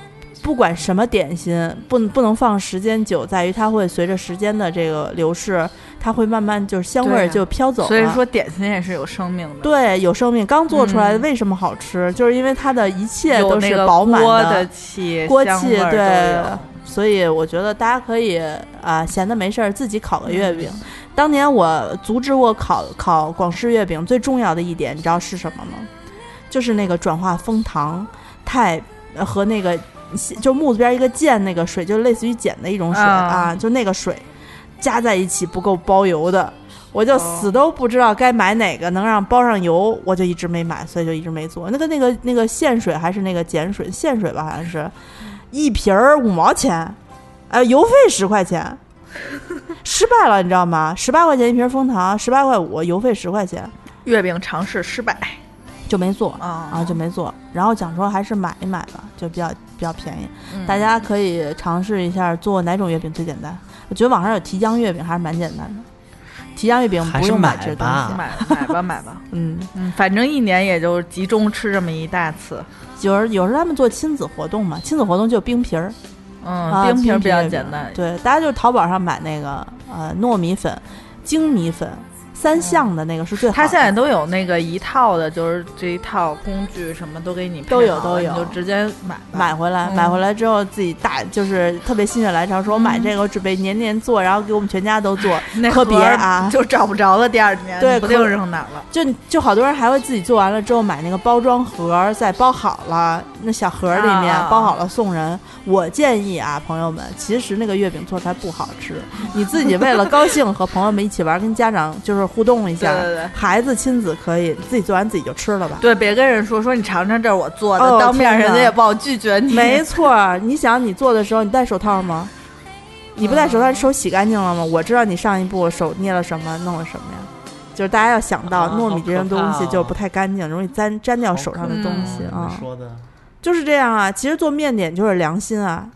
S4: 不管什么点心，不不能放时间久，在于它会随着时间的这个流逝，它会慢慢就是香味
S5: 对
S4: 儿
S5: 呀
S4: 就飘走了。
S5: 所以说点心也是有生命的，
S4: 对，有生命，刚做出来的
S5: 嗯
S4: 为什么好吃？就是因为它的一切
S5: 有
S4: 都
S5: 那
S4: 是
S5: 个
S4: 饱满
S5: 锅
S4: 的
S5: 的气、
S4: 锅
S5: 香
S4: 气
S5: 味，儿都
S4: 对
S5: 有。
S4: 所以我觉得大家可以啊、闲的没事儿自己
S5: 嗯
S4: 烤个月饼。当年我阻止我烤烤广式月饼最重要的一点，你知道是什么吗？就是那个转化蜂糖肽呃和那个就木字边一个键那个水，就类似于碱的一种水
S5: 啊
S4: 啊，就那个水加在一起不够包邮的。我就死都不知道该买哪个能让包上油，我就一直没买，所以就一直没做。那个那个那个现水还是那个碱水，现水吧好像是，一瓶儿五毛钱，呃，邮费十块钱，失败了，你知道吗？十八块钱一瓶蜂糖，十八块五，邮费十块钱，
S5: 月饼尝试失败
S4: 就没做，
S5: 啊
S4: 然后就没做。然后想说还是买一买吧，就比较比较便宜。
S5: 嗯
S4: 大家可以尝试一下做哪种月饼最简单。我觉得网上有提浆月饼还是蛮简单的，提浆月饼
S6: 还
S4: 不
S6: 是
S4: 用买
S6: 买
S4: 这东
S6: 吧
S4: 西，
S5: 买买吧买吧，
S4: 嗯。
S5: 嗯，反正一年也就集中吃这么一大次，
S4: 有时有时候他们做亲子活动嘛，亲子活动就冰皮儿，
S5: 嗯，
S4: 啊
S5: 冰皮儿
S4: 冰
S5: 比
S4: 皮儿
S5: 较
S4: 也
S5: 简
S4: 有
S5: 单，
S4: 对，大家就淘宝上买那个呃糯米粉、精米粉三项的那个是最好的。
S5: 嗯它现在都有那个一套的，就是这一套工具什么都给你配
S4: 都有
S5: 好了
S4: 都有
S5: 你就直接买吧
S4: 买回来，
S5: 嗯
S4: 买回来之后自己大就是特别心血来潮，说我买这个我准备年年做，然后给我们全家都做，
S5: 那
S4: 可别
S5: 盒儿
S4: 啊！
S5: 就找不着了。第二天
S4: 对
S5: 你不
S4: 可
S5: 定扔哪儿了。
S4: 就就好多人还会自己做完了之后买那个包装盒儿，再包好了那小盒儿里面
S5: 啊
S4: 包好了送人。我建议啊，朋友们，其实那个月饼做出来不好吃，你自己为了高兴和朋友们一起玩儿，跟家长就是互动一下，
S5: 对对对
S4: 孩子亲子可以自己做完自己就吃了吧。
S5: 对，别跟人说说你尝尝这是我做的，
S4: 哦
S5: 当面
S4: 天
S5: 人
S4: 哪
S5: 家也不好拒绝你。
S4: 没错儿，你想你做的时候，你戴手套吗？你不戴手套，手洗干净了吗？我知道你上一步手捏了什么，弄了什么呀？就是大家要想到
S6: 啊
S4: 糯米这种东
S6: 好可
S4: 西
S6: 怕
S4: 就不太干净，容易粘粘掉
S6: 好
S4: 手
S6: 可
S4: 上的
S5: 怕
S4: 东
S5: 嗯
S4: 西
S6: 哦
S4: 啊
S6: 你。说的
S4: 就是这样啊。其实做面点就是良心啊，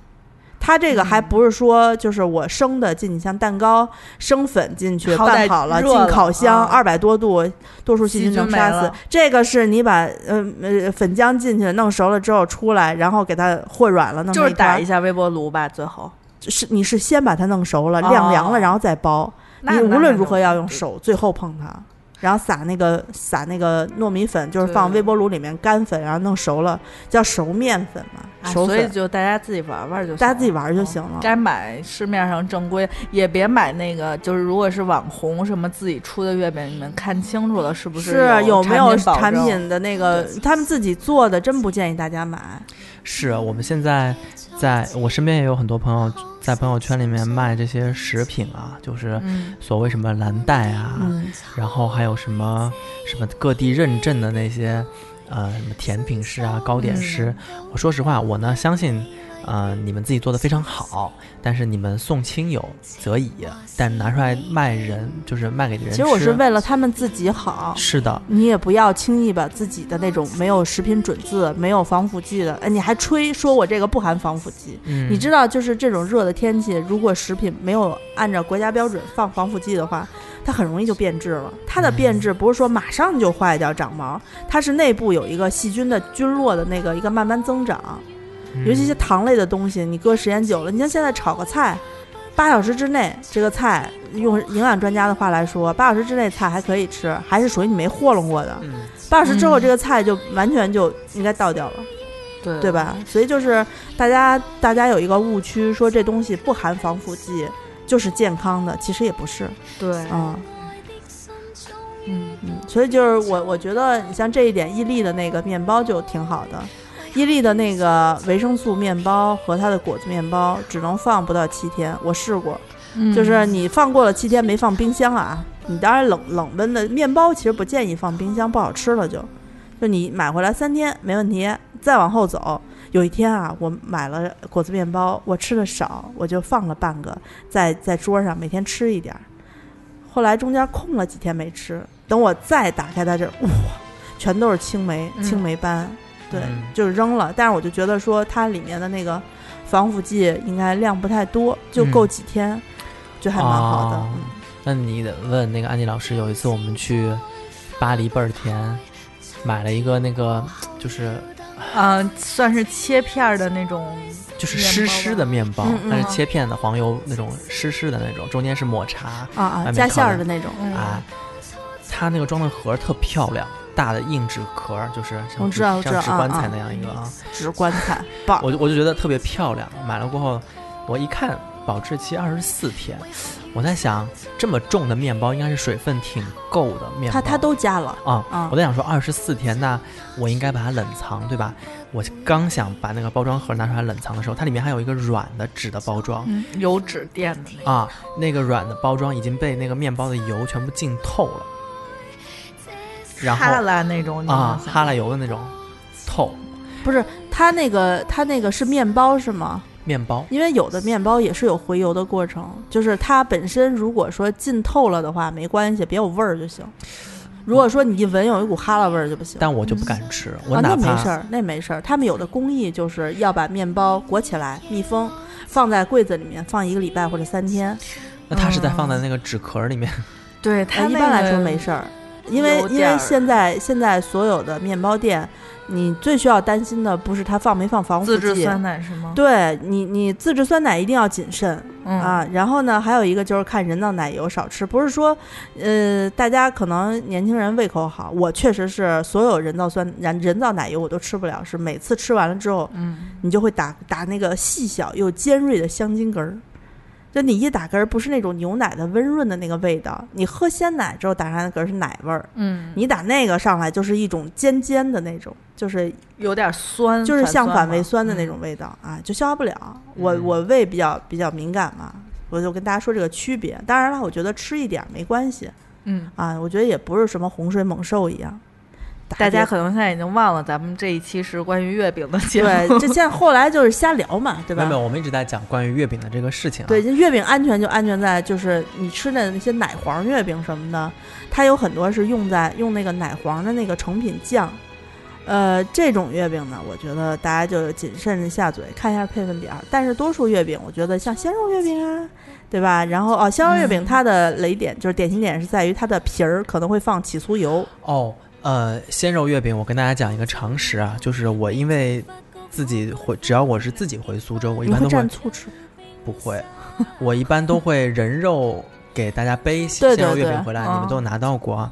S4: 它这
S5: 嗯
S4: 个还不是说就是我生的进去，像蛋糕生粉进去
S5: 好
S4: 拌
S5: 歹
S4: 好了，
S5: 热
S4: 进
S5: 了
S4: 烤箱
S5: 啊
S4: 二百多度，多数细
S5: 细
S4: 菌能
S5: 菌没
S4: 杀死
S5: 了。
S4: 这个是你把呃呃粉浆进去弄熟了之后出来，然后给它和软了，弄
S5: 就是打一
S4: 下，
S5: 下微波炉吧，最后。
S4: 是你是先把它弄熟了，晾凉了，
S5: 哦
S4: 然后再包。
S5: 那
S4: 你
S5: 那
S4: 无论如
S5: 就
S4: 何要用手最后碰它，然后撒那个撒那个糯米粉，就是
S5: 对
S4: 放微波炉里面干粉，然后弄熟了，叫熟面粉嘛，
S5: 哎
S4: 熟
S5: 所以
S4: 粉。
S5: 就大家自己玩玩就行，嗯
S4: 大家自己玩儿就行了
S5: 该买市面上正规，也别买那个，就是如果是网红什么自己出的月饼，你们看清楚了是不
S4: 是啊
S5: 有
S4: 有没有
S5: 保
S4: 产
S5: 证？
S4: 品的那个他们自己做的，真不建议大家买。
S6: 是啊我们现在在我身边也有很多朋友在朋友圈里面卖这些食品啊，就是
S5: 嗯，
S6: 所谓什么蓝带啊，
S4: 嗯
S6: 然后还有什么什么各地认
S4: 嗯
S6: 证的那些呃什么甜品师啊、糕点师。我说实话，我呢相信。呃，你们自己做的非常好，但是你们送亲友则已，但拿出来卖人就是卖给人吃。
S4: 其实我是为了他们自己好，
S6: 是的，
S4: 你也不要轻易把自己的那种没有食品准字、没有防腐剂的，哎，你还吹说我这个不含防腐剂。
S6: 嗯
S4: 你知道，就是这种热的天气，如果食品没有按照国家标准放防腐剂的话，它很容易就变质了。它的变质不是说马上就坏掉长
S6: 嗯
S4: 毛，它是内部有一个细菌的菌落的那个一个慢慢增长。
S6: 嗯
S4: 尤其一些糖类的东西，你搁时间久了，你像现在炒个菜，八小时之内这个菜，用营养专家的话来说，八小时之内菜还可以吃，还是属于你没和弄过的。
S6: 嗯
S4: 八小时之后，
S5: 嗯
S4: 这个菜就完全就应该倒掉了。
S5: 对
S4: 对吧？所以就是大家大家有一个误区，说这东西不含防腐剂就是健康的，其实也不是
S5: 对，
S4: 啊、
S5: 嗯，
S4: 嗯。所以就是我我觉得你像这一点，伊利的那个面包就挺好的。伊利的那个维生素面包和它的果子面包只能放不到七天，我试过，
S5: 嗯
S4: 就是你放过了七天没放冰箱啊，你当然冷冷温的面包其实不建议放冰箱，不好吃了就。就你买回来三天没问题，再往后走，有一天啊，我买了果子面包，我吃的少，我就放了半个在在桌上，每天吃一点儿。后来中间空了几天没吃，等我再打开它这，哇，全都是青梅
S5: 嗯
S4: 青梅斑，对
S6: 嗯，
S4: 就扔了。但是我就觉得说它里面的那个防腐剂应该量不太多，就够
S6: 嗯
S4: 几天，就还蛮好的。
S6: 哦
S4: 嗯
S6: 那你得问那个安妮老师，有一次我们去巴黎倍儿甜，买了一个那个就是
S5: 嗯、算是切片儿的那种，
S6: 就是
S5: 面包
S6: 湿湿的面包
S4: 嗯，嗯
S6: 它是切片的黄油那种湿湿的那种，中间是抹茶
S4: 啊
S6: 外
S4: 啊，
S6: 面
S4: 加馅
S6: 烤
S4: 儿
S6: 的
S4: 的那种，
S5: 嗯
S6: 啊。它那个装的盒儿特漂亮，大的硬纸壳儿，就是
S4: 我
S6: 像
S4: 知
S6: 纸
S4: 道我知
S6: 像
S4: 道
S6: 纸
S4: 啊
S6: 棺
S4: 啊
S6: 材那样一个啊，
S4: 纸棺 材，棒，
S6: 我就我就觉得特别漂亮。买了过后，我一看保质期二十四天，我在想这么重的面包应该是水分挺够的面
S4: 它
S6: 包，
S4: 它都加了
S6: 啊、
S4: 啊
S6: 我在想说二十四天，那我应该把它冷藏，对吧？我刚想把那个包装盒拿出来冷藏的时候，它里面还有一个软的纸的包装、
S5: 嗯，油脂垫的那个，
S6: 啊，那个软的包装已经被那个面包的油全部浸透了，然后
S5: 哈拉那种你
S6: 啊
S5: 能想
S6: 哈喇油的那种透
S4: 不是它那个它那个是面包是吗？
S6: 面包，
S4: 因为有的面包也是有回油的过程，就是它本身如果说浸透了的话没关系，别有味儿就行。如果说你一闻有一股哈喇味儿就不行。
S6: 但我就不敢吃，
S4: 啊，
S6: 我
S4: 那
S6: 哪
S4: 没
S6: 怕、
S4: 事儿，那没事儿。他们有的工艺就是要把面包裹起来，密封，放在柜子里面放一个礼拜或者三天。
S6: 那它是
S4: 嗯
S6: 在放在那个纸壳里面，
S5: 对
S4: 呃
S5: 它
S4: 一
S5: 那
S4: 般来
S5: 个
S4: 说没事儿，因为
S5: 有
S4: 因
S5: 点
S4: 为
S5: 儿
S4: 现在现在所有的面包店，你最需要担心的不是它放没放防腐
S5: 自制
S4: 剂。
S5: 酸奶是吗？
S4: 对你，你自制酸奶一定要谨慎、
S5: 嗯
S4: 啊。然后呢，还有一个就是看人造奶油少吃，不是说，呃，大家可能年轻人胃口好，我确实是所有人造酸人人造奶油我都吃不了，是每次吃完了之后，
S5: 嗯，
S4: 你就会打打那个细小又尖锐的香精根儿。就你一打根儿，不是那种牛奶的温润的那个味道，你喝鲜奶之后打上的根儿是奶味儿，
S5: 嗯，
S4: 你打那个上来就是一种尖尖的那种，就是
S5: 有点酸，嗯
S4: 就是像
S5: 反
S4: 反
S5: 嘛嗯
S4: 胃酸的那种味道、啊，就消化不了。我我胃比较比较敏感嘛，我就跟大家说这个区别。当然了，我觉得吃一点儿没关系
S5: 嗯，
S4: 啊，我觉得也不是什么洪水猛兽一样。
S5: 大家
S4: 碟
S5: 可能现在已经忘了咱们这一期是关于月饼的节目，
S4: 对，这现在后来就是瞎聊嘛，对吧？
S6: 没有没有，我们一直在讲关于月饼的这个事情、啊，
S4: 对，这月饼安全就安全在就是你吃的那些奶黄月饼什么的，它有很多是用在用那个奶黄的那个成品酱。呃，这种月饼呢，我觉得大家就谨慎下嘴，看一下配分表。但是多数月饼，我觉得像鲜肉月饼啊，对吧？然后哦，鲜肉月饼它的雷点、就是典型点是在于它的皮儿可能会放起酥油，
S6: 哦，呃，鲜肉月饼，我跟大家讲一个常识啊，就是我因为自己回，只要我是自己回苏州，我一
S4: 你
S6: 般
S4: 会
S6: 都
S4: 蘸
S6: 会
S4: 醋吃。
S6: 不会，我一般都会人肉给大家背
S4: 对
S6: 鲜肉
S4: 对
S6: 月
S4: 对嗯
S6: 饼回来，你
S5: 哦
S6: 们都有拿到过啊。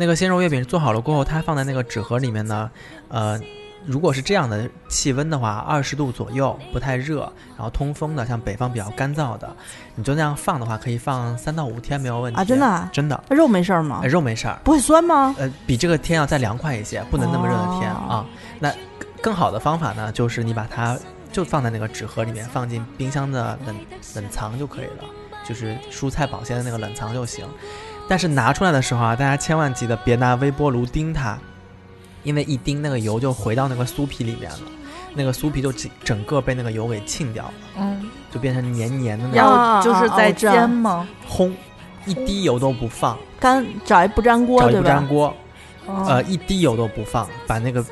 S6: 那个鲜肉月饼做好了过后，它放在那个纸盒里面呢，呃。如果是这样的气温的话，二十度左右，不太热，然后通风的，像北方比较干燥的，你就那样放的话，可以放三到五天没有问题
S4: 啊真的啊
S6: 真的，
S4: 肉没事儿吗
S6: 哎？肉没事儿，
S4: 不会酸吗？
S6: 呃，比这个天要再凉快一些，不能那么热的天、
S4: 哦
S6: 啊。那更更好的方法呢，就是你把它就放在那个纸盒里面，放进冰箱的冷冷藏就可以了，就是蔬菜保鲜的那个冷藏就行。但是拿出来的时候啊，大家千万记得别拿微波炉叮它，因为一叮那个油就回到那个酥皮里面了，那个酥皮就整整个被那个油给沁掉了，
S5: 嗯，
S6: 就变成黏黏的那种，
S5: 要就是在煎吗？
S6: 烘，一滴油都不放，
S4: 干找一不粘锅
S6: 找一
S4: 对
S6: 不粘
S4: 吧？哦
S6: 锅，
S5: 呃
S6: 呃，，一滴油都不放，把那个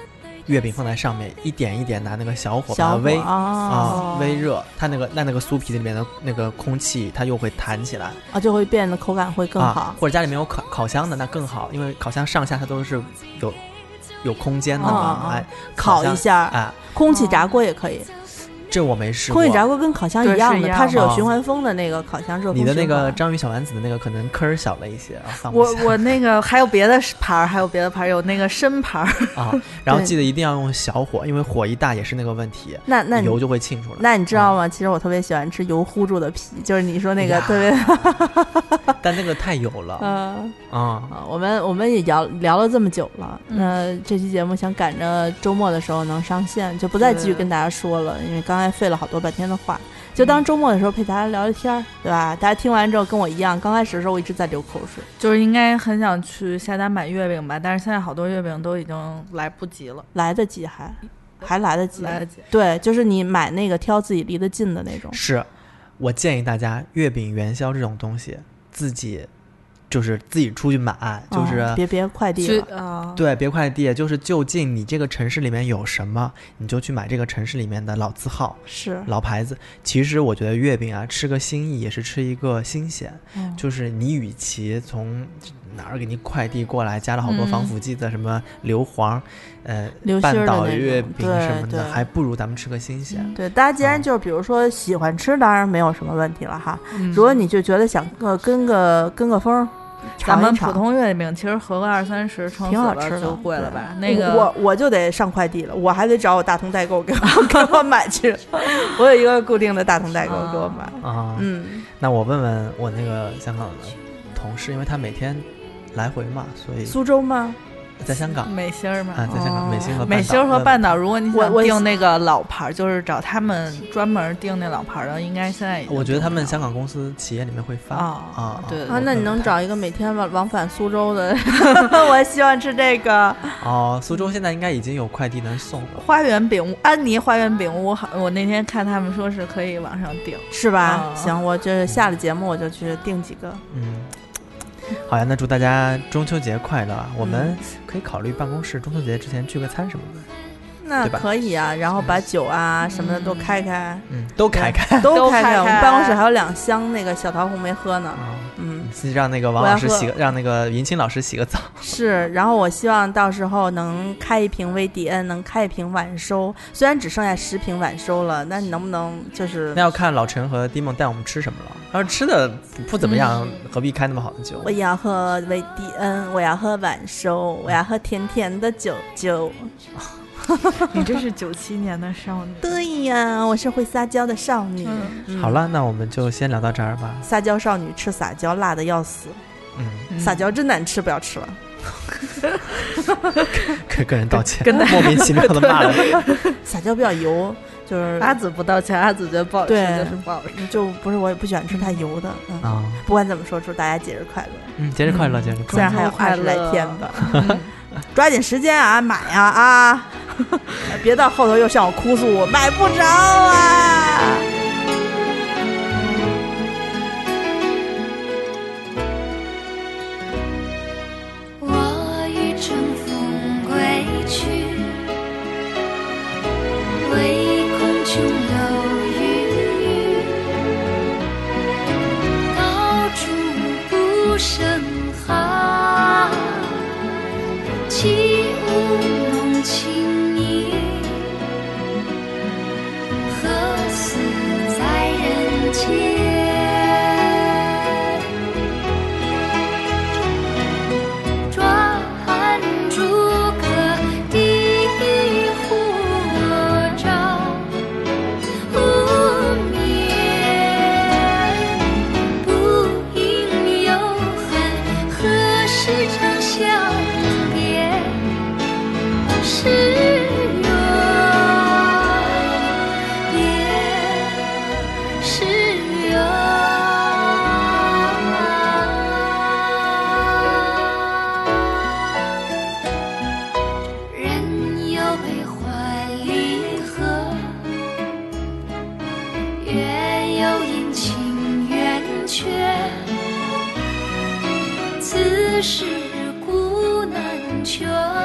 S6: 月饼放在上面，一点一点拿那个小火把它
S4: 小
S6: 煨
S4: 火啊
S6: 啊，微热，它那个那那个酥皮里面的那个空气，它又会弹起来，
S4: 啊，就会变得口感会更好
S6: 啊。。或者家里面有烤烤箱的那更好，因为烤箱上下它都是有有空间的
S4: 哦
S6: 嘛，哎，
S4: 烤一
S6: 箱
S4: 下，
S6: 哎，哦
S4: 空气炸锅也可以。
S6: 这我没试过。
S4: 空气炸锅跟烤箱
S5: 对
S4: 一样
S5: 是一
S4: 的，
S5: 样
S4: 它是有
S6: 的
S4: 循环风的那个烤箱热风
S6: 啊你的那
S4: 循环
S6: 个章鱼小丸子的那个可能坑儿小了一些啊，放不
S5: 我
S6: 下
S5: 我那个还有别的盘儿，还有别的盘儿，有那个参盘儿，
S6: 啊。然后
S4: 对
S6: 记得一定要用小火，因为火一大也是那个问题，
S4: 那那你
S6: 油就会沁出来。
S4: 那你知道吗？其实我特别喜欢吃油烀住的皮，就是你说那个
S6: 呀
S4: 特 别，
S6: 但那个太油了
S4: 嗯、
S6: 啊。
S4: 啊我们我们也聊聊了这么久了，
S5: 嗯
S4: 那这期节目想赶着周末的时候能上线，就不再继续
S5: 对
S4: 跟大家说了，因为刚才费了好多半天的话，就
S5: 嗯
S4: 当周末的时候陪大家聊聊天儿，对吧？大家听完之后跟我一样，刚开始的时候我一直在流口水，
S5: 就是应该很想去下单买月饼吧，但是现在好多月饼都已经来不及了，
S4: 来得及还还来得及，
S5: 来得及。
S4: 对，就是你买那个挑自己离得近的那种，
S6: 是，我建议大家月饼、元宵这种东西，自己就是自己出去买，就是、啊
S4: 嗯别别快递
S5: 去
S4: 了，
S5: 啊，
S6: 对，别快递，就是就近你这个城市里面有什么，你就去买这个城市里面的老字号、
S4: 是
S6: 老牌子。其实我觉得月饼啊，吃个心意也是吃一个新鲜。
S4: 嗯
S6: 就是你与其从哪儿给你快递过来，加了好多防
S5: 嗯
S6: 腐剂的什么硫磺、呃
S4: 流心
S6: 半
S4: 儿的
S6: 岛
S4: 那
S6: 月
S4: 种
S6: 饼
S4: 对
S6: 什么的，
S4: 对
S6: 还不如咱们吃个新鲜。
S4: 对，大家既然
S6: 嗯
S4: 就是比如说喜欢吃，当然没有什么问题了哈。
S5: 嗯
S4: 如果你就觉得想呃跟个跟个风儿，
S5: 咱
S4: 尝
S5: 们
S4: 一
S5: 普
S4: 尝，
S5: 通月饼其实合个二三十，撑死
S4: 挺好
S5: 了
S4: 吃的
S5: 就贵了吧？那
S4: 我
S5: 个
S4: 我我就得上快递了，我还得找我大同代购给我 给我买 去。我有一个固定的大同代购给我买。
S6: 啊、
S4: 嗯，
S6: 那我问问我那个香港的同事，因为他每天来回嘛，所以
S4: 苏州吗？
S6: 在香港
S5: 美心儿
S4: 嗯
S6: 啊，
S5: 嘛，
S6: 在香
S4: 哦
S6: 港美心和
S5: 美
S6: 半
S5: 心儿
S6: 岛
S5: 和
S6: 问
S5: 半岛，如果你
S4: 我
S5: 想
S4: 我
S5: 订那个老牌儿，就是找他们专门订那老牌儿的，应该现在已经
S6: 我觉得他们
S5: 订
S6: 香港公司企业里面会发
S5: 哦
S6: 啊，
S5: 对对
S4: 啊，那你能
S6: 找
S4: 找一个每天往往返苏州的？ 我希望吃这个。
S6: 哦？苏州现在应该已经有快递能送了
S5: 不到花园饼屋，安妮花园饼屋，好，我那天看他们说是可以网上订。
S4: 是吧？
S5: 啊
S4: 行，我这下了节目我就去订几个。
S6: 嗯，好呀，那祝大家中秋节快乐啊！
S4: 嗯
S6: 我们可以考虑办公室中秋节之前聚个餐什么的，
S4: 那
S6: 对吧
S4: 可以啊，然后把酒啊什么的都开开，
S6: 嗯，都开开
S4: 都
S5: 都
S4: 开
S5: 开
S4: 开。
S5: 开
S4: 我们办公室还有两箱那个小桃红没喝呢。
S6: 啊！
S4: 嗯，
S6: 你自己 让那个王
S4: 我要
S6: 老师
S4: 喝
S6: 洗个，让那个云清老师洗个澡。
S4: 是。然后我希望到时候能开一瓶威迪恩，能开一瓶晚收。虽然只剩下十瓶晚收了，那你能不能就是
S6: 那要看老陈和丁梦带我们吃什么了。要是吃的不不怎么样，何必开那么好的酒
S4: 我？也要喝威迪恩，我要喝晚收，我要喝甜甜的酒酒。
S5: 你这是九七年的少 女，
S4: 对呀，我是会撒娇的少女。
S5: 嗯
S4: 嗯
S6: 好，了，那我们就先聊到这儿吧。
S4: 撒娇少女吃撒娇辣的要死，
S6: 嗯，
S4: 撒娇真难吃，不要吃了。
S6: 跟跟人道歉， 莫名其妙的骂了你。
S4: 撒娇比较油，就是
S6: 啊
S5: 阿紫不道歉，阿紫觉得不好吃
S4: 对
S5: 就是不好吃。
S4: 就不是我也不喜欢吃太油的。嗯，
S6: 啊，
S4: 不管怎么说，祝大家节日快乐，
S6: 嗯，节日快乐，节日
S4: 虽
S6: 快
S4: 然
S6: 乐。嗯
S4: 还有
S5: 快
S4: 二十来
S5: 乐
S4: 天吧， 抓紧时间啊，买呀啊， 别到后头又向我哭诉我买不着啊。
S3: 我欲乘风归去，唯恐琼楼玉宇，高处不胜寒。起舞弄清影，何似在人间？抓住个地火照，世故难全。